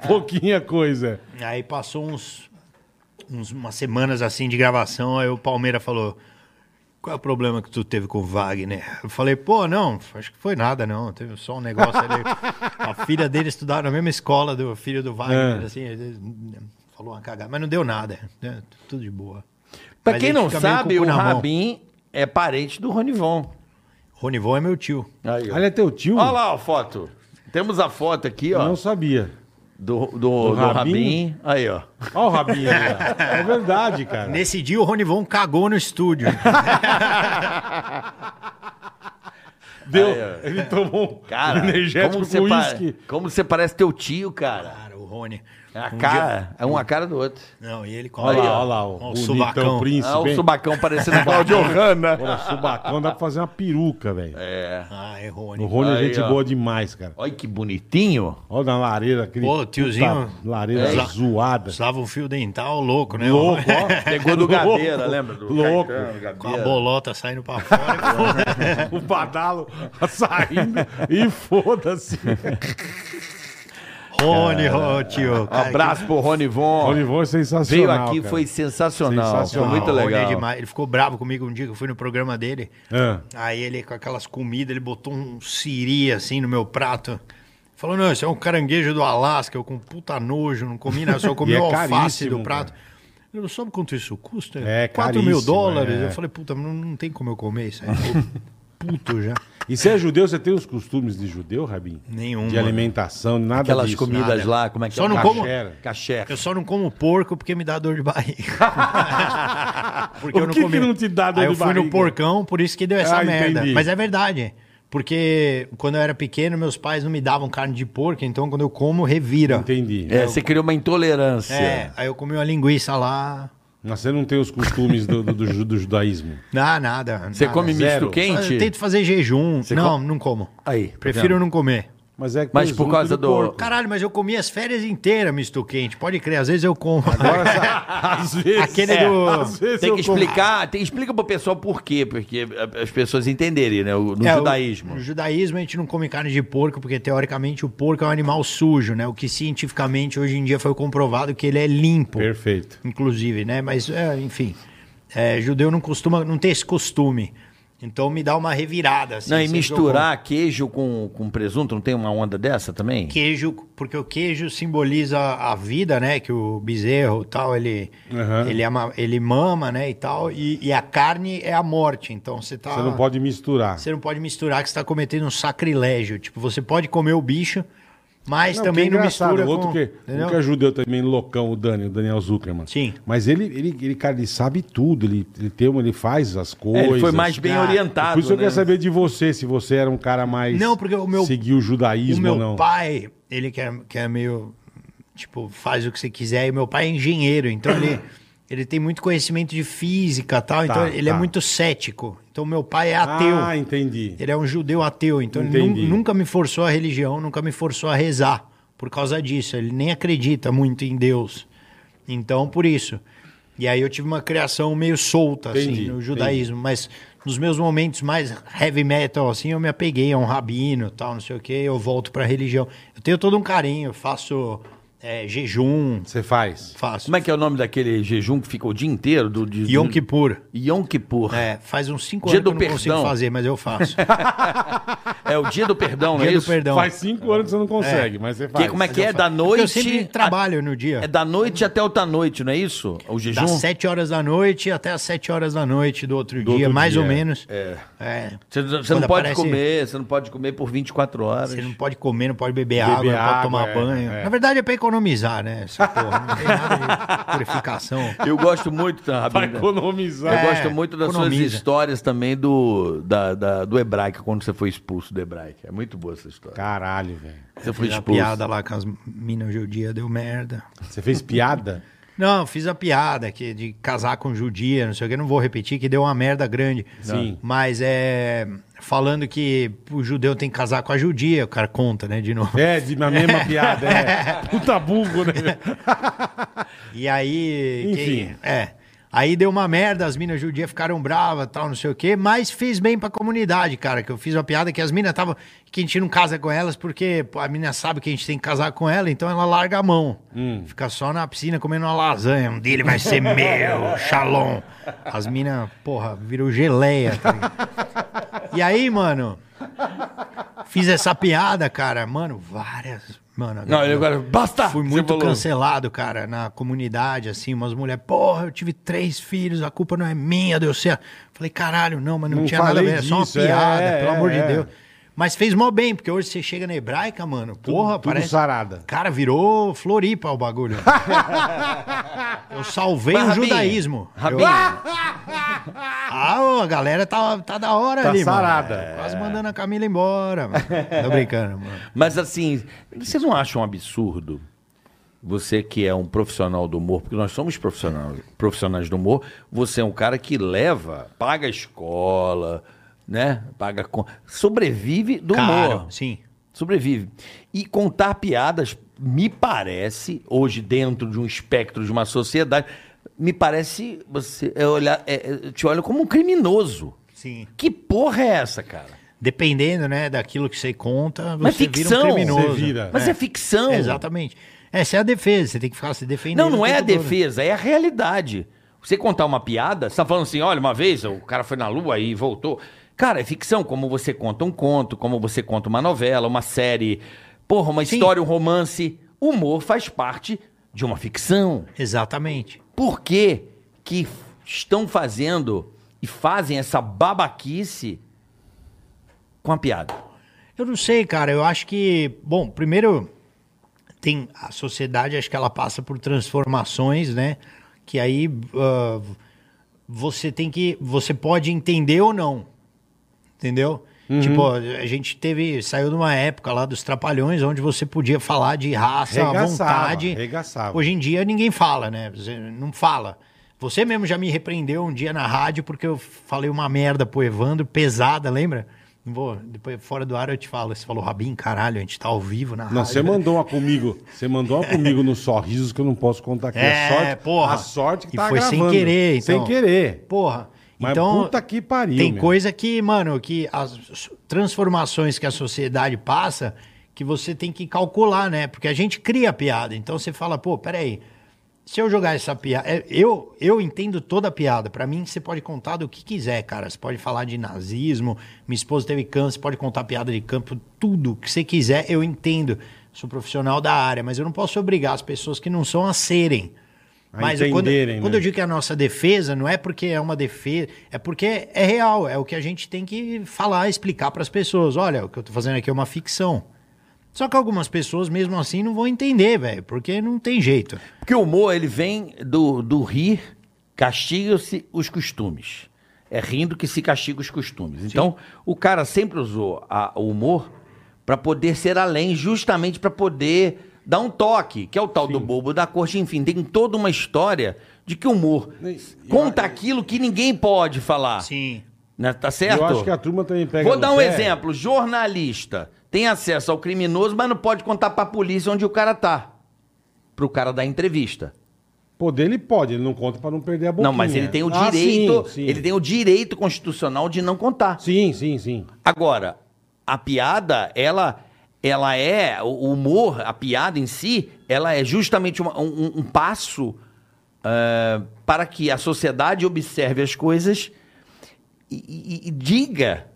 Pouquinha coisa. Aí passou uns, uns umas semanas assim de gravação, aí o Palmeira falou: "Qual é o problema que tu teve com o Wagner?" Eu falei: "Pô, não, acho que foi nada não, teve só um negócio ali. A filha dele estudava na mesma escola do filho do Wagner, É. assim, ele falou uma cagada, mas não deu nada, né? Tudo de boa. Pra Mas quem ele não fica meio com sabe, cu o na mão. Rabin é parente do Ronivon. Ronivon é meu tio. Aí, ó. Olha, é teu tio? Olha lá a foto. Temos a foto aqui, Eu ó. não sabia. Do, do, do Rabin. Rabin. Aí, ó. Olha o rabinho aí. ó. É verdade, cara. Nesse dia o Ronivon cagou no estúdio. Deu, Aí, ó. ele tomou um Cara, energético como você, com pa- uísque. como você parece teu tio, cara. Cara, o Rony. É a Um cara, dia- é uma cara do outro. Não, e ele com Olha Aí, lá, ó. olha lá, o, Ó, o o bonitão subacão. príncipe. Ah, o hein? subacão parecendo Claudio Hanna. Agora, subacão dá pra fazer uma peruca, velho. Ah, é O Rony. Rony é Aí, gente ó. boa demais, cara. Olha que bonitinho. Olha na lareira aquele. Pô, tiozinho. puta Lareira É. zoada. Usava um fio dental louco, né? Louco, ó. Pegou do Louco, Gabeira, lembra? Do louco. Caetano, Com a Gabeira. bolota saindo pra fora. o badalo saindo e foda-se. Rony, ô, tio. Um abraço pro Rony Von. O Olivon é sensacional. Veio aqui, cara. foi sensacional. Sensacional. Foi muito Rony é legal. demais. ele ficou bravo comigo um dia que eu fui no programa dele. É. Aí ele, com aquelas comidas, ele botou um siri assim no meu prato. Falou, não, isso é um caranguejo do Alasca, eu com puta nojo, não comi nada, só comi E é o alface caríssimo, do prato. Ele falou, sabe quanto isso custa? É 4 mil caríssimo, dólares. é. Eu falei, puta, não, não tem como eu comer isso aí. Tô Puto já. E você é judeu, você tem os costumes de judeu, Rabinho? Nenhum, De mano. alimentação, nada Aquelas disso. né? comidas nada. lá, como é que Só é? não como- Caché. Eu só não como porco porque me dá dor de barriga. porque O que que não te dá dor Aí de Eu fui barriga? no porcão, por isso que deu essa Ah, merda. entendi. Mas é verdade. Porque quando eu era pequeno, meus pais não me davam carne de porco, então quando eu como, revira. Entendi. É, você criou uma intolerância. É, aí eu comi uma linguiça lá. Mas você não tem os costumes do, do, do ju- do judaísmo. Não, Ah, nada. Você nada. come zero. misto Ah, quente? Eu tento fazer jejum. não, come- não como. Aí, tá Prefiro vendo? não comer. Mas é que Mas tem os por causa juntos de do- porco. Caralho, mas eu comi as férias inteiras misto quente. Pode crer, às vezes eu como. Agora, sa- às vezes, Aquele do- às vezes Tem eu que como- explicar, tem, explica pro pessoal por quê, porque a- as pessoas entenderem, né? o- No É, o- judaísmo. No judaísmo a gente não come carne de porco, porque teoricamente o porco é um animal sujo, né? O que cientificamente hoje em dia foi comprovado que ele é limpo, Perfeito. inclusive, né? Mas, é, enfim, é, judeu não costuma, não tem esse costume. Então me dá uma revirada. assim, não, e sempre misturar queijo com, com presunto, não tem uma onda dessa também? eu como Queijo, porque o queijo simboliza a vida, né? Que o bezerro e tal, ele, Uhum. ele, ama- ele mama, né? E tal. E, e a carne é a morte. Então você tá. Você não pode misturar. Você não pode misturar que você está cometendo um sacrilégio. Tipo, você pode comer o bicho, mas Não, também que é não engraçado, mistura o outro com... que, entendeu? um que é judeu também, loucão, o Dani, o Daniel Zuckerman. Sim. Mas ele, ele, ele cara, ele sabe tudo, ele, ele tem, uma- ele faz as É, coisas. ele foi mais bem Ah, orientado. Por isso eu né? queria saber de você, se você era um cara mais. Não, porque o meu- Seguiu o O judaísmo meu ou não. pai, ele que é, que é meio... Tipo, faz o que você quiser. E meu pai é engenheiro, então ele... Ele tem muito conhecimento de física e tal, então ele tá. é muito cético. Então meu pai é ateu. Ah, entendi. Ele é um judeu ateu, então ele Entendi. nu- nunca me forçou a religião, nunca me forçou a rezar por causa disso. Ele nem acredita muito em Deus. Então, por isso. E aí eu tive uma criação meio solta, Entendi, assim, no judaísmo. Mas nos meus momentos mais heavy metal, assim, eu me apeguei a um rabino, tal, não sei o quê, eu volto pra religião. Eu tenho todo um carinho, faço eh, jejum, Você faz. faço... Como é que é o nome daquele jejum que fica o dia inteiro? Do, de, Yom do- Kippur. Yom Kippur. É. É, faz uns cinco Dia anos que eu do não consigo perdão. fazer, mas eu faço. o dia do perdão, não é Dia do isso? perdão. Faz cinco anos que É. você não consegue, mas você faz. Que, como é que é? Da Porque noite. eu sempre trabalho no dia. É da noite até outra noite, não é isso? O jejum? Das 7 horas da noite até as 7 horas da noite do outro dia, outro mais dia, ou é. menos. É. Você, você Quando não pode aparece- comer, você não pode comer por 24 horas. Você não pode comer, não pode beber, água, não água, pode tomar é, banho. é. Na verdade é pra economizar, né? Essa porra. Não tem nada de purificação. Eu gosto muito, tá, Pra Rabinho? Eu economizar. É, gosto muito das suas economiza. histórias também do, da, da- do Hebraica, quando você foi expulso do Hebraica. É muito boa essa história. Caralho, velho. Você foi Fiz a expulso. piada lá com as minas judia, deu merda. Você fez piada? Não, fiz a piada que de casar com judia, não sei o que, não vou repetir, que deu uma merda grande. Sim. Mas é. Falando que o judeu tem que casar com a judia, o cara conta, né, de novo. É, de a mesma piada, é. Puta burro, né? E aí. Enfim. que- é. Aí deu uma merda, as minas judias ficaram bravas, tal, não sei o quê, mas fez bem pra comunidade, cara, que eu fiz uma piada que as minas estavam, que a gente não casa com elas porque pô, a mina sabe que a gente tem que casar com ela, então ela larga a mão. Fica só na piscina comendo uma lasanha, um dele vai ser meu, shalom. As minas, porra, virou geleia. tá ligado? e aí, mano, fiz essa piada, cara, mano, várias Mano, Não, ele agora. Basta! Fui Você muito falou. cancelado, cara, na comunidade, assim, umas mulheres, porra, eu tive três filhos, a culpa não é minha, deu certo. Falei, caralho, não, mas não, Não tinha nada a falei ver, é só uma disso, piada, é, pelo é, amor é. de Deus. Mas fez mó bem, porque hoje você chega na hebraica, mano, porra, tudo parece. sarada. Cara, virou Floripa o bagulho. eu salvei Mas, o Rabinho, judaísmo. Rabinho. Eu- Ah, ô, a galera tá, tá da hora Tá ali, mano. sarada. É, Quase mandando a Camila embora, mano. Tô brincando, mano. Mas assim, vocês não acham um absurdo você que é um profissional do humor, porque nós somos profissionais, profissionais do humor, você é um cara que leva, paga a escola, né? Paga con- sobrevive do humor. Caro, sim. Sobrevive. E contar piadas me parece hoje dentro de um espectro de uma sociedade, me parece você é olhar, é- é- te olha como um criminoso. Sim. Que porra é essa, cara? Dependendo, né, daquilo que você conta, Mas você ficção. vira um criminoso. Você vira. Mas é, É. ficção. Exatamente. Essa é a defesa, você tem que ficar se defendendo. Não, o não é a tempo todo. defesa, é a realidade. Você contar uma piada, você tá falando assim, olha, uma vez o cara foi na lua e voltou. Cara, é ficção, como você conta um conto, como você conta uma novela, uma série, porra, uma Sim. história, um romance. Humor faz parte de uma ficção. Exatamente. Por que que f- estão fazendo e fazem essa babaquice com a piada? Eu não sei, cara, eu acho que, bom, primeiro tem a sociedade, acho que ela passa por transformações, né? Que aí ah, você tem que, você pode entender ou não, entendeu? Uhum. Tipo, a gente teve, saiu de uma época lá dos trapalhões, onde você podia falar de raça à Regaçava, vontade. regaçava. Hoje em dia ninguém fala, né? Você não fala. Você mesmo já me repreendeu um dia na rádio porque eu falei uma merda pro Evandro, pesada, lembra? Não vou, depois fora do ar eu te falo. Você falou, Rabin, caralho, a gente tá ao vivo na Não, rádio. você mandou uma comigo. Você mandou uma comigo nos sorrisos que eu não posso contar aqui. É, sorte, porra. A sorte que E tá foi sem gravando. querer, então. Sem querer. Porra. Mas então, puta que pariu, Tem meu. coisa que, mano, que as transformações que a sociedade passa, que você tem que calcular, né? Porque a gente cria a piada. Então você fala, pô, peraí. Se eu jogar essa piada. é, Eu, eu entendo toda a piada. Pra mim, você pode contar do que quiser, cara. Você pode falar de nazismo. Minha esposa teve câncer, pode contar piada de campo. Tudo que você quiser, eu entendo. Sou profissional da área, mas eu não posso obrigar as pessoas que não são a serem. A Mas eu- quando, entenderem, quando né? eu digo que é a nossa defesa, não é porque é uma defesa, é porque é real, é o que a gente tem que falar, explicar para as pessoas. Olha, o que eu tô fazendo aqui é uma ficção. Só que algumas pessoas, mesmo assim, não vão entender, velho, porque não tem jeito. Porque o humor, ele vem do, do rir, castigam-se os costumes. É rindo que se castiga os costumes. Então, o cara sempre usou a- o humor para poder ser além, justamente para poder dar um toque, que é o tal do bobo da corte. Enfim, tem toda uma história de que o humor E- conta aquilo que ninguém pode falar. Sim. Né? Tá certo? Eu acho que a turma também pega Vou no dar um pé. exemplo. Jornalista tem acesso ao criminoso, mas não pode contar pra polícia onde o cara tá. Pro cara dar entrevista. Poder ele pode, ele não conta pra não perder a boquinha. não, mas ele tem o Ah, direito. sim, sim. Ele tem o direito constitucional de não contar. Sim, sim, sim. Agora, a piada, ela. Ela é. O humor, a piada em si, ela é justamente uma- um, um passo ah, para que a sociedade observe as coisas e, e- e diga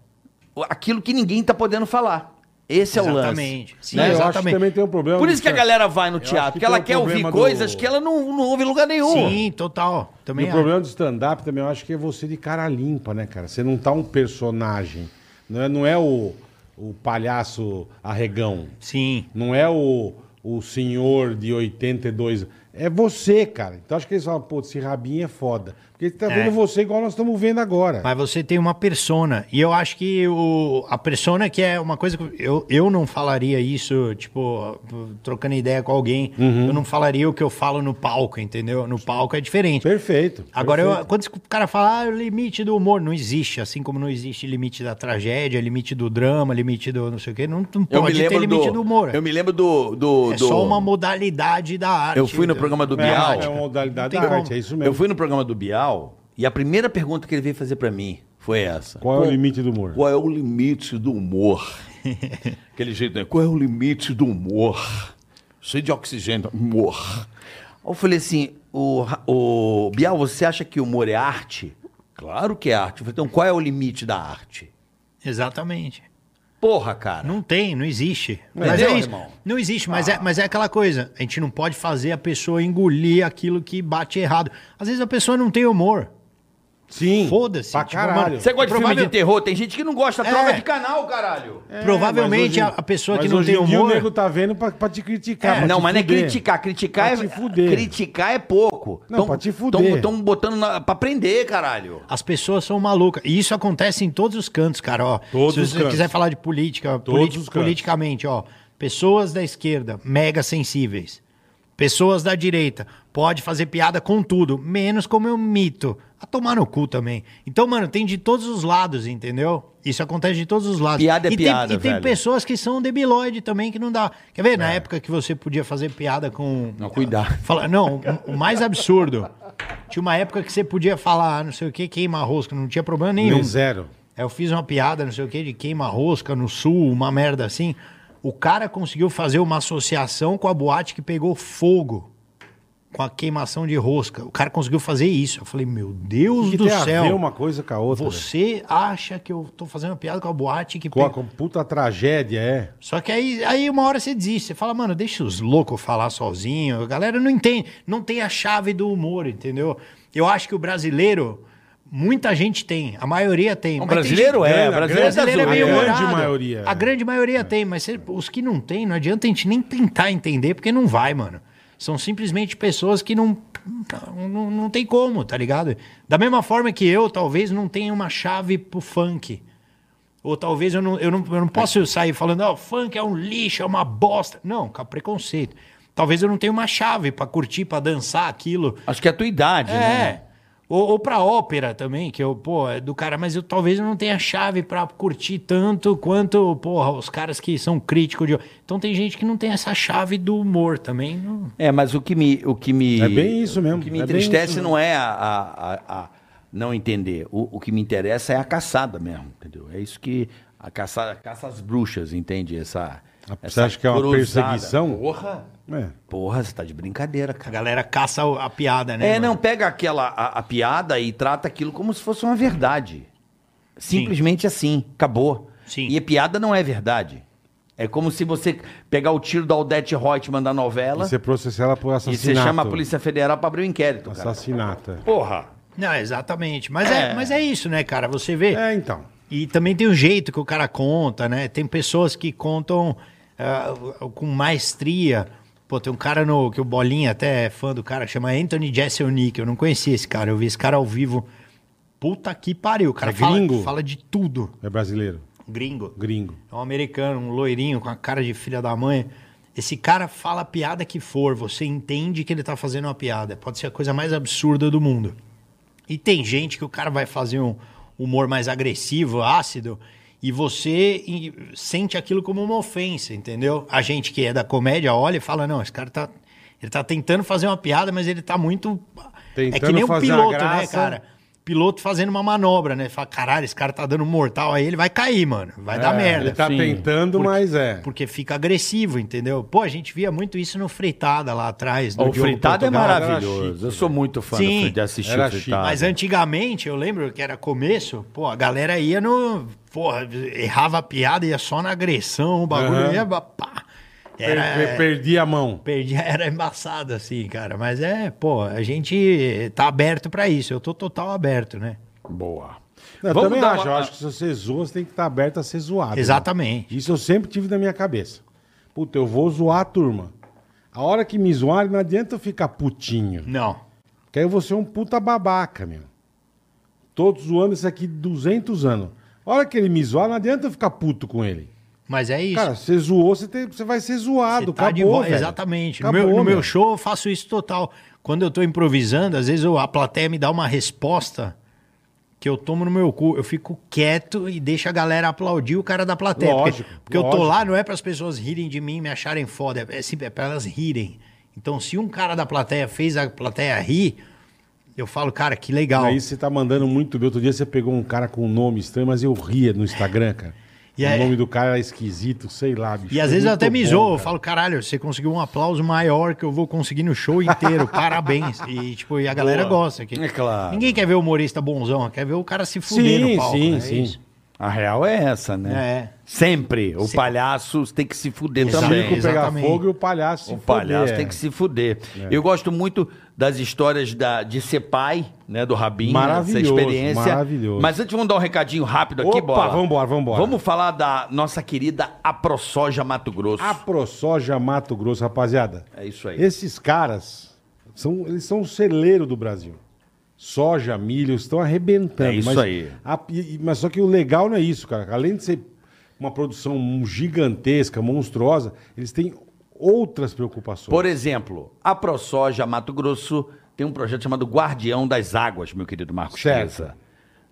aquilo que ninguém está podendo falar. Esse é o lance. Exatamente. Sim, Não, Eu acho que exatamente. também tem um problema. Por isso que a galera vai no acho teatro, que porque ela tem quer um ouvir problema do- coisas que ela não, não ouve em lugar nenhum. Sim, total. E Também é. o acho. problema do stand-up também, eu acho que é você de cara limpa, né, cara? Você não tá um personagem. Não é, não é o, o palhaço arregão. Sim. Não é o, o senhor de 82. É você, cara. Então acho que eles falam, pô, esse rabinho é foda. Porque ele tá É. vendo você igual nós estamos vendo agora. Mas você tem uma persona. E eu acho que o, a persona que é uma coisa que eu, eu não falaria isso, tipo, trocando ideia com alguém. Uhum. Eu não falaria o que eu falo no palco, entendeu? No palco é diferente. Perfeito. Agora, eu, perfeito. quando o cara fala, ah, o limite do humor não existe, assim como não existe limite da tragédia, limite do drama, limite do não sei o quê, não, não Eu me, pode ter lembro limite do, do, humor. eu me lembro do. do, é do- só uma modalidade da arte. Eu fui no programa do É, Bial. é uma modalidade Não da tem arte, como. é isso Eu mesmo. fui no programa do Bial e a primeira pergunta que ele veio fazer pra mim foi essa. Qual é o limite do humor? Qual é o limite do humor? Aquele jeito, né? Qual é o limite do humor? Cheio de oxigênio, humor. Aí Eu falei assim, o, Ra- o Bial, você acha que humor é arte? Claro que é arte. Eu falei, então qual é o limite da arte? Exatamente. Porra, cara. Não tem, não existe. Não Mas entendeu, é isso. irmão? Ah. Não existe, mas, é, mas é aquela coisa. A gente não pode fazer a pessoa engolir aquilo que bate errado. Às vezes a pessoa não tem humor. Sim. Foda-se, Pra tipo, caralho. mano, Você gosta de filme Provável- de terror? Tem gente que não gosta. É. Troca de canal, caralho. Provavelmente É, mas hoje- a, a pessoa que mas não hoje tem em dia humor. O nego tá vendo pra, pra te criticar. pra não, te mas não é fuder. criticar. Criticar Pra é, te fuder. criticar é pouco. Não, pra te fuder. Estão botando na, pra prender, caralho. As pessoas são malucas. E isso acontece em todos os cantos, cara. Ó, Todos se os você cantos. quiser falar de política, Todos politi- os cantos. politicamente, ó. Pessoas da esquerda, mega sensíveis. Pessoas da direita, pode fazer piada com tudo, menos como eu mito. A tomar no cu também. Então, mano, tem de todos os lados, entendeu? Isso acontece de todos os lados. Piada é e piada, tem, E tem velho. pessoas que são debilóide também, que não dá. Quer ver? Na É. época que você podia fazer piada com. Não, cuidado. Fala, não, o, o mais absurdo. Tinha uma época que você podia falar, ah, não sei o que, queima rosca, não tinha problema nenhum. Nem zero. Eu fiz uma piada, não sei o que, de queima rosca no sul, uma merda assim. O cara conseguiu fazer uma associação com a boate que pegou fogo com a queimação de rosca. O cara conseguiu fazer isso. Eu falei, meu Deus que do tem a ver céu. uma coisa com a outra. velho? Você acha que eu tô fazendo uma piada com a boate que Com a pegou. com puta tragédia, é. Só que aí, aí uma hora você desiste. Você fala, mano, deixa os loucos falar sozinho. A galera não entende, não tem a chave do humor, entendeu? Eu acho que o brasileiro, muita gente tem, a maioria tem. O mas tem brasileiro gente- é, o grande, O brasileiro é brasileiro é zoeira. meio A grande humorado. maioria. A grande maioria tem, mas cê- os que não tem, não adianta a gente nem tentar entender, porque não vai, mano. São simplesmente pessoas que não, não, não tem como, tá ligado? Da mesma forma que eu, talvez, não tenha uma chave pro funk. Ou talvez eu não, eu não, eu não posso sair falando, ó, funk é um lixo, é uma bosta. Não, com preconceito. Talvez eu não tenha uma chave pra curtir, pra dançar aquilo. Acho que é a tua idade, É. né? Ou, ou pra ópera também, que eu, pô, é do cara, mas eu talvez eu não tenha chave pra curtir tanto quanto, porra, os caras que são críticos de. Então tem gente que não tem essa chave do humor também. não- É, mas o que me. O que me É bem isso mesmo, O que me é bem entristece isso mesmo. não é a, a- a- a não entender. O, o que me interessa é a caçada mesmo, entendeu? É isso que. A caçada caça as bruxas, entende? Essa. Ah, você essa acha que é uma cruzada. perseguição? Porra! É. Porra, você tá de brincadeira, A cara. galera caça o- a piada, né? É, mano? não, pega aquela a, a piada e trata aquilo como se fosse uma verdade. Sim. Simplesmente assim, acabou. Sim. E a piada não é verdade. É como se você pegar o tiro da Odete Reutemann da novela E você processa ela por e é assassinato. você chama a Polícia Federal pra abrir o inquérito, cara. Assassinato. é. Porra. Não, exatamente. Mas é. É. mas é isso, né, cara? Você vê. É, então. E também tem o jeito que o cara conta, né? Tem pessoas que contam ah, com maestria. Pô, tem um cara no, que o Bolinha até é fã do cara, chama Anthony Jeselnik. Eu não conhecia esse cara, eu vi esse cara ao vivo. Puta que pariu, o cara É fala, gringo? fala de tudo. É brasileiro. Gringo. Gringo. É um americano, um loirinho com a cara de filha da mãe. Esse cara fala a piada que for, você entende que ele tá fazendo uma piada. Pode ser a coisa mais absurda do mundo. E tem gente que o cara vai fazer um humor mais agressivo, ácido, e você e, sente aquilo como uma ofensa, entendeu? A gente que é da comédia olha e fala: não, esse cara tá. Ele tá tentando fazer uma piada, mas ele tá muito. é que Tentando nem um fazer uma piloto, né, graça. cara? Piloto fazendo uma manobra, né? Fala, caralho, esse cara tá dando um mortal aí, ele vai cair, mano. Vai dar É, merda. Ele tá tentando, mas é. Porque fica agressivo, entendeu? Pô, a gente via muito isso no Fritada lá atrás. do O Diogo fritado é Portugal. era maravilhoso. chique, eu sou muito fã Sim. do, de assistir Era o fritado. Mas antigamente, eu lembro que era começo, pô, a galera ia no. Porra, errava a piada, ia só na agressão, o bagulho Aham. ia. Pá, Per- era, per- Perdi a mão. perdi, era embaçado assim, cara. Mas é, pô, a gente tá aberto pra isso. Eu tô total aberto, né? Tá Boa. Eu Vamos também dar acho. uma- Eu acho que se você zoa, você tem que estar aberto a ser zoado. né? Exatamente. Isso eu sempre tive na minha cabeça. Puta, eu vou zoar a turma. A hora que me zoarem, não adianta eu ficar putinho. Não. Porque aí eu vou ser um puta babaca, meu. Tô zoando isso aqui 200 anos. A hora que ele me zoar, não adianta eu ficar puto com ele. Mas é isso. Cara, você zoou, você, tem- você vai ser zoado. Você tá de acabou, volta, velho. Exatamente. Acabou, no meu, no meu meu. show eu faço isso total. Quando eu tô improvisando, às vezes eu- a plateia me dá uma resposta que eu tomo no meu cu. Eu fico quieto e deixo a galera aplaudir o cara da plateia. Lógico, porque porque eu tô lógico. lá, não é para as pessoas rirem de mim, me acharem foda. É, sim- é para elas rirem. Então, se um cara da plateia fez a plateia rir, eu falo, cara, que legal. Aí você tá mandando muito bem. Outro dia você pegou um cara com um nome estranho, mas eu ria no Instagram, cara. E o aí- nome do cara era esquisito, sei lá, bicho. É E às vezes eu Muito até me bom, zoo, eu cara. falo, caralho, você conseguiu um aplauso maior que eu vou conseguir no show inteiro, parabéns. E, tipo, e a galera gosta. Que... É claro. Ninguém quer ver o humorista bonzão, quer ver o cara se fuder Sim, no palco. sim, né? É sim. isso. A real é essa, né? É. Sempre. O palhaço tem que se fuder Exato. também. Chico pegar exatamente. fogo e o palhaço se O Um palhaço foder, tem é. que se fuder. Eu gosto muito das histórias da, de ser pai, né? Do Rabinho. Maravilhoso, essa experiência. maravilhoso. Mas antes, vamos dar um recadinho rápido aqui, Opa, Bola. vambora, vambora. Vamos falar da nossa querida AproSoja Mato Grosso. A ProSoja Mato Grosso, rapaziada. É isso aí. Esses caras, são, eles são o celeiro do Brasil. Soja, milho, estão arrebentando. É isso mas aí. a- e- e- mas só que o legal não é isso, cara. Além de ser uma produção gigantesca, monstruosa, eles têm outras preocupações. Por exemplo, a ProSoja Mato Grosso tem um projeto chamado Guardião das Águas, meu querido Marcos Certo. Cresa.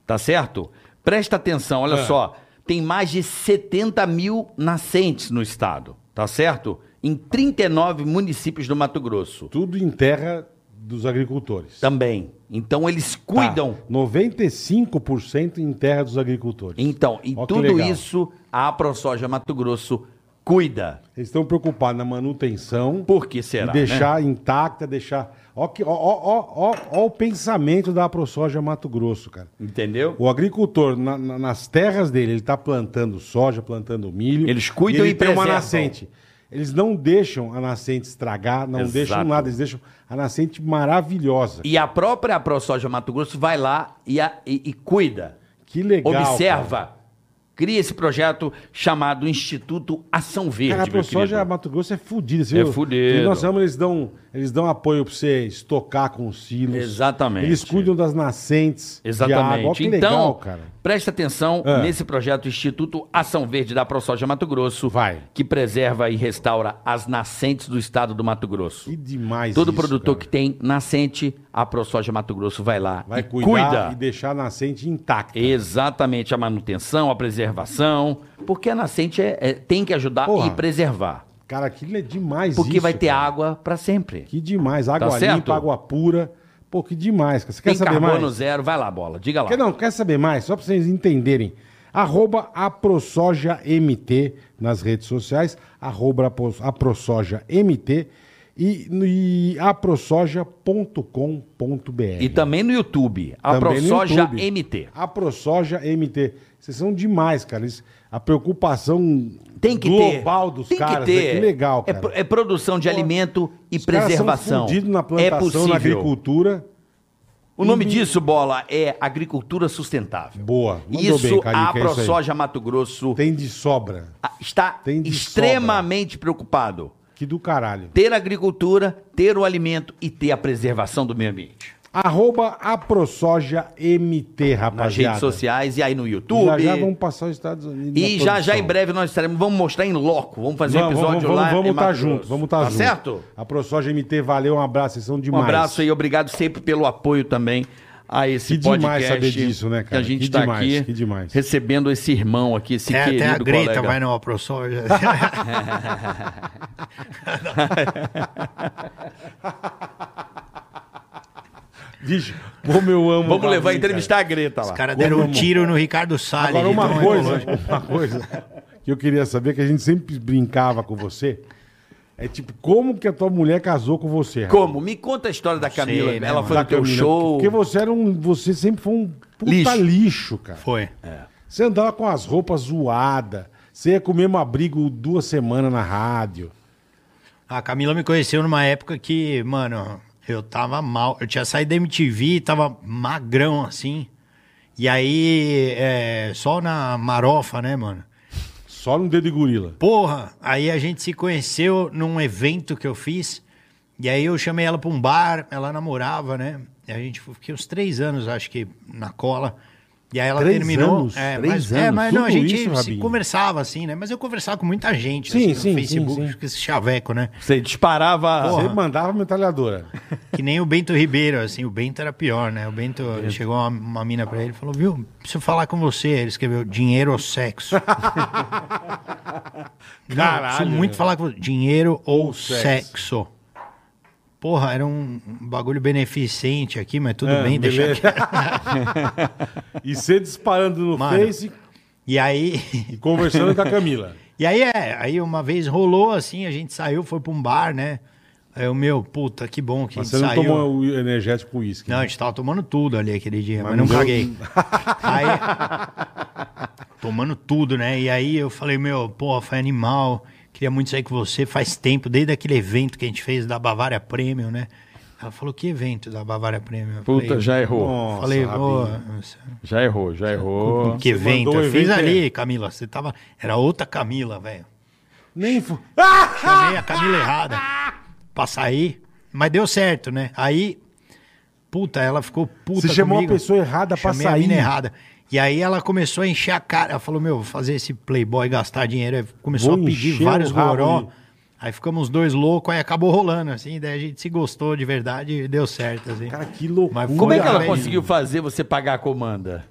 Tá certo? Presta atenção, olha É. só. Tem mais de 70 mil nascentes no estado, tá certo? Em 39 municípios do Mato Grosso. Tudo em terra dos agricultores. Também. Então eles Tá. Tá, cuidam. 95% em terra dos agricultores. Então, em Ó que tudo legal. isso, a ProSoja Mato Grosso cuida. Eles estão preocupados na manutenção. Por que será? e né? deixar intacta, deixar. Ó, que, ó, ó, ó, ó, ó o pensamento da AproSoja Mato Grosso, cara. Entendeu? O agricultor, na- na- nas terras dele, ele está plantando soja, plantando milho. Eles cuidam ele e tem uma preservam. nascente. Eles não deixam a nascente estragar, não Exato. deixam nada, eles deixam a nascente maravilhosa. E a própria ProSoja Mato Grosso vai lá e, a- e- e cuida. Que legal. Observa. cara. Cria esse projeto chamado Instituto Ação Verde. Cara, a meu ProSoja querido. Mato Grosso é fudida. né? É fudido. E nós vamos, eles dão, eles dão apoio pra você estocar com os silos. Exatamente. Eles cuidam das nascentes. de Exatamente. água. Ó, que então, legal, cara. presta atenção É. nesse projeto Instituto Ação Verde da ProSoja Mato Grosso, Vai. que preserva e restaura as nascentes do estado do Mato Grosso. Que demais. Todo isso, produtor cara. que tem nascente, a ProSoja Mato Grosso vai lá Vai e cuidar e deixar a nascente intacta. Exatamente, a manutenção, a preservação, porque a nascente é- é- tem que ajudar Porra. e preservar, Cara, aquilo é demais. porque isso, vai ter cara. água para sempre. Que demais. Água certo? limpa, água pura. Pô, que demais. cara. Você quer tem saber carbono mais? zero, vai lá, bola, diga lá. Quer, não, quer saber mais? Só pra vocês entenderem. Arroba AproSojaMT nas redes sociais. Arroba Apro- AproSojaMT e, no- e aprosoja.com.br. E também no YouTube, a Também no ProSoja YouTube. MT. A ProSoja MT. Vocês são demais, cara. Eles- a preocupação Tem que ter. global dos tem caras. Que ter. né? Que legal, É cara. pro- É, produção de alimento e Os caras são preservação. fudidos na é plantação, na possível. agricultura. o nome disso, bola, é agricultura sustentável. Boa. Mandou Isso, bem, Carica, a é isso aí. ProSoja Mato Grosso Tem de sobra. está Tem de extremamente preocupado. Que do caralho. Ter agricultura, ter o alimento e ter a preservação do meio ambiente. Arroba AproSojaMT, rapaziada. Nas redes sociais e aí no YouTube. Já já vamos passar os Estados Unidos. E na já já produção. em breve nós estaremos, vamos mostrar em loco, vamos fazer um Vamos, episódio vamos, vamos, lá. vamos, em estar Mato junto, Grosso. vamos estar junto. Tá certo? A ProSoja MT, valeu, um abraço, vocês são Um demais. abraço aí, obrigado sempre pelo apoio também a esse Que demais podcast. saber disso, né, cara? Que a gente Que está demais, aqui que demais. recebendo esse irmão aqui, esse Até, querido até É, a Greta colega. vai no ProSoja. Vixe, como eu amo. Vamos levar a Davi, entrevistar então, a Greta lá. né? Os caras deram um Como? tiro no Ricardo cara. Salles. Agora, então de uma tão coisa, ecológico. uma coisa que eu queria saber, que a gente sempre brincava com você, é tipo, como que a tua mulher casou com você? rapaz? Como? Me conta a história da Camila. sei, né, Ela mano? foi Da no teu Camila, show. Porque você era um. Você sempre foi um puta lixo, Lixo. cara. Foi. É. Você andava com as roupas zoadas. Você ia comer um abrigo duas semanas na rádio. A Camila me conheceu numa época que, mano, eu tava mal. Eu tinha saído da MTV, tava magrão assim. E aí, é, só na marofa, né, mano? Só no dedo de gorila. Porra, aí a gente se conheceu num evento que eu fiz. E aí eu chamei ela pra um bar, ela namorava, né? E a gente ficou fiquei uns três anos, acho que, na cola. E aí ela Três terminou. anos? é, Três mas, anos? é, mas não, a Tudo gente isso, se Rabinho? conversava assim, né? Mas eu conversava com muita gente Sim, assim, sim, sim, no Facebook, sim. com esse chaveco, né? Você disparava. Você mandava metralhadora. Que nem o Bento Ribeiro, assim, o Bento era pior, né? O Bento chegou uma, uma mina pra ele e falou, viu, preciso falar com você. Ele escreveu, dinheiro ou sexo? Cara, preciso muito falar com você. Dinheiro ou, sexo. Porra, era um um bagulho beneficente aqui, mas tudo É, bem, deixa beleza. aqui. E você disparando no Mano. Face E aí, e conversando com a Camila. e aí é, aí uma vez rolou assim, a gente saiu, foi pra um bar, né? Aí o meu, puta, que bom que Mas a você gente não saiu. tomou o energético com uísque. Não, a né? gente tava tomando tudo ali aquele dia, mas, Mas não não deu- caguei. aí, tomando tudo, né? E aí eu falei, meu, porra, foi animal. Queria muito sair com você. Faz tempo, desde aquele evento que a gente fez da Bavária Premium, né? Ela falou, que evento da Bavária Premium? Eu Puta, falei, né? já errou. é Nossa, Falei, pô, Rabinho. Já errou, já errou. que evento? mandou Eu o fiz evento, ali, Camila. Você tava. Era outra Camila, velho. Nem fu... Ah! Chamei a Camila errada pra sair. Mas deu certo, né? Aí, puta, ela ficou puta Você chamou comigo. a pessoa errada pra Chamei a sair. mina errada. E aí ela começou a encher a cara. Ela falou, meu, fazer esse playboy gastar dinheiro. Aí Começou Vou a pedir encher vários o rabo goró. de- Aí ficamos os dois loucos, aí acabou rolando, assim. Daí a gente se gostou de verdade e deu certo, assim. Cara, que loucura. Mas Como é que ela Olha aí. conseguiu fazer você pagar a comanda?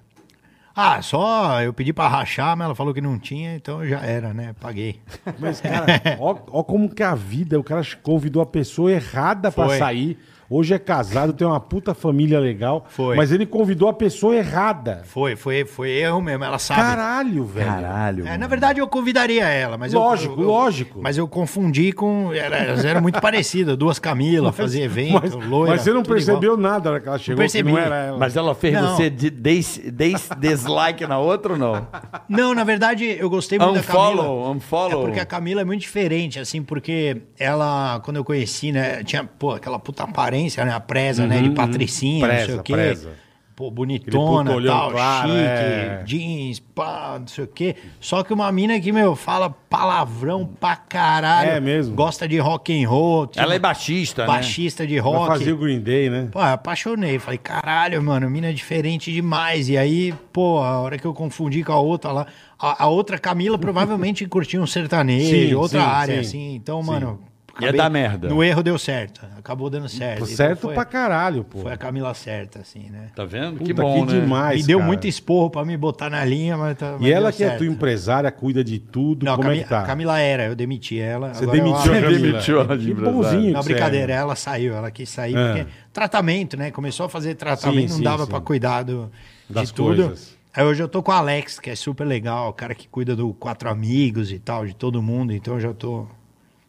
Ah, só eu pedi pra rachar, mas ela falou que não tinha, então já era, né? Paguei. Mas, cara, ó, ó como que é a vida. O cara convidou a pessoa errada pra Foi. sair. Hoje é casado, tem uma puta família legal. Foi. Mas ele convidou a pessoa errada. Foi, foi, foi erro mesmo, ela sabe. Caralho, velho. Caralho. É, na verdade, eu convidaria ela, mas eu- Lógico, eu, eu- lógico. Mas eu confundi com. era- Elas eram muito parecidas, duas Camila, fazia evento, mas, loira. mas você não tudo igual. percebeu nada na hora que ela chegou, percebi. que não era ela. Mas ela fez Não. você de, des- des- dislike na outra ou não? Não, na verdade, eu gostei muito da Camila. Unfollow, unfollow. É porque a Camila é muito diferente, assim, porque ela, quando eu conheci, né, tinha, pô, aquela puta aparência, né, a presa, né, de patricinha, não sei Uhum, Presa, o quê. presa. Pô, Aquele puto bonitona, olhão tal, claro, chique, é. jeans, pá, não sei o quê. Só que uma mina que, meu, fala palavrão pra caralho. É mesmo. Gosta de rock and roll. tipo, Ela é baixista, né? baixista de rock. Pra fazer o Green Day, né? Pô, eu apaixonei. Falei, caralho, mano, mina é diferente demais. E aí, pô, a hora que eu confundi com a outra lá, a, a outra Camila provavelmente curtia um sertanejo, Sim, outra sim, área, sim. assim. Então, Sim. mano. Ia acabei- dar merda. No erro deu certo. Acabou dando certo. Então certo foi, pra caralho, pô. Foi a Camila certa, assim, né? Tá vendo? Puta, que bom, né? demais, e deu Ah, cara. muito esporro pra me botar na linha, mas. tá- mas E deu ela que é certo. tua empresária, cuida de tudo, Não, a como Cami- é que tá? a Camila era, eu demiti ela. Você agora é eu demitiu, abro- a Camila. demitiu ela de Que empresária. bonzinho Não, que você é. brincadeira, ela saiu, ela quis sair, É. porque tratamento, né? Começou a fazer tratamento, Sim, não sim, dava sim. pra cuidar do, Das de tudo. coisas. Aí hoje eu tô com o Alex, que é super legal, o cara que cuida do Quatro Amigos e tal, de todo mundo, então eu já tô.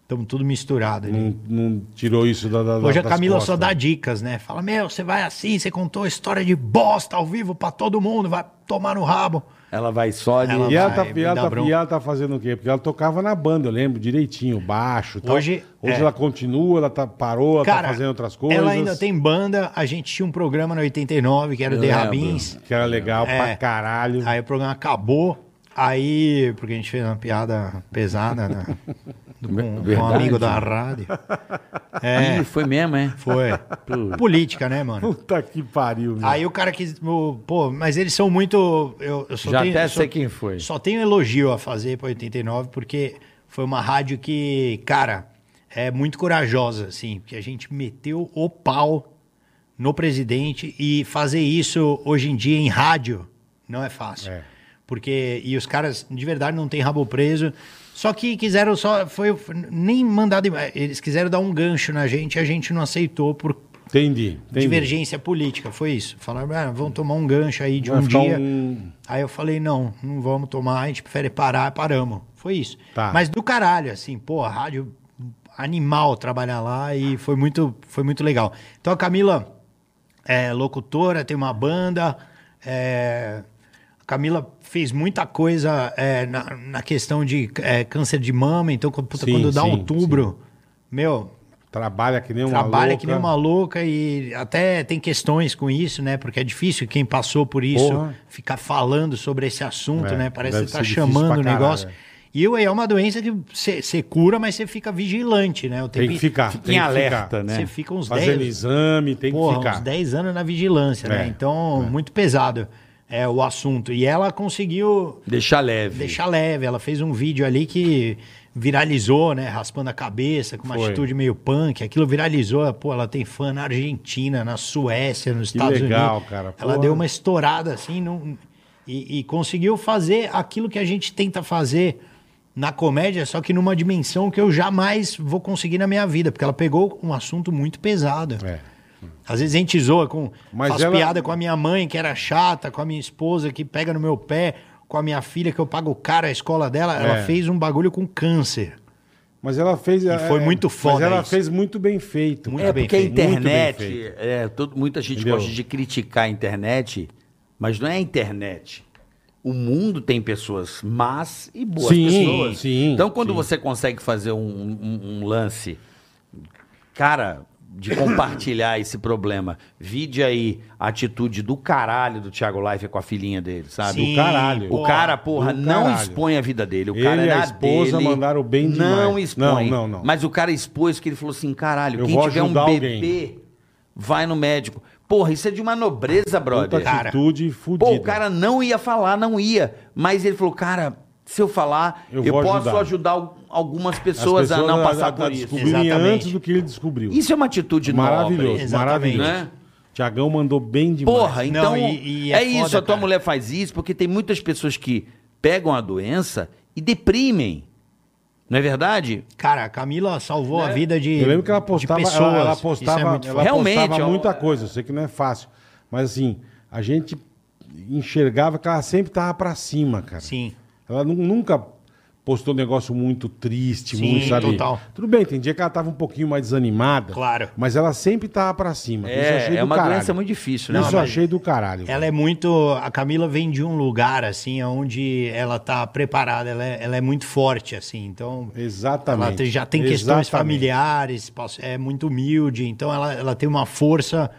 Estamos tudo misturado ali. Não, não tirou isso da, da Hoje a das Camila só Hum, costas. dá dicas, né? Fala, meu, você vai assim, você contou história de bosta ao vivo pra todo mundo, vai tomar no rabo. Ela vai só de... Ela- E ela, tá, Vai, e, ela me dá tá, bronca. e ela tá fazendo o quê? Porque ela tocava na banda, eu lembro, direitinho, baixo. e tal. Hoje- Hoje é. ela continua, ela tá, parou, ela tá fazendo outras coisas. ela ainda tem banda, a gente tinha um programa na 89, que era o The Rabins. Que era legal É. pra caralho. Aí o programa acabou. Aí, porque a gente fez uma piada pesada, né? Do- Com, com um Verdade. amigo da rádio. Ih, É, foi mesmo, é? foi. Política, né, mano? Puta que pariu, meu. Aí o cara quis. o- Pô, mas eles são muito. Eu, eu só Já tenho, até só, sei quem foi. Só tenho elogio a fazer pra 89, porque foi uma rádio que, cara, é muito corajosa, assim, porque a gente meteu o pau no presidente e fazer isso hoje em dia em rádio não é fácil. É. Porque, e os caras de verdade não tem rabo preso, só que quiseram só, foi, foi nem mandado, em- eles quiseram dar um gancho na gente, a gente não aceitou por Entendi, entendi. divergência política, foi isso. Falaram, ah, vão tomar um gancho aí de Vai um ficar dia. um- Aí eu falei, não, não vamos tomar, a gente prefere parar, paramos. Foi isso. Tá. Mas do caralho, assim, pô, a rádio animal trabalhar lá e foi muito, foi muito legal. Então a Camila é locutora, tem uma banda. é, a Camila fez muita coisa é, na, na questão de é, câncer de mama, então quando, puta, Sim, quando dá sim, outubro, meu, Trabalha que nem uma trabalha louca. que nem uma louca e até tem questões com isso, né? Porque é difícil quem passou por isso Porra. ficar falando sobre esse assunto, É, né? Parece deve que você tá ser difícil pra chamando o negócio. caralho, E eu- é uma doença que você você cura, mas você fica vigilante, né? O Tem que tempo- ficar. Tem em que alerta, ficar. né? Você fica uns Fazendo 10, exame, tem que porra, ficar. uns 10 anos na vigilância, É, né? Então, muito pesado é o assunto. E ela conseguiu Deixar leve. deixar leve. Ela fez um vídeo ali que viralizou, né? Raspando a cabeça, com uma Foi. atitude meio punk. Aquilo viralizou. Pô, ela tem fã na Argentina, na Suécia, nos Que Estados legal, Unidos. cara. Ela Porra. deu uma estourada assim não- e, e conseguiu fazer aquilo que a gente tenta fazer na comédia, só que numa dimensão que eu jamais vou conseguir na minha vida, porque ela pegou um assunto muito pesado. É. Às vezes a gente zoa com. Mas faz ela- piada com a minha mãe, que era chata, com a minha esposa, que pega no meu pé, com a minha filha, que eu pago caro a escola dela. É. Ela fez um bagulho com câncer. Mas ela fez. E foi muito Mas foda ela isso. fez muito bem feito. Muito cara. É bem porque a feito. Muito bem feito. internet, é, todo- muita gente Entendeu? gosta de criticar a internet, mas não é a internet. O mundo tem pessoas más e boas Sim, pessoas. sim, então, quando sim. você consegue fazer um, um- um lance, cara, de compartilhar esse problema, vide aí a atitude do caralho do Thiago Life com a filhinha dele, sabe? do caralho. O cara, porra, do não caralho. expõe a vida dele. O Ele cara e é a na esposa dele. mandaram bem Não demais. expõe. Não, não, não. Mas o cara expôs que ele falou assim: caralho, Eu quem vou tiver um ajudar bebê, alguém. vai no médico. Porra, isso é de uma nobreza, Puta brother. cara. atitude fudida. Pô, o cara não ia falar, não ia. Mas ele falou, cara, se eu falar, Eu eu, vou posso ajudar. ajudar, al- algumas As pessoas, a não passar por isso. descobrirem Exatamente. antes do que ele descobriu. Isso é uma atitude maravilhoso, nobre. Exatamente. maravilhoso. Né? Tiagão mandou bem demais. Porra, então Não, e- e é é, isso, foda, a tua cara. mulher faz isso porque tem muitas pessoas que pegam a doença e deprimem. Não é verdade? Cara, a Camila salvou a vida de Eu lembro que ela de postava, pessoas. ela, ela Isso é postava, muito ela foda. Realmente, postava ó. muita coisa. Eu sei que não é fácil, mas assim a gente enxergava que ela sempre tava pra cima, cara. Sim. Ela nu- nunca postou um negócio muito triste, Sim, muito sabe? total. Tudo bem, tem dia que ela tava um pouquinho mais desanimada. Claro. Mas ela sempre tava pra cima. Isso eu achei É, é do uma caralho. doença muito difícil, né? Isso eu mas- achei do caralho. Ela é muito. A Camila vem de um lugar, assim, onde ela tá preparada, ela é, ela é muito forte, assim. Então. Ela Exatamente. te- já tem questões Exatamente. familiares, pass- é muito humilde, então ela, ela tem uma força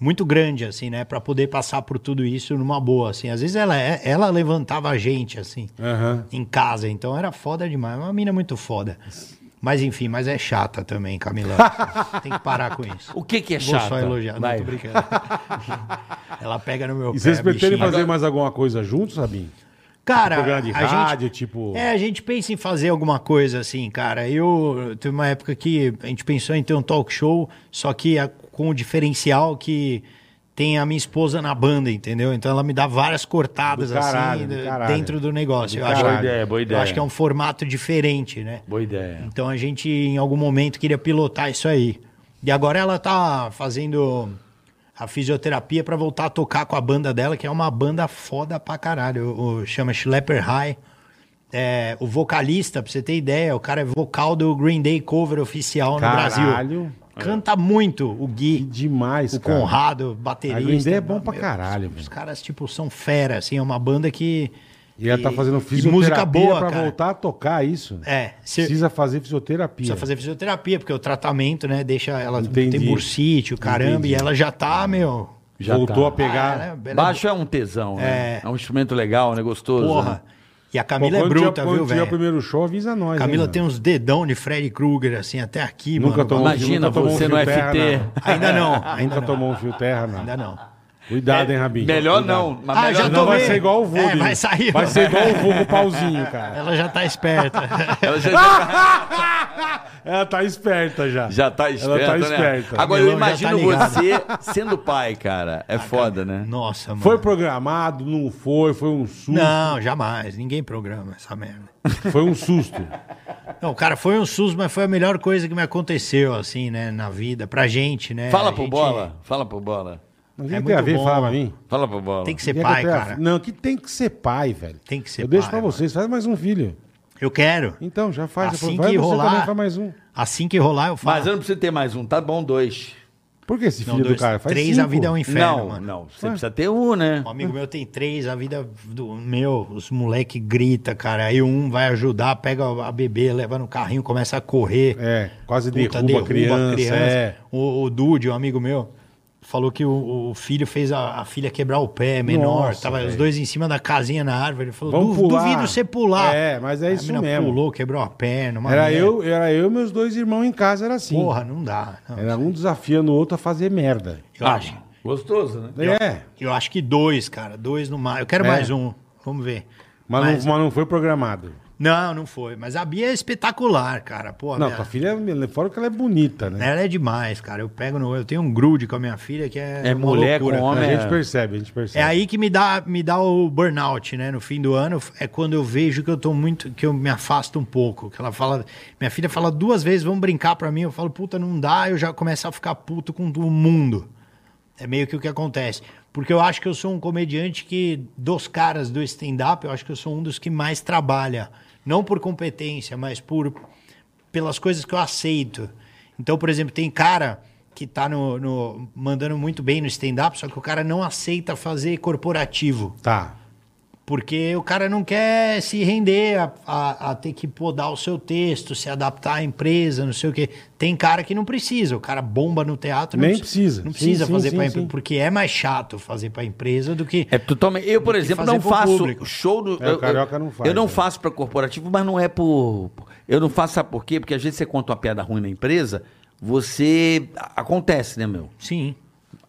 muito grande, assim, né? Pra poder passar por tudo isso numa boa, assim. Às vezes ela, é- ela levantava a gente, assim, Aham. em casa, então era foda demais. Uma mina muito foda. Mas enfim, mas é chata também, Camila. tem que parar com isso. O que que é Vou chato? só elogiar, não Vai. tô brincando. ela pega no meu E vocês a pretendem É, bichinha. fazer mais alguma coisa juntos, Sabinho? Cara, Programa de a rádio, gente, tipo- É, a gente pensa em fazer alguma coisa assim, cara. Eu teve uma época que a gente pensou em ter um talk show, só que a- com o diferencial que tem a minha esposa na banda, entendeu? Então ela me dá várias cortadas Do caralho, assim do de- caralho. dentro do negócio. Do eu acho, caralho. que- Boa ideia, boa Eu ideia. acho que é um formato diferente, né? Boa ideia. Então a gente, em algum momento, queria pilotar isso aí. E agora ela tá fazendo a fisioterapia pra voltar a tocar com a banda dela, que é uma banda foda pra caralho. O, o- chama Schlepper High. É, o vocalista, pra você ter ideia, o cara é vocal do Green Day cover oficial no Caralho. É. Brasil. Canta muito o Que Gui, demais, o cara. Conrado, A baterista. Green Day é bom pra Meu, caralho, Os velho. caras, tipo, são fera, assim, é uma banda que... E ela tá fazendo e fisioterapia música boa, pra cara. voltar a tocar isso. É, se- Precisa fazer fisioterapia. Precisa fazer fisioterapia, porque o tratamento, né, deixa ela É. Entendi. tem bursite, o caramba, Entendi. e ela já tá, meu. Voltou tá. a pegar. Ah, ela- ela- Baixo é um tesão, né? É. é. um instrumento legal, né? Gostoso. né? Porra. E a Pô, Camila é quando bruta, tiver, viu, quando tiver o velho? primeiro show, avisa nós. Camila hein, tem mano? uns dedão de Freddy Krueger, assim, até aqui, né? Nunca mano. tomou Imagina nunca tomou você um no fio terra, FT. não. Ainda não, ainda Nunca não. tomou um fio terra, não. Ainda É, não. Cuidado, hein, Rabinho. Melhor Cuidado. não. mas Ah, melhor já não. Senão vai tomei. ser igual o Vô. É, vai sair. Vai ser igual o Vô com o pauzinho, cara. Ela já tá esperta. Ela já, Ela tá esperta já. já tá esperta, Ela tá né? esperta. Agora, Meu eu irmão já tá imagino ligado. Ah, você sendo pai, cara. É foda, né? Nossa, mano. Foi programado, não foi, foi um susto. Não, jamais. Ninguém programa essa merda. Foi um susto. Não, cara, foi um susto, mas foi a melhor coisa que me aconteceu, assim, né, na vida, pra gente, né? Fala A pro gente Bola. Fala pro Bola. Mas o É que tem muito a ver, bom. fala pra mim. Fala pro Bola. Tem que ser Quem é pai, tem a- cara. Não, que tem que ser pai, velho. Tem que ser Eu deixo pai, pra mano. vocês, faz mais um filho. Eu quero. Então, já faz. já Assim faz. que você também rolar. faz mais um. Assim que rolar, eu Mas faço. eu não preciso ter mais um, tá bom dois. Por que esse filho Não, dois, do cara? Faz três, a cinco. vida é um inferno, não, mano. não. Você precisa ter um, né? Um amigo meu tem três, a vida do meu, os moleque grita, cara. Aí um vai ajudar, pega a bebê, leva no carrinho, começa a correr. É, quase Puta, derruba, a criança. É. O, o Dude, um amigo meu, falou que o, o filho fez a, a filha quebrar o pé, menor. Nossa, tava os velho. dois em cima da casinha na árvore. Ele falou, Vamos "Du- pular." duvido você pular. É, mas é Aí a isso mina mesmo. pulou, quebrou a perna. uma Era merda. eu, era eu e meus dois irmãos em casa, era assim. Porra, não dá. não. Era um desafiando o outro a fazer merda. Eu acho. Gostoso, né? É, Eu acho que dois, cara. Dois no mar. Eu quero É? mais um. Vamos ver. mas, Mas- Não, mas não foi programado. Não, não foi. Mas a Bia é espetacular, cara. Pô, não, minha- tua filha, é- fora que ela é bonita, né? ela é demais, cara. Eu pego no. Eu tenho um grude com a minha filha que é. É uma mulher loucura, com cara. homem. a gente é. percebe, a gente percebe. É aí que me dá, me dá o burnout, né? No fim do ano é quando eu vejo que eu tô muito, que eu me afasto um pouco. Que ela fala, minha filha fala duas vezes, vamos brincar pra mim. Eu falo, puta, não dá. Eu já começo a ficar puto com o mundo. É meio que o que acontece. Porque eu acho que eu sou um comediante que, dos caras do stand-up, eu acho que eu sou um dos que mais trabalha. Não por competência, mas por pelas coisas que eu aceito. Então, por exemplo, tem cara que tá no, no- mandando muito bem no stand-up, só que o cara não aceita fazer corporativo. Tá. Porque o cara não quer se render a, a- a ter que podar o seu texto, se adaptar à empresa, não sei o quê. Tem cara que não precisa, o cara bomba no teatro. Nem não precisa. Não Sim, precisa sim, fazer sim, para sim. empresa, porque é mais chato fazer para empresa do que... É totalmente. Eu, por Tem que exemplo, fazer não pro faço público. show no. É, o eu- eu- carioca não faz, Eu não né? faço pra corporativo, mas não é por. Eu não faço, sabe por quê? Porque às vezes você conta uma piada ruim na empresa, você. a- Acontece, né, meu? Sim.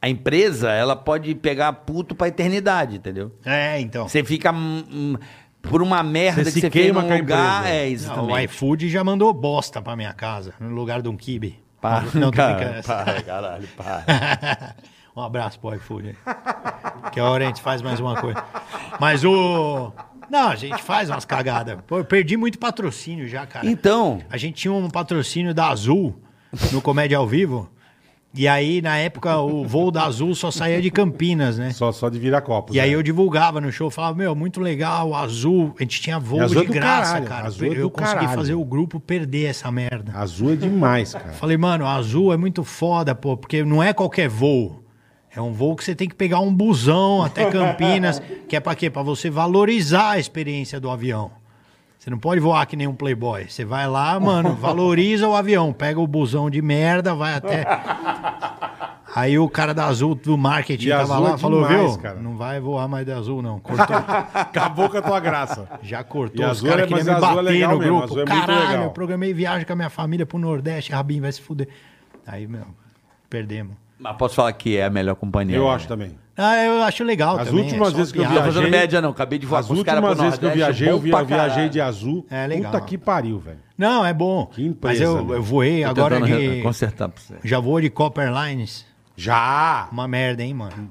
A empresa, ela pode pegar puto pra eternidade, entendeu? É, então. Você fica. hum, hum, por uma merda Você que se você fez queima num com a lugar. empresa. É, Ah, exatamente. o iFood já mandou bosta pra minha casa, no lugar de um kibe. Para, não, tô cara, brincando. para, caralho, para. um abraço pro iFood. aí. Que a hora a gente faz mais uma coisa. Mas o. Não, a gente faz umas cagadas. Pô, eu perdi muito patrocínio já, cara. Então. A gente tinha um patrocínio da Azul no Comédia ao Vivo. E aí, na época, o voo da Azul só saía de Campinas, né? Só, só de virar copo. né? E aí eu divulgava no show, falava, meu, muito legal, azul. A gente tinha voo Azul é de do graça, caralho, cara. Azul é eu do consegui caralho. fazer o grupo perder essa merda. Azul é demais, cara. Falei, mano, azul é muito foda, pô, porque não é qualquer voo. É um voo que você tem que pegar um busão até Campinas, que é pra quê? Pra você valorizar a experiência do avião. Você não pode voar que nem um playboy. Você vai lá, mano, valoriza o avião, pega o busão de merda, vai até. Aí o cara da Azul do marketing E tava Azul lá é e falou, demais, viu? cara. Não vai voar mais da Azul, não. Cortou. Acabou com a tua graça. Já E cortou os Azul é- caras que mas me Azul é bater legal no mesmo, grupo. Azul é muito Caralho, legal. eu programei viagem com a minha família pro Nordeste, Rabin vai se fuder. Aí, meu, perdemos. Mas posso falar que é a melhor companhia. Eu né? acho também. Ah, eu acho legal As também. últimas é só vezes que eu piada. Não tô fazendo Viajei- média, não. Acabei de voar As com os caras pro últimas vezes que eu Nordeste, é viajei, eu bom pra via, viajei caralho. de azul. É legal. Puta que pariu, velho. Não, é bom. Que empresa, Mas eu, meu. eu voei Tô agora tentando re- de... consertar pra você. Já voou de Copper Lines. Já! Uma merda, hein, mano?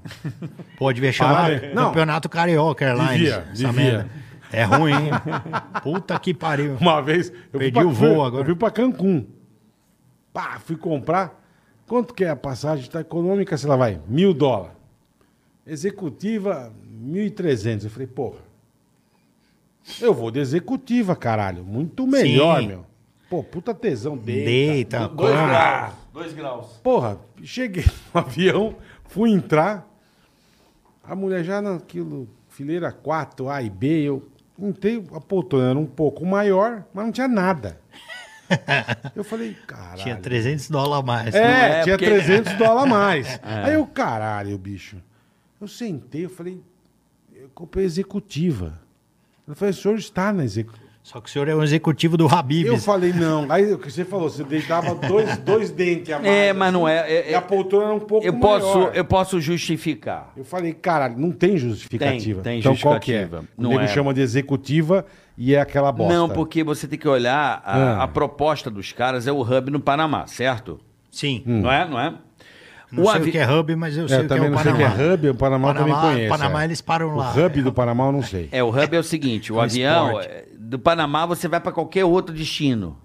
Pô, devia chamar Para, velho. Não. Campeonato Carioca Airlines. Devia, essa devia. merda. É ruim, hein? Puta que pariu. Uma vez. Eu fui Perdi pra- o voo fui- agora. Eu fui pra Cancún. Pá, fui comprar. Quanto que é a passagem? Tá econômica, sei lá, vai. Mil dólares. Executiva, 1.300. Eu falei, porra. Eu vou de executiva, caralho. Muito melhor, Sim. meu. Pô, puta tesão. Deita. Deita, come. graus. Dois graus. Porra, cheguei no avião, fui entrar. A mulher já naquilo, fileira 4, A e B, eu entrei, a poltrona era um pouco maior, mas não tinha nada. Eu falei, caralho. Tinha 300 dólares a mais. É, é, tinha porque- É. 300 dólares a mais. Aí eu, caralho, bicho. Eu sentei, eu falei, eu comprei executiva. Eu falei, o senhor está na executiva. Só que o senhor é um executivo do Eu Habib's. falei, não. Aí o que você falou, você deitava dois, dois dentes a mais. É, mas não é. é- E a é- poltrona era um pouco eu, posso, maior. eu posso justificar. Eu falei, caralho, não tem justificativa. Tem, tem então justificativa. qual que é? Não o nego é. chama de executiva e é aquela bosta. Não, porque você tem que olhar. A, Ah. a proposta dos caras é o hub no Panamá, certo? Sim. Hum. Não é? Não é? Não o sei avi- o que é hub, mas eu sei o que é também o não sei o um Panamá. que é hub, o Panamá, eu também conheço. Panamá é. eles param lá. O hub do Panamá eu não sei. É, o hub é o seguinte: o um avião esporte. é, do Panamá você vai pra qualquer outro destino.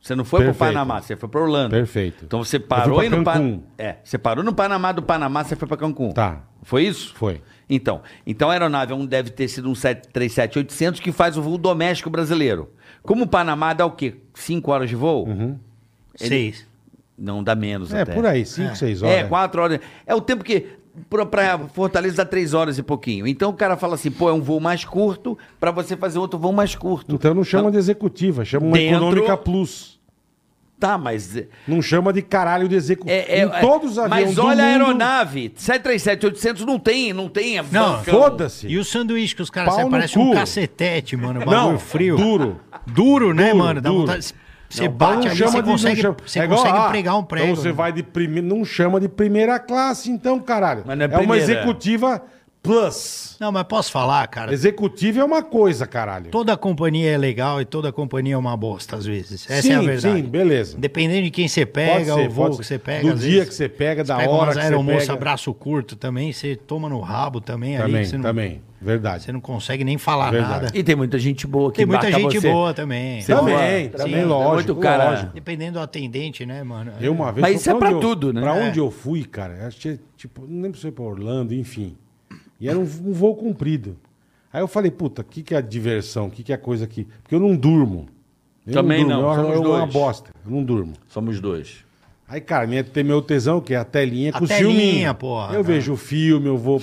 Você não foi Perfeito. pro Panamá, você foi pra Orlando. Perfeito. Então você Eu parou fui e pra no Panamá. Cancún. É, você parou no Panamá do Panamá, você foi pra Cancún. Tá. Foi isso? Foi. Então, então a aeronave é um- deve ter sido um 737-800 que faz o voo doméstico brasileiro. Como o Panamá dá o quê? Cinco horas de voo? Seis. Não, dá menos Uhum. É, até. por aí, 5, 6 horas. É, quatro horas. É o tempo que. pra- Pra Fortaleza dá três horas e pouquinho. Então o cara fala assim, pô, é um voo mais curto pra você fazer outro voo mais curto. Então não chama de executiva, chama uma Dentro- econômica plus. Tá, mas. é- Não chama de caralho de executiva. É, é, em todos os aviões Mas do olha a mundo, aeronave. 737-800 não tem, não tem. Não, Foda-se. E o sanduíche que os caras Pau você no parece cu. um cacetete, mano. Bagulho Não, frio. duro. Duro, né, Duro, mano? Dá duro. vontade. Você Então bate não ali, você não consegue, chama- você É igual, consegue ah, pregar um prego. Então você vai de primeiro. Não chama de primeira classe, então, caralho. Mas não é é uma primeira. executiva plus. Não, mas posso falar, cara? Executivo é uma coisa, caralho. Toda companhia é legal e toda companhia é uma bosta, às vezes. Essa sim, é a verdade. sim, beleza. Dependendo de quem você Pode pega, ser, o voo pode que ser. você pega. Do às dia vezes, que você pega, da pega hora umas que você aeromoça, pega. braço curto também, você toma no rabo também, ali. Também, que você não, também. Verdade. Você não consegue nem falar Verdade. nada. E tem muita gente boa que Tem muita embarca gente você. boa também. Também, Sim. é também, lógico. muito cara- é, lógico. Dependendo do atendente, né, mano? Eu uma vez. Mas isso é onde pra eu- tudo, né? Pra É. onde eu fui, cara, acho que, tipo, não lembro se foi pra Orlando, enfim. E era um, um voo comprido. Aí eu falei, puta, o que, que é a diversão? O que, que é a coisa aqui? Porque eu não durmo. Eu Também durmo, não, Eu, somos eu, eu uma dois. bosta. Eu não durmo. Somos dois. Aí, cara, minha, tem meu tesão, que é a telinha A com o telinha, filminho. porra, eu cara. vejo o filme, eu vou.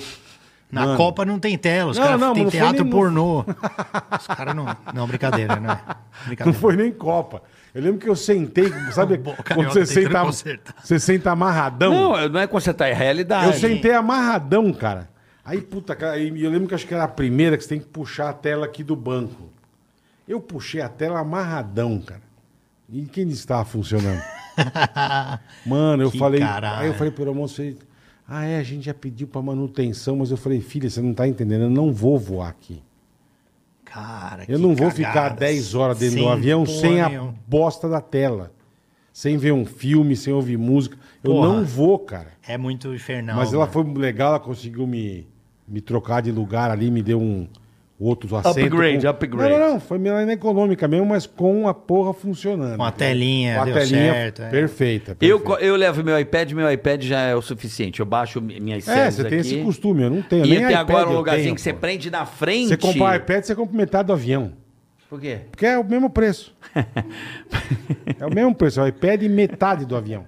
Na Mano. Copa não tem tela, os Não, caras não, têm não foi teatro nem- pornô. Os caras não. Não, brincadeira, né? Brincadeira. Não foi nem Copa. Eu lembro que eu sentei, sabe? Bom, quando carioca você tentando senta, consertar. você senta amarradão. Não, não é consertar, é realidade. eu sentei amarradão, cara. Aí, puta, cara, aí eu lembro que acho que era a primeira que você tem que puxar a tela aqui do banco. Eu puxei a tela amarradão, cara. E quem estava funcionando? Mano, eu Que falei. caralho. Aí eu falei pro almoço, ele, ah, é, a gente já pediu pra manutenção, mas eu falei, filha, você não tá entendendo, eu não vou voar aqui. Cara, Eu que não vou cagadas. ficar 10 horas dentro do Sim, avião porra sem a nenhuma. bosta da tela. Sem ver um filme, sem ouvir música. Eu Porra. não vou, cara. É muito infernal. Mas ela né? mano. foi legal, ela conseguiu me, me trocar de lugar ali, me deu um outro assento. Upgrade, com- upgrade. Não, não, não, foi melhor na econômica mesmo, mas com a porra funcionando. Com a telinha, Com a deu telinha certo, é. perfeita. Eu, perfeita. co- eu levo meu iPad, meu iPad já é o suficiente. Eu baixo mi- minhas É, séries você tem aqui. esse costume, eu não tenho. E nem até iPad agora um eu lugarzinho tenho, que você pô. prende na frente. Você comprar o iPad, você compra metade do avião. Por quê? Porque é o mesmo preço. é o mesmo preço, é o iPad e metade do avião.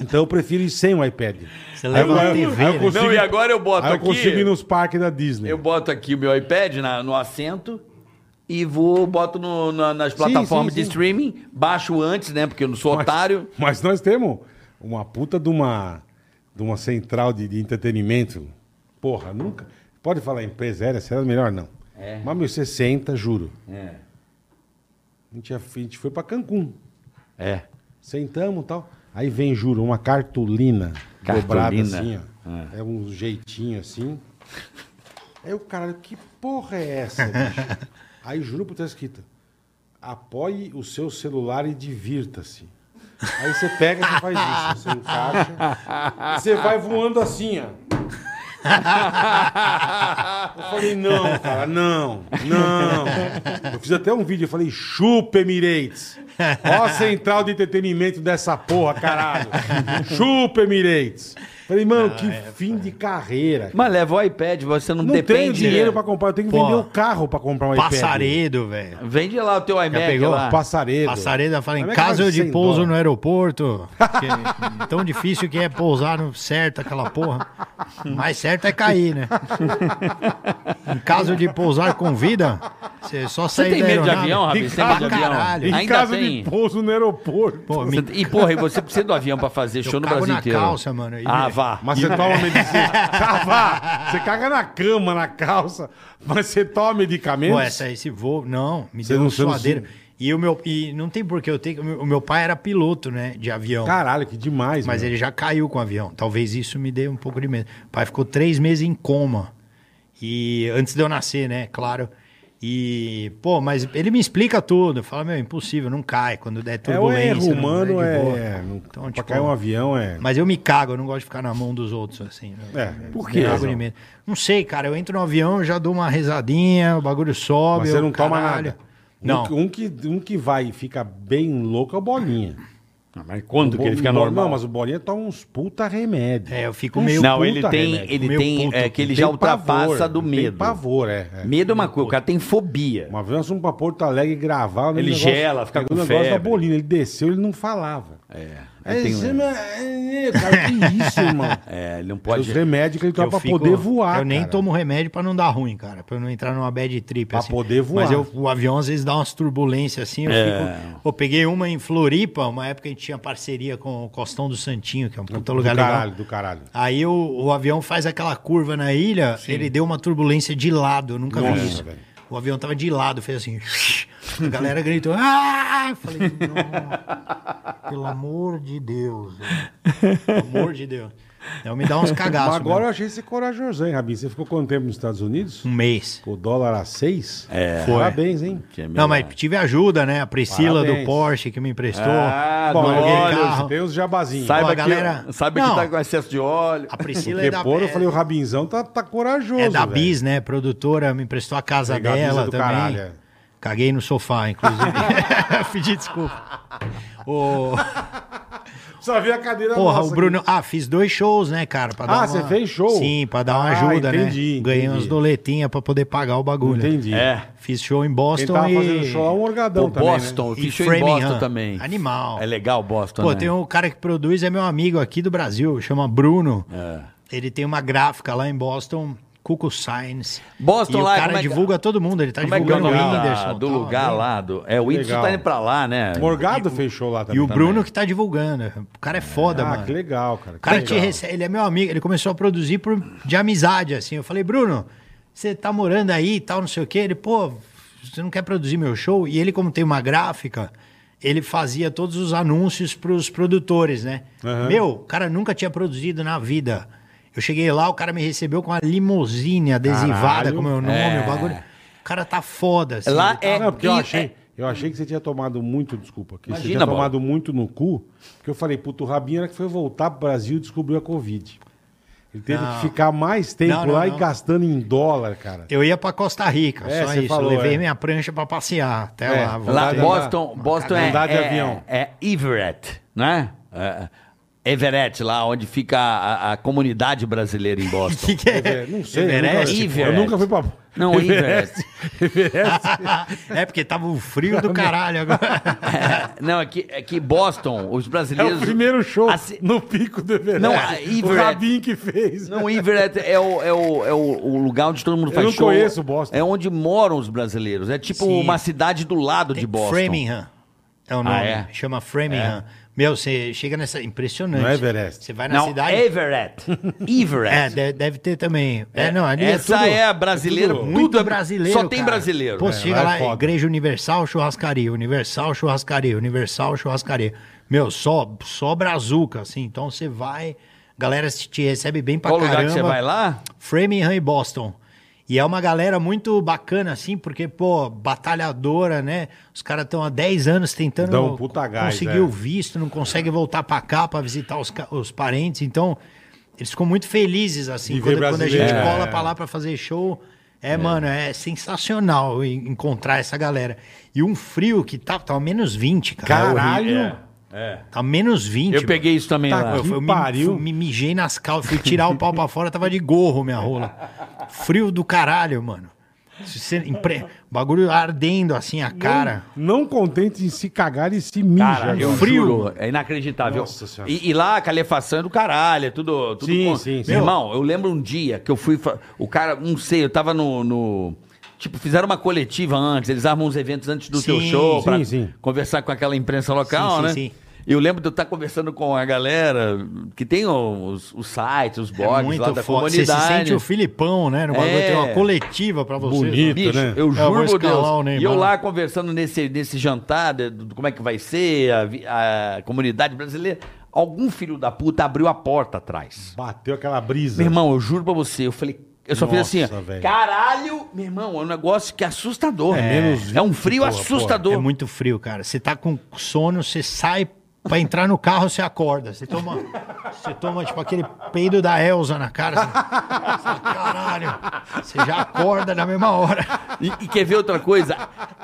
Então eu prefiro ir sem o iPad. Você Aí leva eu- uma aí eu- TV, aí eu né? consigo- Não, e agora eu boto Aí eu aqui. consigo ir nos parques da Disney. Eu boto aqui o meu iPad na- no assento e vou, boto no- na- nas Sim, plataformas sim, de sim. streaming, baixo antes, né? Porque eu não sou otário. Mas nós temos uma puta de uma, de uma central de, de entretenimento. Porra, nunca. Pode falar empresa aérea, será melhor não. Mas, meu, 60, juro. A gente, já- a gente foi pra Cancún. É. Sentamos e tal. Aí vem, juro, uma cartolina, dobrada Cartolina. assim, ó. É. um jeitinho assim. Aí o cara, que porra é essa, bicho? Aí juro por ter escrito. Apoie o seu celular e divirta-se. Aí você pega e você faz isso, você encaixa. E você vai voando assim, ó. Eu falei, não, cara, não, não. Eu fiz até um vídeo, eu falei, chupa Emirates. Ó a central de entretenimento dessa porra, caralho. Chupa Emirates. Falei, mano, que fim de carreira. Mas leva o iPad, você não, Não tenho depende. né? dinheiro pra comprar, eu tenho que Pô. vender o carro pra comprar um iPad. Passaredo, velho. Vende lá o teu iMac pegou? lá. Passaredo. Passareda fala, em Como é que caso faz de 100 pouso dólares? no aeroporto, porque é tão difícil que é pousar no certo aquela porra, mais certo é cair, né? em caso de pousar com vida, você só Você sai tem da medo de aeronave. avião, Rabi? Você tem medo pra de avião? caralho. Em Ainda caso tem. de pouso no aeroporto. Pô, me- Você- E porra, e você precisa do avião pra fazer show no cago Brasil na inteiro. calça, mano, e- Ah, vá. Mas você toma medicina. Ah, vá. Você caga na cama, na calça, mas você toma medicamento. Pô, essa, é esse voo, não, me Você deu não- um você não suadeiro. se- E, o meu, e não tem porquê eu ter. que- O meu- o meu pai era piloto, né? De avião. Caralho, que demais. Mas meu. ele já caiu com o avião. Talvez isso me dê um pouco de medo. O pai ficou três meses em coma. E antes de eu nascer, né? Claro. E, pô, mas ele me explica tudo. Fala, meu, impossível, não cai. Quando der É o erro turbulência. não- humano, de boa. é. não- Então, pra tipo, cair um avião é. Mas eu me cago, eu não gosto de ficar na mão dos outros, assim. né? É. Eu me cago de medo. Não sei, cara. Eu entro no avião, já dou uma rezadinha, o bagulho sobe. Mas você eu, não toma caralho. nada. Não. Um, que- um que, um que vai e fica bem louco é o Bolinha. Ah, mas quando Bo- Bo- Não, mas o Bolinha toma uns puta remédio. É, eu fico Uns meio Não, puta ele tem, remédio. ele Meio tem puto. é, que ele Tem já ultrapassa pavor, do tem medo. pavor, é, é. Medo é uma coisa, o cara tem fobia. Uma vez nós fomos pra Porto Alegre gravar. Ele gela, fica com O negócio da febre. Bolina. Ele desceu, ele não falava. É, É, aí tem- isso, mas- é, cara, que isso, irmão? é, ele não Pode... Os pode. remédios que ele toma Eu pra fico- poder voar, Eu nem cara. tomo remédio pra não dar ruim, cara. Pra eu não entrar numa bad trip. Pra assim. poder voar. Mas eu- o avião às vezes dá umas turbulências assim. Eu, fico, eu peguei uma em Floripa, uma época a gente tinha parceria com o Costão do Santinho, que é um puta lugar do legal. caralho, do caralho. Aí o, o avião faz aquela curva na ilha, ele deu uma turbulência de lado, eu nunca Nossa, vi isso. velho. O avião tava de lado, fez assim. A galera gritou. Ah! Eu Falei, não, pelo amor de Deus. velho. Pelo amor de Deus. Então me dá uns cagaços. Mas agora mesmo. eu achei você corajoso, hein, Rabin? Você ficou quanto tempo nos Estados Unidos? Um mês. Com o dólar a seis? É. Foi. Parabéns, hein? Que é Não, mas melhor. tive ajuda, né? A Priscila Parabéns. do Porsche que me emprestou. Ah, Bom, do aluguei olha, carro. tem os jabazinhos. Sai- Saiba, Ó, que, a galera- saiba Não. que tá com excesso de óleo. A Priscila Porque, é da porra, eu é- falei, o Rabinzão tá, tá corajoso, é da velho. Bis, né? Produtora, me emprestou a casa Legal, Bis é dela do também. caralho, é. Caguei no sofá, inclusive. Pedi desculpa. O... Precisa ver a cadeira Porra, nossa o Bruno. Ah, fiz dois shows, né, cara? Pra dar Ah, você fez show? Sim, pra dar uma Ah, ajuda, entendi, né? Ganhei entendi. umas doletinhas pra poder pagar o aqui. bagulho. Entendi. É. Fiz show em Quem Boston tava e. fazendo show lá é um orgadão Pô, também, né? Boston, e fiz show em Framingham. Boston também. Animal. É legal Boston, Pô, um né? tem um cara que produz, é meu amigo aqui do Brasil, chama Bruno. Ele tem uma gráfica lá em Boston, Cuco Science. Boston e lá, o cara como é que- divulga todo mundo, ele tá Como é que é o divulgando nome o da- Whindersson. do tal, lugar né? lá? Do, é, o Whindersson Legal. tá indo pra lá, né? Morgado fechou lá também. E o também. Bruno que tá divulgando. O cara é foda, Ah, mano. que legal, cara. O que cara te legal. recebe, ele é meu amigo, ele começou a produzir por, de amizade, assim. Eu falei, Bruno, você tá morando aí e tal, não sei o quê. Ele, pô, você não quer produzir meu show? E ele, como tem uma gráfica, ele fazia todos os anúncios pros produtores, né? Meu, o cara nunca tinha produzido na vida. Eu cheguei lá, o cara me recebeu com uma limusine adesivada Caralho. É. com o meu nome, o bagulho. O cara tá foda, assim. Lá ele tá- é. Não, porque eu e- achei, eu achei que você tinha tomado muito, desculpa, que você Imagina, tinha Bola. tomado muito no cu, porque eu falei, puto, o Rabinho era que foi voltar pro Brasil e descobriu a Covid. Ele teve que ficar mais tempo Não, não, lá e não. gastando em dólar, cara. Eu ia pra Costa Rica, É, só você isso. falou, eu levei é. minha prancha pra passear até É, lá. é, lá, Andar- Boston, Boston é, andar de é- avião. é Everett, né? É, Everett, lá onde fica a, a comunidade brasileira em Boston. que, que É, não sei. Everest? eu, nunca, eu nunca fui pra. Não, Everett. é porque tava um frio do caralho agora. É, não, é que, é que Boston, os É brasileiros. o primeiro show Assim, no pico do Everest. Não, Não, a o Everett- Rabinho que fez. Não, Everett é o, é, o, é o o lugar onde todo mundo faz não show. conheço Boston. É onde moram os brasileiros. É tipo Sim. uma cidade do lado de Boston. Framingham é o nome. é? Chama Framingham. Meu, você chega nessa. Impressionante. Não é Everest. Você vai na Não, é cidade. Everett. Everett. É, de- deve, ter também. É, não, ali Essa é tudo. é a brasileira. tudo Tudo, Muito é brasileiro. Só tem cara. brasileiro. Pô, É. chega lá é lá, foda. Igreja Universal Churrascaria, Universal Churrascaria, Universal Churrascaria. Meu, só, só brazuca, assim. Então você vai. Galera te recebe bem pra Qual caramba. lugar que você vai lá? Framingham e Boston. E é uma galera muito bacana, assim, porque, pô, batalhadora, né? Os caras estão há 10 anos tentando Dão um puta gás, conseguir é. o visto, não conseguem voltar pra cá pra visitar os, ca- os parentes. Então, eles ficam muito felizes, assim, De ver quando, quando a brasileiro. gente É. cola pra lá pra fazer show. É, mano, é sensacional en- encontrar essa galera. E um frio que tá, tá menos 20, cara. Caralho. É. Tá menos 20. Eu peguei isso também Tá lá. aqui. Ah, Eu, Que eu me, pariu. fui- me mijei nas calças, fui tirar o pau pra fora, tava de gorro minha rola. Frio do caralho, mano. Se você empre- Bagulho ardendo assim a cara. Não contente em se cagar e se mija. Cara, agora. eu frio. juro, é inacreditável. Nossa Senhora. e, e lá a calefação é do caralho, é tudo. tudo Sim, sim, sim. Meu irmão, eu lembro um dia que eu fui. fa- O cara, não sei, eu tava no. no- tipo, fizeram uma coletiva antes, eles armam uns eventos antes do Sim, teu show sim, pra sim. conversar com aquela imprensa local, Sim, né? sim, sim. Eu lembro de eu estar conversando com a galera que tem os, os sites, os blogs é muito lá da foda. Você comunidade. se sente o Filipão, né? No bagulho É. tem uma coletiva pra você. Bonito. Bicho, né? eu É, vou juro por escalar o Deus. Neymar. E eu lá conversando nesse, nesse jantar, de- do- como é que vai ser, a, vi- a comunidade brasileira. Algum filho da puta abriu a porta atrás. Bateu aquela brisa. Meu irmão, eu juro pra você, eu falei. Eu só Nossa, fiz assim, ó, velho. caralho, meu irmão, é um negócio que é assustador. É, menos um frio porra, assustador. É muito frio, cara. Você tá com sono, você sai pra entrar no carro, você acorda. Você toma, você toma tipo aquele peido da Elza na cara. Você, você fala, caralho. Você já acorda na mesma hora. E, e quer ver outra coisa?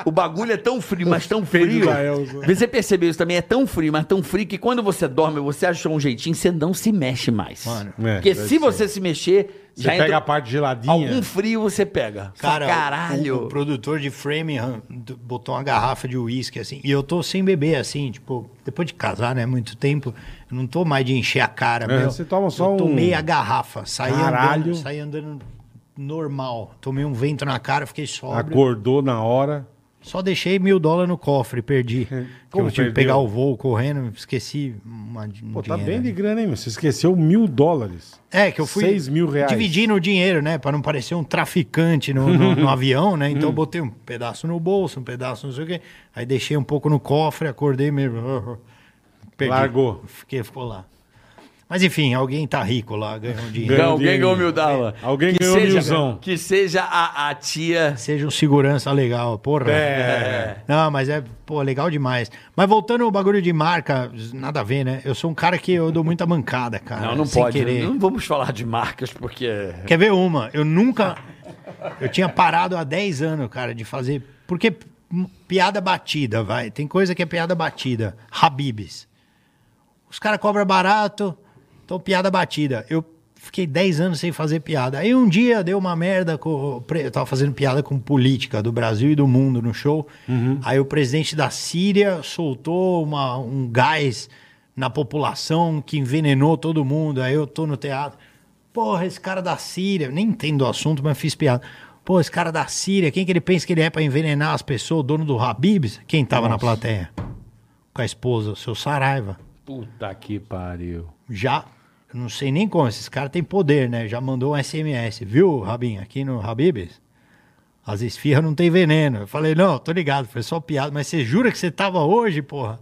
O bagulho é tão frio, mas tão frio. da é Elza. Você percebeu isso também? É tão frio, mas tão frio que quando você dorme, você achou um jeitinho, você não se mexe mais. Mano. É, Porque deve se ser. você se mexer, Você já pega entra- a parte geladinha. algum frio você pega. Fala, Cara, caralho. O, o produtor de Framingham d- botou uma garrafa de uísque, assim, e eu tô sem beber, assim, tipo, depois de casar, né, muito tempo, eu não tô mais de encher a cara, É, meu. você toma só eu um- tomei a garrafa, saí Caralho. andando, saí andando normal, tomei um vento na cara, fiquei sóbrio, Acordou na hora. só deixei mil dólares no cofre, perdi. Como eu perdeu? tive que pegar o voo correndo, esqueci uma, um Pô, tá dinheiro, bem né? de grana, hein? meu? Você esqueceu mil dólares. É, que eu fui Seis mil reais. dividindo o dinheiro, né? Pra não parecer um traficante no, no- no avião, né? Hum. Então eu botei um pedaço no bolso, um pedaço não sei o quê. Aí deixei um pouco no cofre, acordei mesmo. Peguei. Largou. Fiquei, ficou lá. Mas enfim, alguém tá rico lá, ganhou um dinheiro. Ganhou. Não, alguém dinheiro. ganhou mil dólares. é, Alguém ganhou milzão. Que seja a, a tia. Seja um segurança legal, porra. É. Não, mas é, pô, legal demais. Mas voltando ao bagulho de marca, nada a ver, né? Eu sou um cara que eu dou muita mancada, cara. Não, não sem pode. Querer. Não vamos falar de marcas, porque. É. Quer ver uma? Eu nunca. Eu tinha parado há 10 anos, cara, de fazer. Porque m- piada batida, vai. Tem coisa que é piada batida. Habibs. Os caras cobram barato, então piada batida. Eu fiquei 10 anos sem fazer piada. Aí um dia deu uma merda. Com, o pre- eu tava fazendo piada com política do Brasil e do mundo no show. Aí o presidente da Síria soltou uma- um gás na população que envenenou todo mundo. Aí eu tô no teatro Porra, esse cara da Síria, nem entendo o assunto, mas fiz piada. Pô, esse cara da Síria, quem que ele pensa que ele é pra envenenar as pessoas? O dono do Habibs? Quem tava na plateia? Com a esposa, o seu Saraiva. Puta que pariu. Já, eu não sei nem como, esses caras têm poder, né? Já mandou um SMS, viu, Rabin? Aqui no Habibs? As esfirras não tem veneno. Eu falei, não, tô ligado, foi só piada, mas você jura que você tava hoje, porra?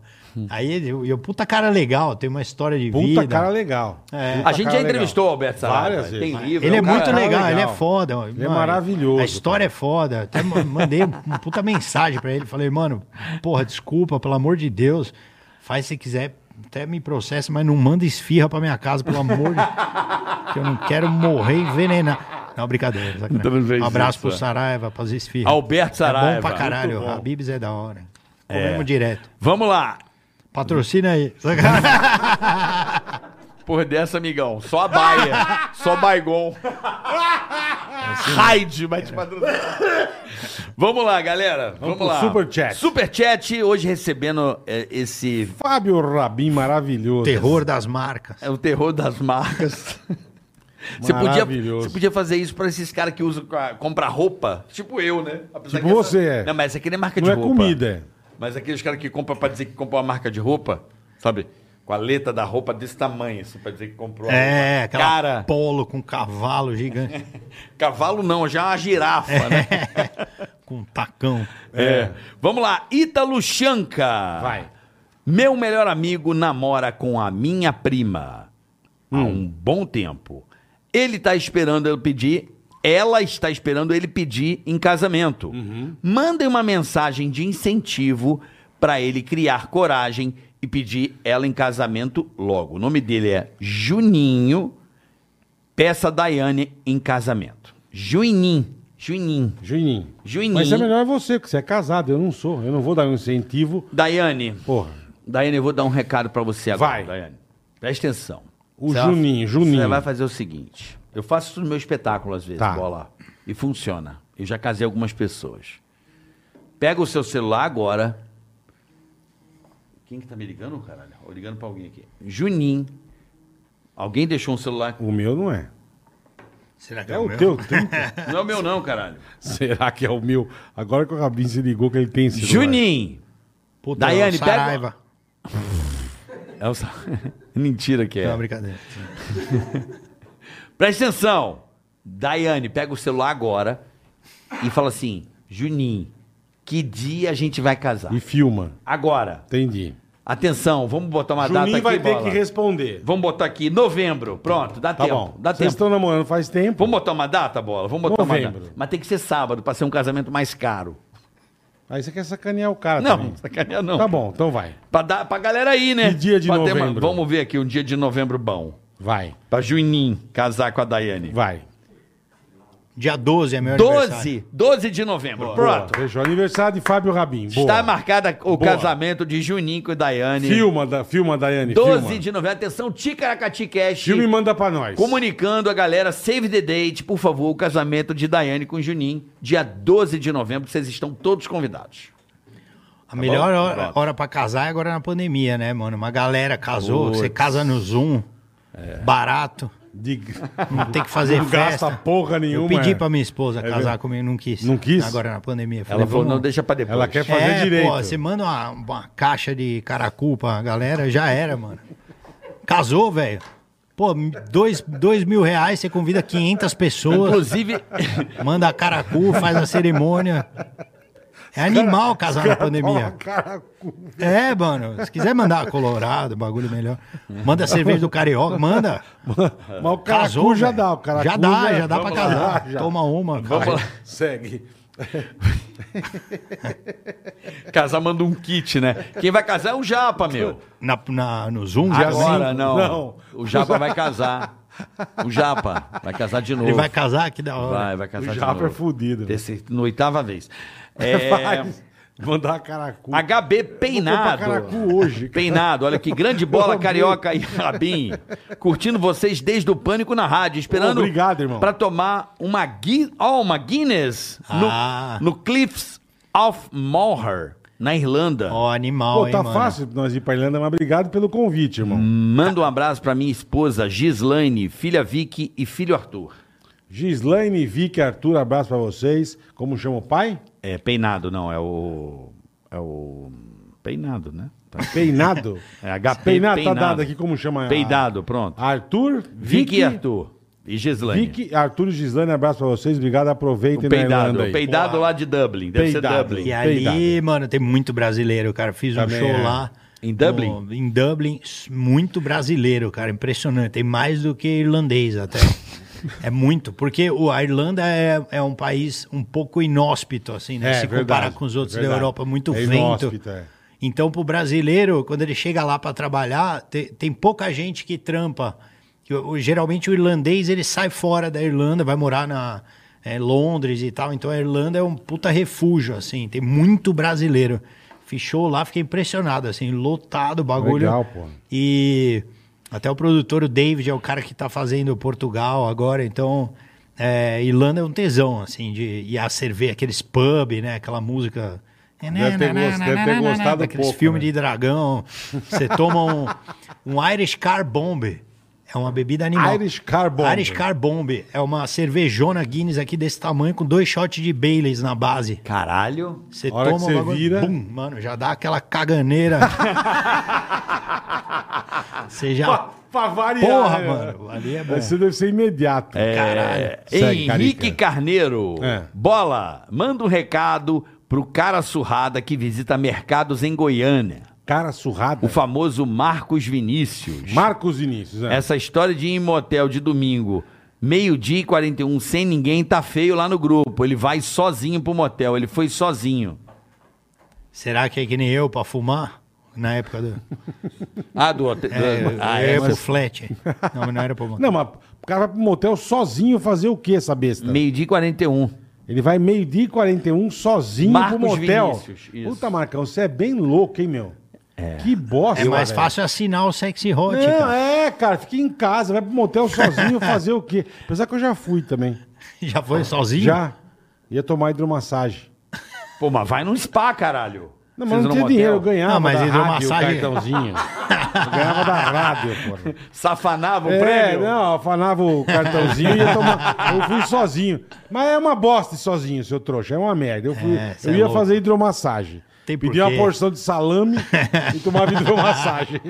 Aí ele- eu, eu, puta cara legal, tem uma história de Hum. Puta vida. cara legal. É. Puta a gente já cara legal. entrevistou o Alberto Saraiva. Várias Tem vezes. livro. Ele é um cara- muito cara legal, ele é legal. foda. Ele é maravilhoso, A história é foda. Até ma- mandei uma puta mensagem pra ele. Falei, mano, porra, desculpa, pelo amor de Deus. Faz se quiser, até me processa, mas não manda esfirra pra minha casa, pelo amor de Que eu não quero morrer envenenar. Não, brincadeira. sacanagem. Também fez Um abraço isso, pro é. Saraiva, pras esfirras. Alberto É bom Saraiva. pra caralho. A Bibis é da hora. Comemos direto. Vamos lá. Patrocina aí. Sacanagem. Por dessa, amigão. Só a baia. só Baigon. Assim. Raid, mas te patrocinar. Vamos lá, galera. Vamos, pro lá. superchat. Superchat, hoje recebendo é, esse. Fábio Rabin, maravilhoso. Terror das marcas. É o terror das marcas. Você podia, Maravilhoso. você podia fazer isso pra esses caras que usam, pra- comprar roupa? Tipo eu, né? Apesar Tipo que você, é. Não, mas essa aqui não é marca Não é de roupa. comida. Mas aqueles caras que compram pra dizer que comprou uma marca de roupa, sabe? Com a letra da roupa desse tamanho, assim, pra dizer que comprou. a É, roupa. aquela Cara, polo com cavalo gigante. cavalo não, já é uma girafa, né? com um tacão. É. Vamos lá, Ítalo Chanca. Vai. Meu melhor amigo namora com a minha prima há um bom tempo. Ele tá esperando eu pedir, ela está esperando ele pedir em casamento. Mandem uma mensagem de incentivo para ele criar coragem e pedir ela em casamento logo. O nome dele é Juninho. Peça a Daiane em casamento. Juninho. Juninho. Juninho. Juninho. Mas é melhor você, porque você é casado, eu não sou. Eu não vou dar um incentivo. Daiane. Porra. Daiane, eu vou dar um recado pra você agora. Vai. Daiane. Presta atenção. O Juninho, Juninho. Você vai fazer o seguinte. Eu faço isso no meu espetáculo às vezes, Tá. bola. E funciona. Eu já casei algumas pessoas. Pega o seu celular agora. Quem que tá me ligando, caralho? Ou ligando pra alguém aqui. Juninho. Alguém deixou um celular. O meu não é. Será que É o teu 30. Não é o meu, não, caralho. Será que é o meu? Agora que o Rabin se ligou que ele tem esse Juninho! Puta, Daiane, não, Saraiva. É o... Mentira que é. Não, brincadeira. Presta atenção. Daiane, pega o celular agora e fala assim: Juninho, que dia a gente vai casar? E filma. Agora. Entendi. Atenção, vamos botar uma data Juninho aqui. vai ter Bola. que responder. Vamos botar aqui novembro. Pronto, dá Tá tempo. bom. Dá Vocês tempo. estão namorando faz tempo. Vamos botar uma data, bola? Vamos botar uma Novembro. data. Mas tem que ser sábado pra ser um casamento mais caro. Aí você quer sacanear o cara não, também. sacaneia não. Tá bom, então vai. Pra, dar, pra galera aí, né? Que dia de Pra ter novembro? Vamos ver aqui um dia de novembro bom. Vai, Pra Juninho casar com a Daiane. vai. Dia 12 é meu aniversário. 12, 12 de novembro. Pronto. Boa, Fechou. Aniversário de Fábio Rabin. Boa. Está marcada o Boa. casamento de Juninho e Daiane. Filma, da, filma Daiane. 12 filma. de novembro. Atenção, Ticaracati Cash. Filma e manda pra nós. Comunicando a galera, save the date, por favor, o casamento de Daiane com Juninho, dia 12 de novembro. Vocês estão todos convidados. A melhor Tá bom? hora, Pronto. hora pra casar é agora na pandemia, né, mano? Uma galera casou, você casa no Zoom, É. barato, De- não tem que fazer Não festa. gasta porra nenhuma. Eu pedi é. pra minha esposa casar mesmo? comigo, não quis. Não quis? Agora na pandemia. Ela falou, não, deixa pra depois. Ela quer fazer é, direito. Pô, você manda uma, uma caixa de caracu pra galera, já era, mano. Casou, velho. Pô, dois, dois mil reais, você convida 500 pessoas. Inclusive, Manda caracu, faz a cerimônia. É animal casar na Toma, pandemia. cara, cu. É, mano. Se quiser mandar Colorado, bagulho melhor. Manda a cerveja do Carioca, manda. Mas o cara É. Casou, já velho. dá. O cara já dá, já dá pra casar. já. Toma uma, cara. vamos lá. Segue. Casar manda um kit, né? Quem vai casar é o Japa, meu. Na, na- no Zoom, já Agora, cinco? não. Não. O Japa vai casar. O Japa vai casar de novo. ele vai casar, que da hora. Vai, vai casar O de Japa novo. é fudido. Terceira- no oitava vez. É, Vai. Mandar caracu. HB comprar Peinado. caracu hoje, cara. Peinado, olha que grande Meu bola amigo. carioca e Rabin. Curtindo vocês desde o pânico na rádio, esperando Obrigado, irmão. pra tomar uma, Gui... ó, uma Guinness no, Ah. no Cliffs of Moher. na Irlanda. Ó, animal, Pô, hein, tá mano. Hum. fácil nós ir pra Irlanda, mas obrigado pelo convite, irmão. Manda um abraço pra minha esposa Gislaine, filha Vicky e filho Arthur. Gislaine, Vicky, Arthur, abraço pra vocês. Como chama o pai? É peinado, não, é o é o peinado, né? Tá. Peinado. É HP Peinado, tá peinado. dado aqui como chama. a- Peidado, pronto. Arthur, Vicky e Arthur e Gislaine. Vicky, Arthur e Gislaine, abraço pra vocês. Obrigado, aproveitem né, O na Irlanda peidado, aí. o peidado lá de Dublin, deve ser Peidado. Dublin. E ali, mano, tem muito brasileiro, cara. Fiz um Também show é. lá. Em Dublin? no- em Dublin, s- muito brasileiro, cara. Impressionante. Tem mais do que irlandês até. é muito, porque o, a Irlanda é, é um país um pouco inóspito, assim, né? É, Se comparar verdade, com os outros verdade. da Europa, muito É vento. inóspito, é. Então, pro brasileiro, quando ele chega lá para trabalhar, te- tem, pouca gente que trampa. Que o- o- geralmente o irlandês ele sai fora da Irlanda, vai morar na eh, Londres e tal. Então a Irlanda é um puta refúgio, assim. Tem muito brasileiro. Fichou lá, fiquei impressionado, assim, lotado o bagulho. Legal, pô. E até o produtor, o David, é o cara que tá fazendo Portugal agora, então. é, Irlanda é um tesão, assim, de ir a cerveja, aqueles pub, né? Aquela música. Deve Né, ter gost- deve ter gostado Aqueles pouco, filmes né? de dragão. Você toma um, um Irish Car Bomb. É uma bebida animal. Irish Car Bomb. Irish Car Bomb. É uma cervejona Guinness aqui desse tamanho com dois shots de Baileys na base. Caralho. Você A hora toma que você o bagulho, vira- bum, mano, já dá aquela caganeira. Você já... Pra variar. Porra, né? mano, ali é bom. Isso deve ser imediato. Caralho. Segue, É, Henrique Carica. Carneiro. É. Bola, manda um recado pro cara surrada que visita mercados em Goiânia. Cara surrado. O famoso Marcos Vinícius. Marcos Vinícius, né? Essa história de ir em motel de domingo, meio-dia e 41, sem ninguém, tá feio lá no grupo. Ele vai sozinho pro motel, ele foi sozinho. Será que é que nem eu pra fumar? Na época do... Ah, do hotel. É, do- ah, eu é, ia pro flat. Não, mas não era pro Não, mas o cara vai pro motel sozinho fazer o quê, essa besta? meio-dia e 41. Ele vai meio-dia e 41 sozinho Marcos pro motel. Vinícius, isso. Puta, Marcão, você é bem louco, hein, meu? Que bosta, É mais velho. fácil assinar o sexy hot, Não, cara. é, cara, fica em casa, vai pro motel sozinho fazer o quê? Apesar que eu já fui também. Já foi sozinho? é. Já. Ia tomar hidromassagem. Pô, mas vai num spa, caralho. Não, mas Vocês não tinha motel. dinheiro, eu ganhava Não, mas da rádio o hidromassagem- cartãozinho. Eu ganhava da rádio, porra. Safanava o É, prêmio? não, eu fanava o cartãozinho e ia tomar. Eu fui sozinho. Mas é uma bosta ir sozinho, seu trouxa. É uma merda. Eu, fui, É, cê eu é ia louco. fazer hidromassagem. Tem Pedi porquê. uma porção de salame e tomava hidromassagem.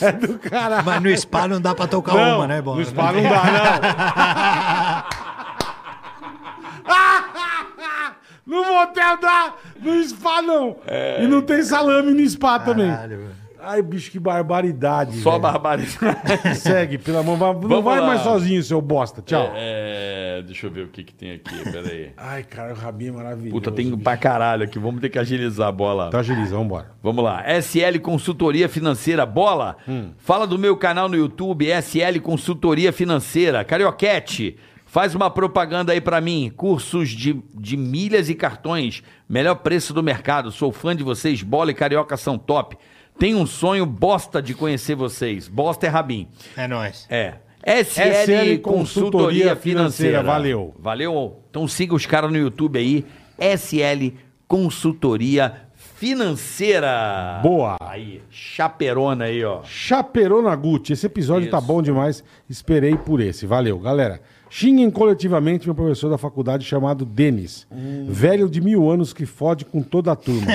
É do caralho. Mas no spa não dá pra tocar Não, uma, né, Bola? No spa não dá, não. no motel dá, no spa não. É. E não tem salame no spa também. Caralho, velho. Ai, bicho, que barbaridade. Só velho. barbaridade. Segue, pelo amor. Vai, não Vamos vai lá. mais sozinho, seu bosta. Tchau. É, deixa eu ver o que, que tem aqui, peraí. Ai, cara, o rabinho é maravilhoso. Puta, tem um pra caralho aqui, vamos ter que agilizar a bola. Tá, Gilizão, vambora. Vamos lá. SL Consultoria Financeira Bola. Fala do meu canal no YouTube, SL Consultoria Financeira. Carioquete, faz uma propaganda aí pra mim. Cursos de, de milhas e cartões. Melhor preço do mercado. Sou fã de vocês. Bola e Carioca são top. Tenho um sonho bosta de conhecer vocês. Bosta é Rabin. É nóis. É. SL, SL Consultoria, Consultoria Financeira, Financeira. valeu. Valeu. Então siga os caras no YouTube aí. SL Consultoria Financeira. Boa. Aí, chaperona aí, ó. Chaperona Gucci, esse episódio tá bom demais. Esperei por esse. Valeu, galera. Xinguem coletivamente meu professor da faculdade chamado Denis. Hum. Velho de mil anos que fode com toda a turma.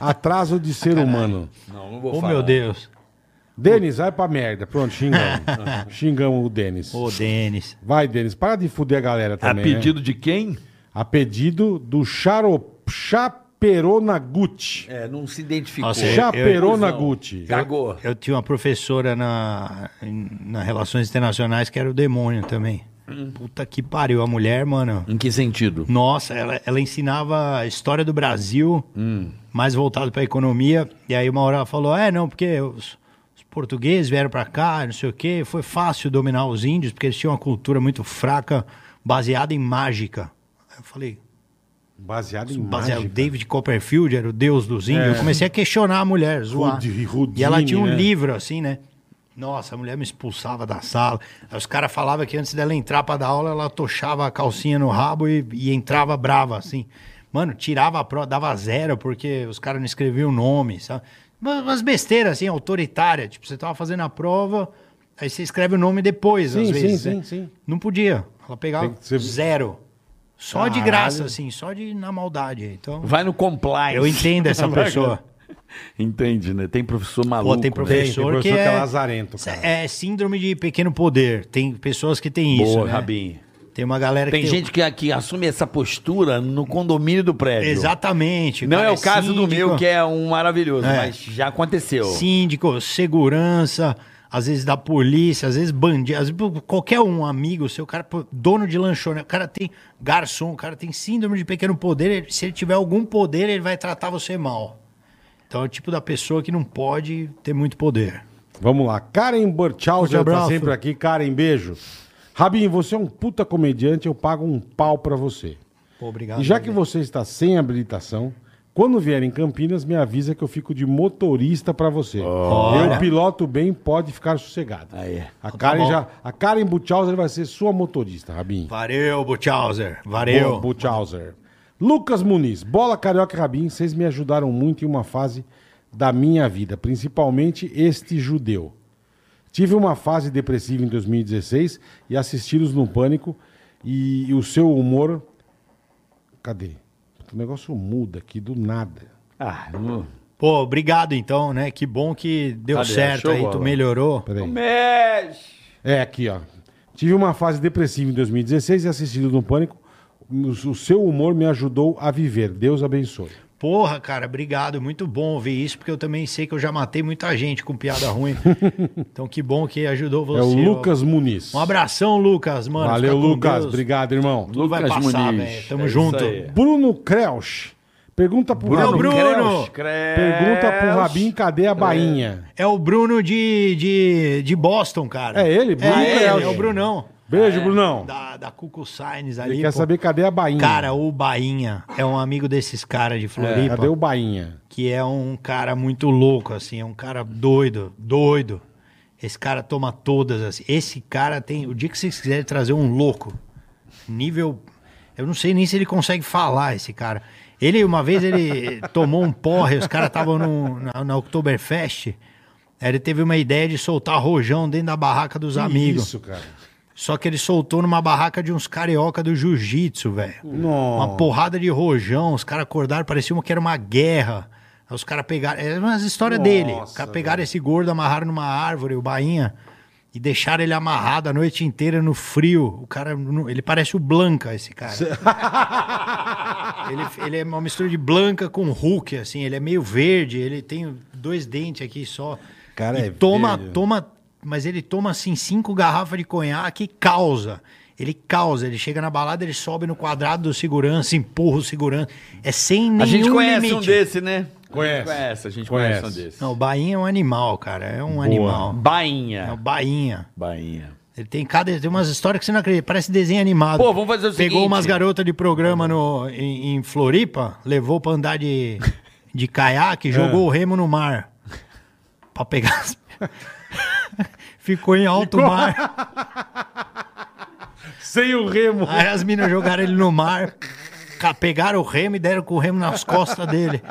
Atraso de ser humano. Não, não Ô, meu Deus. Denis, vai pra merda. Pronto, xingamos. xingamos o Denis. Ô, Denis. Vai, Denis, para de fuder a galera também. né? de quem? A pedido do Charo... Chaperona Gucci. É, não se identificou. Nossa, eu- é Chaperona Gucci. Cagou. Eu tinha uma professora na, em- na Relações Internacionais que era o demônio também. Hum. Puta que pariu. A mulher, mano. Em que sentido? Nossa, ela, ela ensinava a história do Brasil, Hum. mais voltado para economia. E aí uma hora ela falou: é, não, porque os, os portugueses vieram para cá, não sei o quê. Foi fácil dominar os índios, porque eles tinham uma cultura muito fraca, baseada em mágica. Aí Eu falei, Baseado em baseado, mágica. É. David Copperfield era o deus dos índios. Eu comecei a questionar a mulher, zoar. Rudi- Rudine, e ela tinha um né? livro, assim, né? Nossa, a mulher me expulsava da sala. Aí os caras falavam que antes dela entrar pra dar aula, ela tochava a calcinha no rabo e, e entrava brava, assim. Mano, tirava a prova, dava zero, porque os caras não escreviam o nome, sabe? Umas umas besteiras, assim, autoritária. Tipo, você tava fazendo a prova, aí você escreve o nome depois, às Sim, sim, vezes. sim, né? sim. Não podia. Ela pegava Tem que ser- zero. Só de Caralho. graça, assim, só de na maldade. Então, Vai no compliance. eu entendo essa pessoa. Entende, né? Tem professor maluco. Pô, tem né? Tem, tem professor, professor que, que é é, lazarento, cara. é síndrome de pequeno poder. Tem pessoas que têm isso, Boa, né? Rabinho. Tem um- uma galera que Tem gente que, que assume essa postura no condomínio do prédio. Exatamente. Não cara, é o caso do síndico, meu, que é um maravilhoso, É. mas já aconteceu. Síndico, segurança, às vezes da polícia, às vezes bandido, às vezes qualquer um, amigo seu, cara, pô, dono de lanchonete, o cara tem garçom, o cara tem síndrome de pequeno poder, ele- se ele tiver algum poder, ele vai tratar você mal. Então é o tipo da pessoa que não pode ter muito poder. Vamos lá. Karen Burchau Forte já tá abraço. sempre aqui. Karen, beijo. Rabinho, você é um puta comediante, eu pago um pau pra você. Pô, obrigado. E já que André. você está sem habilitação, quando vier em Campinas, me avisa que eu fico de motorista pra você. Eu piloto bem, pode ficar sossegado. A Karen, Tá bom. já, a Karen Buchhauser vai ser sua motorista, Rabinho. Valeu, Butchauser. Boa, Valeu. Buchhauser. Lucas Muniz, bola carioca e Rabin, vocês me ajudaram muito em uma fase da minha vida, principalmente este judeu. Tive uma fase depressiva em 2016 e assisti-los no pânico e, e o seu humor. Cadê? O negócio muda aqui do nada. Ah, não. Pô, obrigado então, né? Que bom que deu Cadê? certo Show, aí, tu bola. melhorou. Peraí. Mexe! É, aqui, ó. Tive uma fase depressiva em 2016 e assistido no pânico. O o seu humor me ajudou a viver. Deus abençoe. Porra, cara, obrigado. Muito bom ouvir isso, porque eu também sei que eu já matei muita gente com piada ruim. então que bom que ajudou você. É o ó. Lucas Muniz. Um abração, Lucas, mano. Valeu, Fica com Lucas. Deus. Obrigado, irmão. Tudo vai Lucas passar, Muniz. velho. Tamo É isso junto. aí. Bruno Krelsch. Pergunta pro É o Rabin. Bruno. Pergunta pro Rabin, cadê a bainha? É o Bruno de, de, de Boston, cara. É ele? Bruno é, ele, Krelsch. é o Brunão. Beijo, Brunão. Da, da Cuco Signs ali. Ele quer pô. saber cadê a bainha. Cara, o Bainha é um amigo desses caras de Floripa. É, cadê o bainha? que é um cara muito louco, assim, é um cara doido, doido. Esse cara toma todas, assim. Esse cara tem. O dia que vocês quiserem trazer um louco, nível. Eu não sei nem se ele consegue falar, esse cara. Ele, uma vez, ele tomou um porre, os caras estavam no- na, na Oktoberfest. Aí ele teve uma ideia de soltar rojão dentro da barraca dos amigos. Isso, cara. Só que ele soltou numa barraca de uns carioca do jiu-jitsu, velho. Nossa. Uma porrada de rojão, os caras acordaram, parecia uma que era uma guerra. Aí os caras pegaram. É uma história Nossa, dele. Os caras pegaram velho. esse gordo, amarraram numa árvore, o bainha, e deixaram ele amarrado a noite inteira no frio. O cara. não- Ele parece o Blanca, esse cara. ele, ele é uma mistura de Blanca com Hulk, assim. Ele é meio verde, ele tem dois dentes aqui só. Cara, e é toma, velho. toma, mas ele toma assim cinco garrafas de conhaque e causa. Ele causa, ele chega na balada, ele sobe no quadrado do segurança, empurra o segurança. É sem nenhum A gente conhece limite. um desse, né? Conhece. Conhece, a gente Conhece. conhece, um desse. Não, o Bainha é um animal, cara. É um animal. É o Bainha. Bainha. Bainha. Ele tem cada. Tem umas histórias que você não acredita. Parece desenho animado. Pô, vamos fazer o Pegou seguinte. umas garotas de programa no, em, em Floripa, levou pra andar de, de caiaque, jogou Ah. o remo no mar. Pra pegar. as- Ficou em alto mar. Sem o remo. Aí as minas jogaram ele no mar, ca- pegaram o remo e deram com o remo nas costas dele.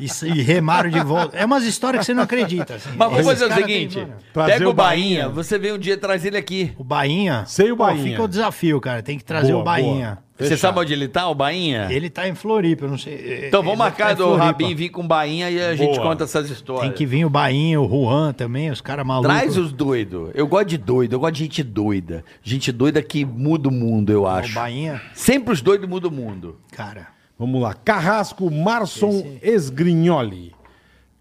E, se- e remaram de volta. É umas histórias que você não acredita. assim. Mas vamos Esses fazer o cara tem, seguinte: mano, Trazer pega o o Bainha, Bainha. você vem um dia e traz ele aqui. o Bainha. Sei o Pô, Bainha. fica o desafio, cara. Tem que trazer Boa, o Bainha. boa. Você Fechado. sabe onde ele tá, o Bainha? Ele tá em Floripa, eu não sei. Então vamos Ele vai marcar ficar em do Floripa. Rabin vir com o Bainha e a gente Boa. conta essas histórias. Tem que vir o Bainha, o Juan também, os caras malucos. Traz os doidos. Eu gosto de doido, eu gosto de gente doida. Gente doida que muda o mundo, eu O acho. Bainha, Sempre os doidos mudam o mundo. cara. Vamos lá. Carrasco Marson Esgrignoli.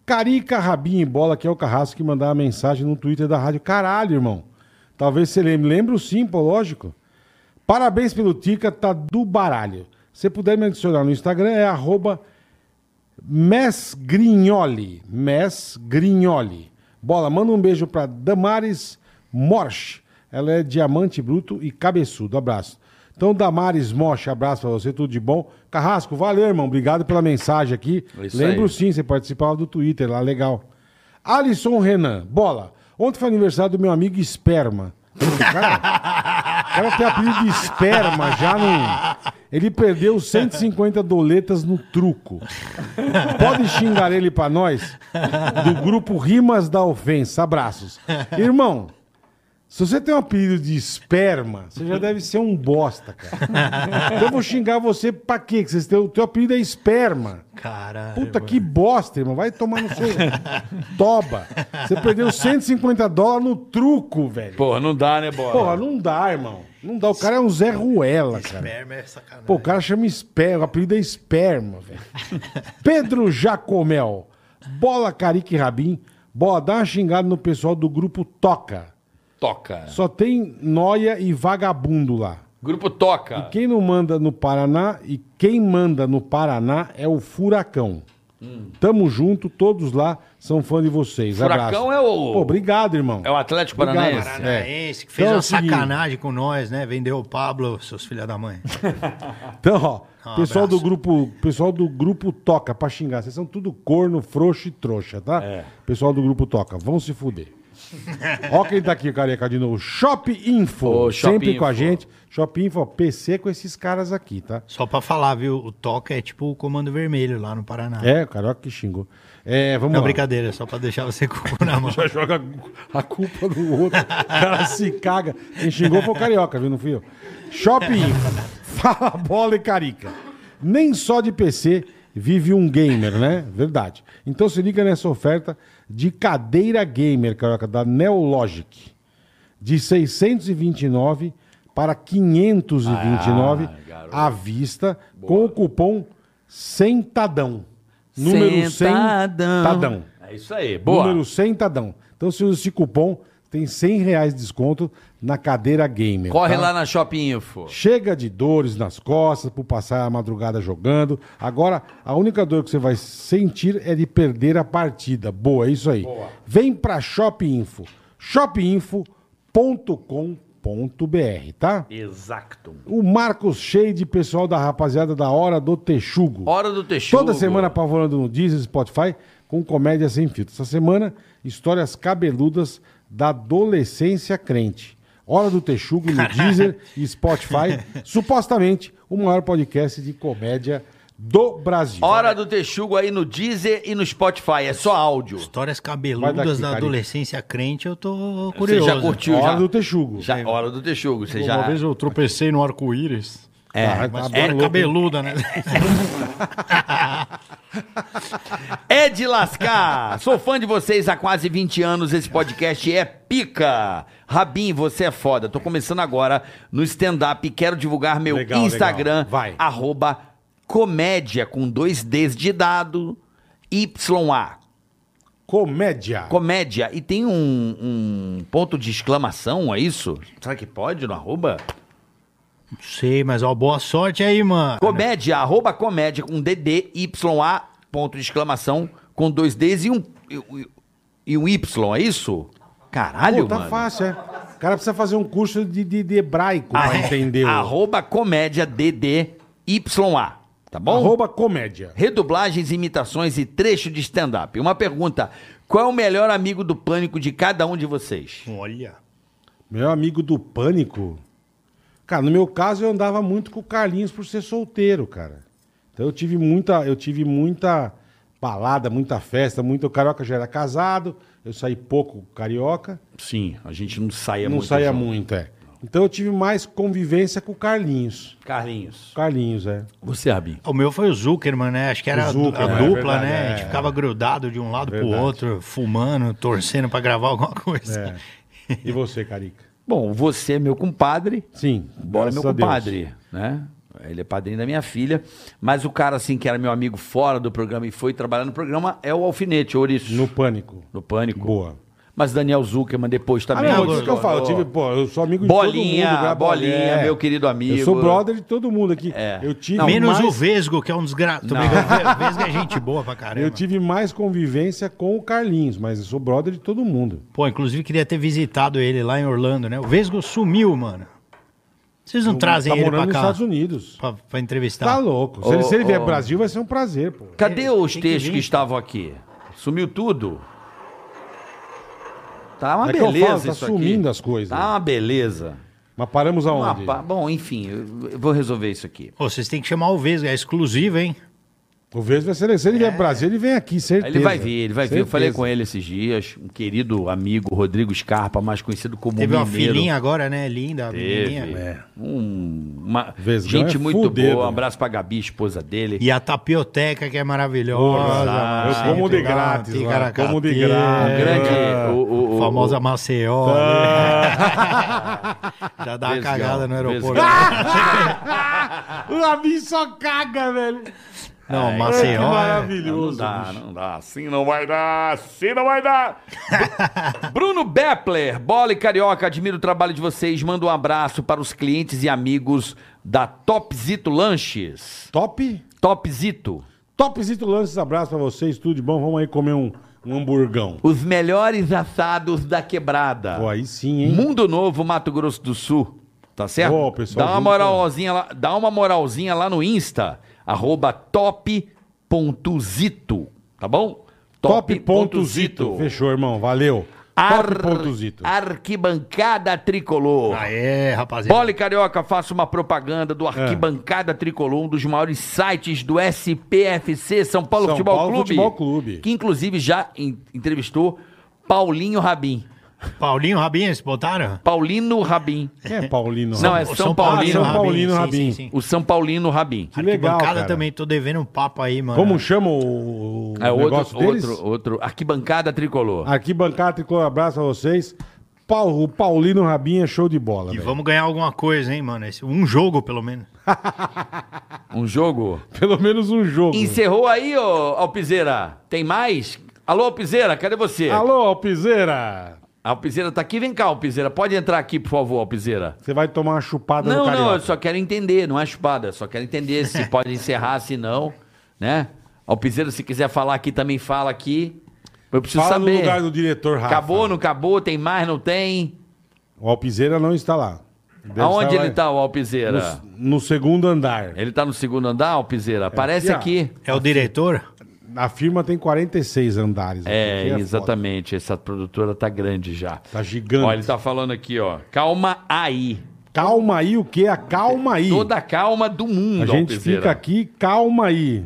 Carica, Rabinho e Bola, que é o Carrasco que mandava mensagem no Twitter da rádio. Caralho, irmão. Talvez você lembre. Lembro sim, pô, lógico. Parabéns pelo Tica, tá do baralho. Se puder me adicionar no Instagram, é arroba Mesgrignoli. Mesgrignoli. Bola, manda um beijo pra Damares Morsch. Ela é diamante bruto e cabeçudo. Abraço. Então, Damares Morsch, abraço pra você, tudo de bom. Carrasco, valeu, irmão. Obrigado pela mensagem aqui. É Isso Lembro aí. sim, você participava do Twitter lá, legal. Alisson Renan, bola. Ontem foi aniversário do meu amigo Esperma. Cara, cara tem apelido um de esperma já não. Ele perdeu 150 doletas no truco. Pode xingar ele pra nós? Do grupo Rimas da Ofensa. Abraços. Irmão, se você tem um apelido de esperma, você já deve ser um bosta, cara. Então eu vou xingar você pra quê? Que você tem, o teu apelido é esperma. Caralho. Puta que bosta, irmão. Vai tomar no seu. Toba. Você perdeu 150 dólares no truco, velho. Porra, não dá, né, bola? Porra, não dá, irmão. Não dá. O cara é um Zé Ruela, cara. Esperma é sacanagem. Pô, o cara chama esperma. O apelido é esperma, velho. Pedro Jacomel. Bola Carique Rabin. Bola, dá uma xingada no pessoal do grupo Toca. Toca. Só tem noia e vagabundo lá. Grupo Toca. Quem não manda no Paraná e quem manda no Paraná é o Furacão. Hum. Tamo junto, todos lá são fã de vocês. Furacão Abraço. é o- Pô, obrigado, irmão. É o Atlético Obrigado. Paranaense. Paranaense, que É. fez Então é o uma seguinte. sacanagem com nós, né? Vendeu o Pablo, seus filha da mãe. Então, ó, Um pessoal abraço. do grupo, pessoal do grupo Toca pra xingar, vocês são tudo corno, frouxo e trouxa, tá? É. Pessoal do grupo Toca, vão se fuder. ó quem tá aqui, careca, de novo. Shop Info, Ô, Shop sempre com a Info. gente. Shop Info, ó, PC com esses caras aqui, tá? Só pra falar, viu? O Toca é tipo o Comando Vermelho lá no Paraná. É, o Caroca que xingou. É, vamos Não, lá. brincadeira, só pra deixar você com o cu na mão. Já joga a culpa do outro. O cara se caga. Quem xingou foi o carioca, viu? Não fui eu. Shopping. Fala bola e carica. Nem só de PC vive um gamer, né? Verdade. Então se liga nessa oferta de cadeira gamer, carioca, da Neologic. De 629 para 529 à vista com o cupom SENTADÃO. Número Sentadão. SENTADÃO. É isso aí. Boa. Número sentadão. Então, se usa esse cupom, tem 100 reais de desconto na cadeira gamer. Corre tá? lá na Shopping Info. Chega de dores nas costas por passar a madrugada jogando. Agora, a única dor que você vai sentir é de perder a partida. Boa, é isso aí. Vem pra Shop Info. shopinfo.com.br, tá? Exacto. O Marcos Shade, pessoal da rapaziada da Hora do Texugo. Hora do Texugo. Toda semana apavorando no Deezer, Spotify, com comédia sem filtro. Essa semana, histórias cabeludas da adolescência crente. Hora do Texugo no Deezer e Spotify, supostamente o maior podcast de comédia do Brasil. Hora do Texugo aí no Deezer e no Spotify. É só áudio. Histórias Vai cabeludas daqui, da Carica. adolescência crente, eu tô curioso. já curtiu? Hora já. do Texugo. Já, hora do Texugo. Você já. Uma vez eu tropecei no arco-íris. É, Caraca, mas- tá é, Era cabeluda, né? É de lascar! Sou fã de vocês há quase 20 anos, esse podcast é pica! Rabin, você é foda. Tô começando agora no stand-up e quero divulgar meu Legal, Instagram, legal. Vai. arroba comédia com dois Ds de dado, YA. Comédia. Comédia. E tem um, um ponto de exclamação, é isso? Será que pode no arroba? Não sei, mas ó, boa sorte aí, mano. Comédia, arroba comédia com DD, YA, ponto de exclamação, com dois Ds e um, e, e um Y, é isso? Caralho, Pô, tá mano. fácil, é. O cara precisa fazer um curso de, de, de hebraico Ah, pra é. entender. o- Arroba comédia DD, YA, tá bom? Arroba comédia. Redublagens, imitações e trecho de stand-up. Uma pergunta, qual é o melhor amigo do pânico de cada um de vocês? Olha. Meu amigo do pânico. Cara, no meu caso eu andava muito com o Carlinhos por ser solteiro, cara. Então eu tive muita, eu tive muita balada, muita festa, muito o carioca já era casado, eu saí pouco com o carioca, Sim, a gente não saia não muito. saía junto. muito, é. Então eu tive mais convivência com o Carlinhos. Carlinhos. Carlinhos, é. Você, Rabin. O meu foi o Zuckerman, né? Acho que era O a du- Zuckerman, a é dupla, verdade, né? é, A gente ficava grudado de um lado Verdade. pro outro, fumando, torcendo pra gravar alguma coisa. é. E você, Carica? Bom, você é meu compadre. Sim. Bora é meu graças a Deus. compadre, né? Ele é padrinho da minha filha, mas o cara assim que era meu amigo fora do programa e foi trabalhar no programa é o Alfinete, o Ouriço, No no, pânico. Pânico. Boa. Mas Daniel Zuckerman depois Ah, também. não, Amigo, isso que eu falo. Eu, tive, pô, eu sou amigo de Bolinha, todo mundo. cara, Bolinha, é. meu querido amigo. É. Eu sou brother de todo mundo aqui. Eu tive Menos o mais, Vesgo, que é um desgrato. O Vesgo é gente boa pra caramba. Eu tive mais convivência com o Carlinhos, mas eu sou brother de todo mundo. Pô, inclusive queria ter visitado ele lá em Orlando, né? O Vesgo sumiu, mano. Vocês não trazem tá ele morando pra nos cá Estados Unidos. pra, pra entrevistar? Tá louco. Se, ele, se ele vier pro Brasil, vai ser um prazer, pô. Cadê os Tem que textos que, vir. estavam aqui? Sumiu tudo? Tá uma É que eu beleza falo, tá isso sumindo aqui. as coisas. Tá uma beleza. Mas paramos aonde? Mapa. Bom, enfim, eu eu vou resolver isso aqui. Ô, vocês têm que chamar o Vesga, é exclusivo, hein? O Vesgo vai ser. Se ele vier pro Brasil, ele vem aqui, certeza. É. Ele vai vir, ele vai vir. Eu falei com ele esses dias, um querido amigo Rodrigo Scarpa, mais conhecido como Teve uma Mineiro. filhinha agora, né? Linda, a menininha. Um- uma né? Vesgão gente é muito fudido. boa. Um abraço pra Gabi, esposa dele. E a tapioteca, que é Porra, maravilhosa. mano. eu como de Sempre lá, grátis lá, Ticaracaté, como de grátis. Um Tá. Grande, o, o- o- É. Famosa Maceió. né? Já dá uma Vesgão, cagada no aeroporto. O Lamin só caga, velho. Não, que Maceió. é- Não maravilhoso. dá, bicho. não dá. Assim não vai dar, assim não vai dar. Bruno Bepler, bola e carioca, admiro o trabalho de vocês. Manda um abraço para os clientes e amigos da Topzito Lanches. Top. Topzito, Topzito Lances, abraço pra vocês, tudo de bom. Vamos aí comer um, um hamburgão. os melhores assados da quebrada. Pô, aí sim, hein? Mundo Novo, Mato Grosso do Sul. Tá certo? Ó, pessoal, dá, uma junto. moralzinha lá, dá uma moralzinha lá no Insta, arroba top.zito, tá bom? Top ponto Zito. Fechou, irmão. Valeu. Top Ar... ponto Zito. Arquibancada Tricolor. Aê, rapaziada. Bola e Carioca, faça uma propaganda Ah. do Arquibancada Tricolor, um dos maiores sites do SPFC, São Paulo São Futebol Paulo Clube. Futebol Clube. Que inclusive já en- entrevistou Paulinho Rabin. Paulinho Rabinha, se botaram? Paulino Rabin. Quem é Paulino? Não, é São, Paulino. Ah, São Paulino Rabin. Sim, sim, sim. O São Paulino Rabin. Que legal, Arquibancada cara. também, tô devendo um papo aí, mano. Como chama o, o É negócio outro, deles? outro, outro. Arquibancada Tricolor. Arquibancada, tricolor, um abraço a vocês. Pau- o Paulino Rabinha, é show de bola, E velho. vamos ganhar alguma coisa, hein, mano? Esse- um jogo, pelo menos. Ah. Um jogo. Pelo menos um jogo. Encerrou aí, ô Alpizeira. Tem mais? Alô, Alpizeira, cadê você? Alô, Alpizeira! A Alpizeira tá aqui. Vem cá, Alpizeira. Pode entrar aqui, por favor, Alpizeira. Você vai tomar uma chupada no Não, Tá Carioca. não, eu só quero entender, não é chupada, eu só quero entender se pode encerrar, se não, né? Alpizeiro, se quiser falar aqui, também fala aqui. Eu preciso Fala saber. no lugar do diretor Rafa. Acabou, não acabou, tem mais, não tem? O Alpizeira não está lá. Deve Aonde estar ele lá tá, o Alpizeira? No segundo andar. Ele tá no segundo andar, Alpizeira? Aparece aqui, aqui. É o diretor? A firma tem 46 andares. É, Aqui foda. exatamente, essa produtora tá grande já. Tá gigante. Ó, ele tá falando aqui, ó. Calma aí. Calma aí o quê? Acalma aí. Toda a calma do mundo, a gente Alpizeira. fica aqui, calma aí.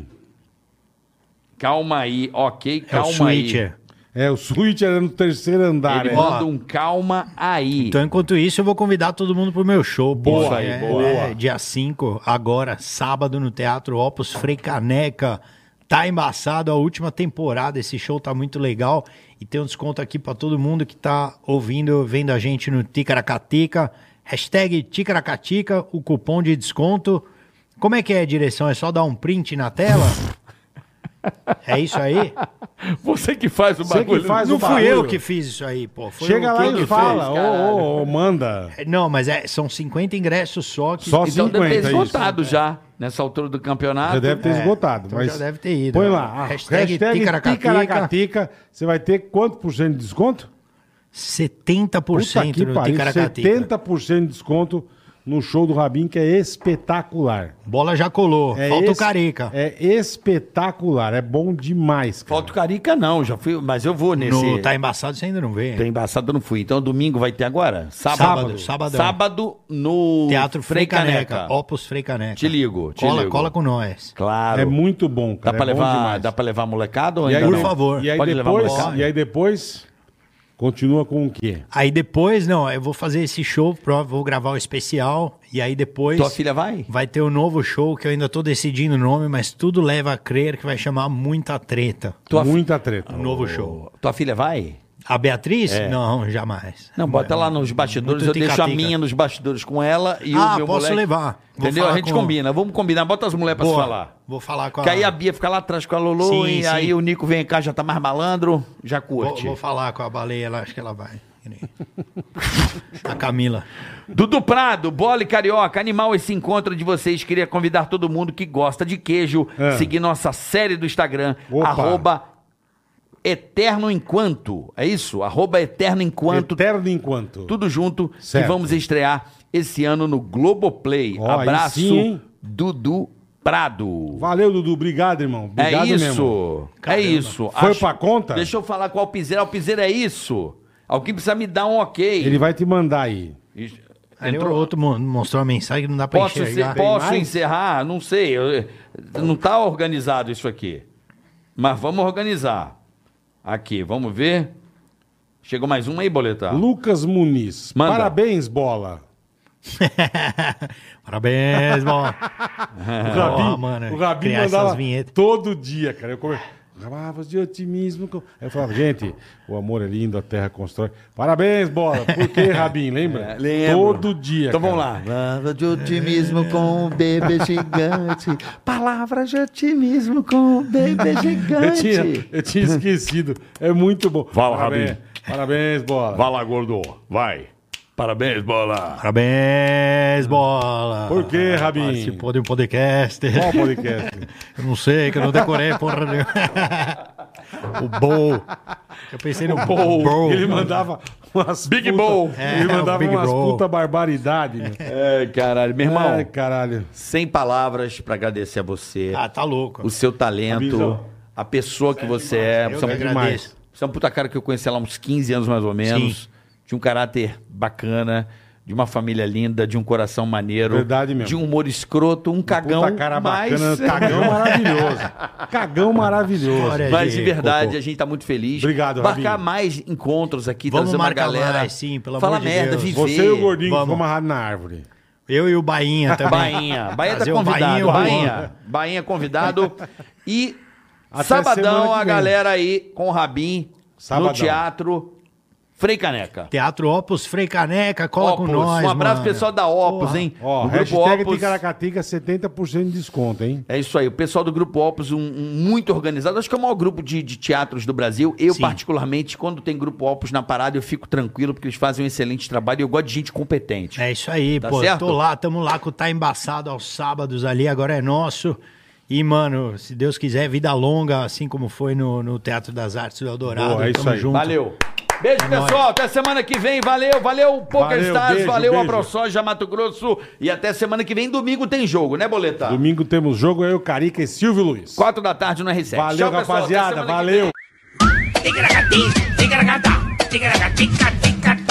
Calma aí, ok, É o calma aí. switcher. É, o suíte era no terceiro andar. Ele é. manda um calma aí. Então, enquanto isso, eu vou convidar todo mundo pro meu show. Boa, aí, é, boa. é, dia 5, agora, sábado, no Teatro Opus Frei Caneca. Tá embaçado a última temporada, esse show tá muito legal. E tem um desconto aqui pra todo mundo que tá ouvindo, vendo a gente no Ticaracatica. Hashtag Ticaracatica, o cupom de desconto. Como é que é a direção? É só dar um print na tela? É isso aí? Você que faz o Você que bagulho. faz Não o fui barulho. eu que fiz isso aí, pô. Foi Chega o- lá quem e que fala, fez, ô, caralho? ô, ô, manda. fez? Não, mas é- são 50 ingressos só que Só Então deve 50 ter isso. esgotado já, nessa altura do campeonato. Já deve ter É, esgotado. então mas já deve ter ido. Põe lá. a Hashtag Hashtag, Ticaracatica. Ticaracatica. Você vai ter quanto por cento de desconto? 70% no Ticaracatica. 70% de desconto no show do Rabin, que é espetacular. Bola já colou. É Falta o es- Careca. É espetacular. É bom demais, cara. Falta o Carica não, já fui, mas eu vou É nesse... No Tá Embaçado você ainda não vê. Tem embaçado, eu não fui. Então domingo vai ter agora? Sábado, Sábado. é. sábado. Sábado no... Teatro Frei Caneca. Ó, Opus Frei Caneca. Te ligo, te cola, ligo. cola com nós. Claro. É muito bom, Dá cara. pra, é bom levar, demais. dá pra levar molecada ou E aí, ainda Por não? favor. E aí, Pode levar depois, molecada? e aí depois, continua com o quê? Aí depois, não, eu vou fazer esse show, pro- vou gravar o especial. E aí depois Tua filha vai? vai ter um novo show que eu ainda tô decidindo o nome, mas tudo leva a crer que vai chamar muita treta. Tua, Muita treta. Um Oh. novo show. tua filha vai? A Beatriz? É. Não, jamais. Não, bota lá nos bastidores, eu deixo a tica-tica. minha nos bastidores com ela e Ah, o meu posso moleque. levar. Vou Entendeu? A falar gente com- combina, vamos combinar, bota as mulheres pra se Boa. falar. Vou falar com a... Que aí a Bia fica lá atrás com a Lolo Sim, e sim. aí o Nico vem cá, já tá mais malandro, já Vou, curte. vou falar com a baleia lá, acho que ela vai. A Camila. Dudu Prado, Bola e Carioca, animal esse encontro de vocês. Queria convidar todo mundo que gosta de queijo, É. seguir nossa série do Instagram, Opa. arroba Eterno Enquanto. É isso? Arroba Eterno Enquanto. Eterno enquanto. Tudo junto. Certo. Que vamos estrear esse ano no Globoplay. Ó, aí Abraço, sim, hein? Dudu Prado. Valeu, Dudu. Obrigado, irmão. Obrigado é mesmo. isso. É isso. Foi pra conta? Deixa eu falar com o Alpizeira. Alpizeira é isso. Alguém precisa me dar um ok. Ele vai te mandar aí. Ixi, Ali o outro mo- mostrou uma mensagem que não dá pra Posso, enxergar. encer- posso mais? encerrar? Não sei. eu- não está organizado isso aqui. Mas vamos organizar. Aqui, vamos ver. Chegou mais uma aí, Boletar. Lucas Muniz. Tá. Manda. Parabéns, bola. Parabéns, mano. O Rabi, Ó, mano, o Rabi criar essas mandava vinhetas. todo dia, cara. Eu come... Palavras de otimismo. com- Aí eu falava, gente, o amor é lindo, a terra constrói. Parabéns, bola. Por quê, Rabin? É, Lembra? lembro. Todo dia. Então vamos cara. lá. Palavra de otimismo com o bebê gigante. Palavra de otimismo com o bebê Eu tinha, gigante. eu tinha esquecido. É muito bom. Fala, parabéns, Rabin. Parabéns, bola. Vai lá, gordo. Vai. Parabéns, bola. Parabéns, bola. É, Por quê, Rabin? Participou de um podcast. Qual o podcast? Eu não sei, que eu não decorei, porra nenhuma. o Bowl. Eu pensei no Bowl. Ele mandava umas Big puta- Bowl. Ele É, mandava o Big umas Bowl. puta barbaridade. Meu. É, caralho, meu irmão. Ai, caralho. Sem palavras para agradecer a você, Ah, tá louco. o seu talento, Abizão. a pessoa que você é. Eu Você é, que um- agradeço. você é um puta cara que eu conheci lá há uns 15 anos mais ou menos. Sim. De um caráter bacana, de uma família linda, de um coração maneiro. Verdade mesmo. De um humor escroto, um cagão. Puta cara mas... bacana. tá Cagão maravilhoso. Cagão maravilhoso. Olha aí. Mas de Sim, verdade, Cocô. a gente tá muito feliz. Obrigado, Marcar Rabinho. mais encontros aqui, Vamos trazer uma marcar galera. mais, sim, pelo Fala amor de merda, Deus. viver. Você e o gordinho que Vamos. ficou amarrado na árvore. Eu e o Bainha também. Bainha. Bainha tá Trazer o convidado. Bainha, o Bainha. Juan. Bainha convidado. E Até semana que sabadão a vem. galera aí com o Rabin Sabadão. no teatro Frei Caneca. Teatro Opus Frei Caneca, cola Opus. com nós. um abraço mano. pessoal da Opus, hein? Ó, Do hashtag Ticaracatica, 70% de desconto, hein? É isso aí, o pessoal do Grupo Opus, um, um muito organizado. Acho que é o maior grupo de, de teatros do Brasil. Eu, Sim. particularmente, quando tem Grupo Opus na parada, eu fico tranquilo, porque eles fazem um excelente trabalho e eu gosto de gente competente. É isso aí, Tá pô. certo? Tô lá, tamo lá com o Tá Embaçado aos sábados ali, agora é nosso. E, mano, se Deus quiser, vida longa, assim como foi no, no Teatro das Artes do Eldorado. Boa, é isso tamo aí. junto. Valeu. Beijo, pessoal. Até semana que vem. Valeu, valeu, PokerStars. É beijo, valeu, beijo. AproSoja, Mato Grosso. E até semana que vem. Domingo tem jogo, né, Boleta? Domingo temos jogo, eu, Carica e Silvio Luiz. Quatro da tarde no R7. Valeu, Tchau, pessoal. Até rapaziada. semana que Valeu. vem. Ticaracatica, ticaracatica, ticaracatica, ticaracatica.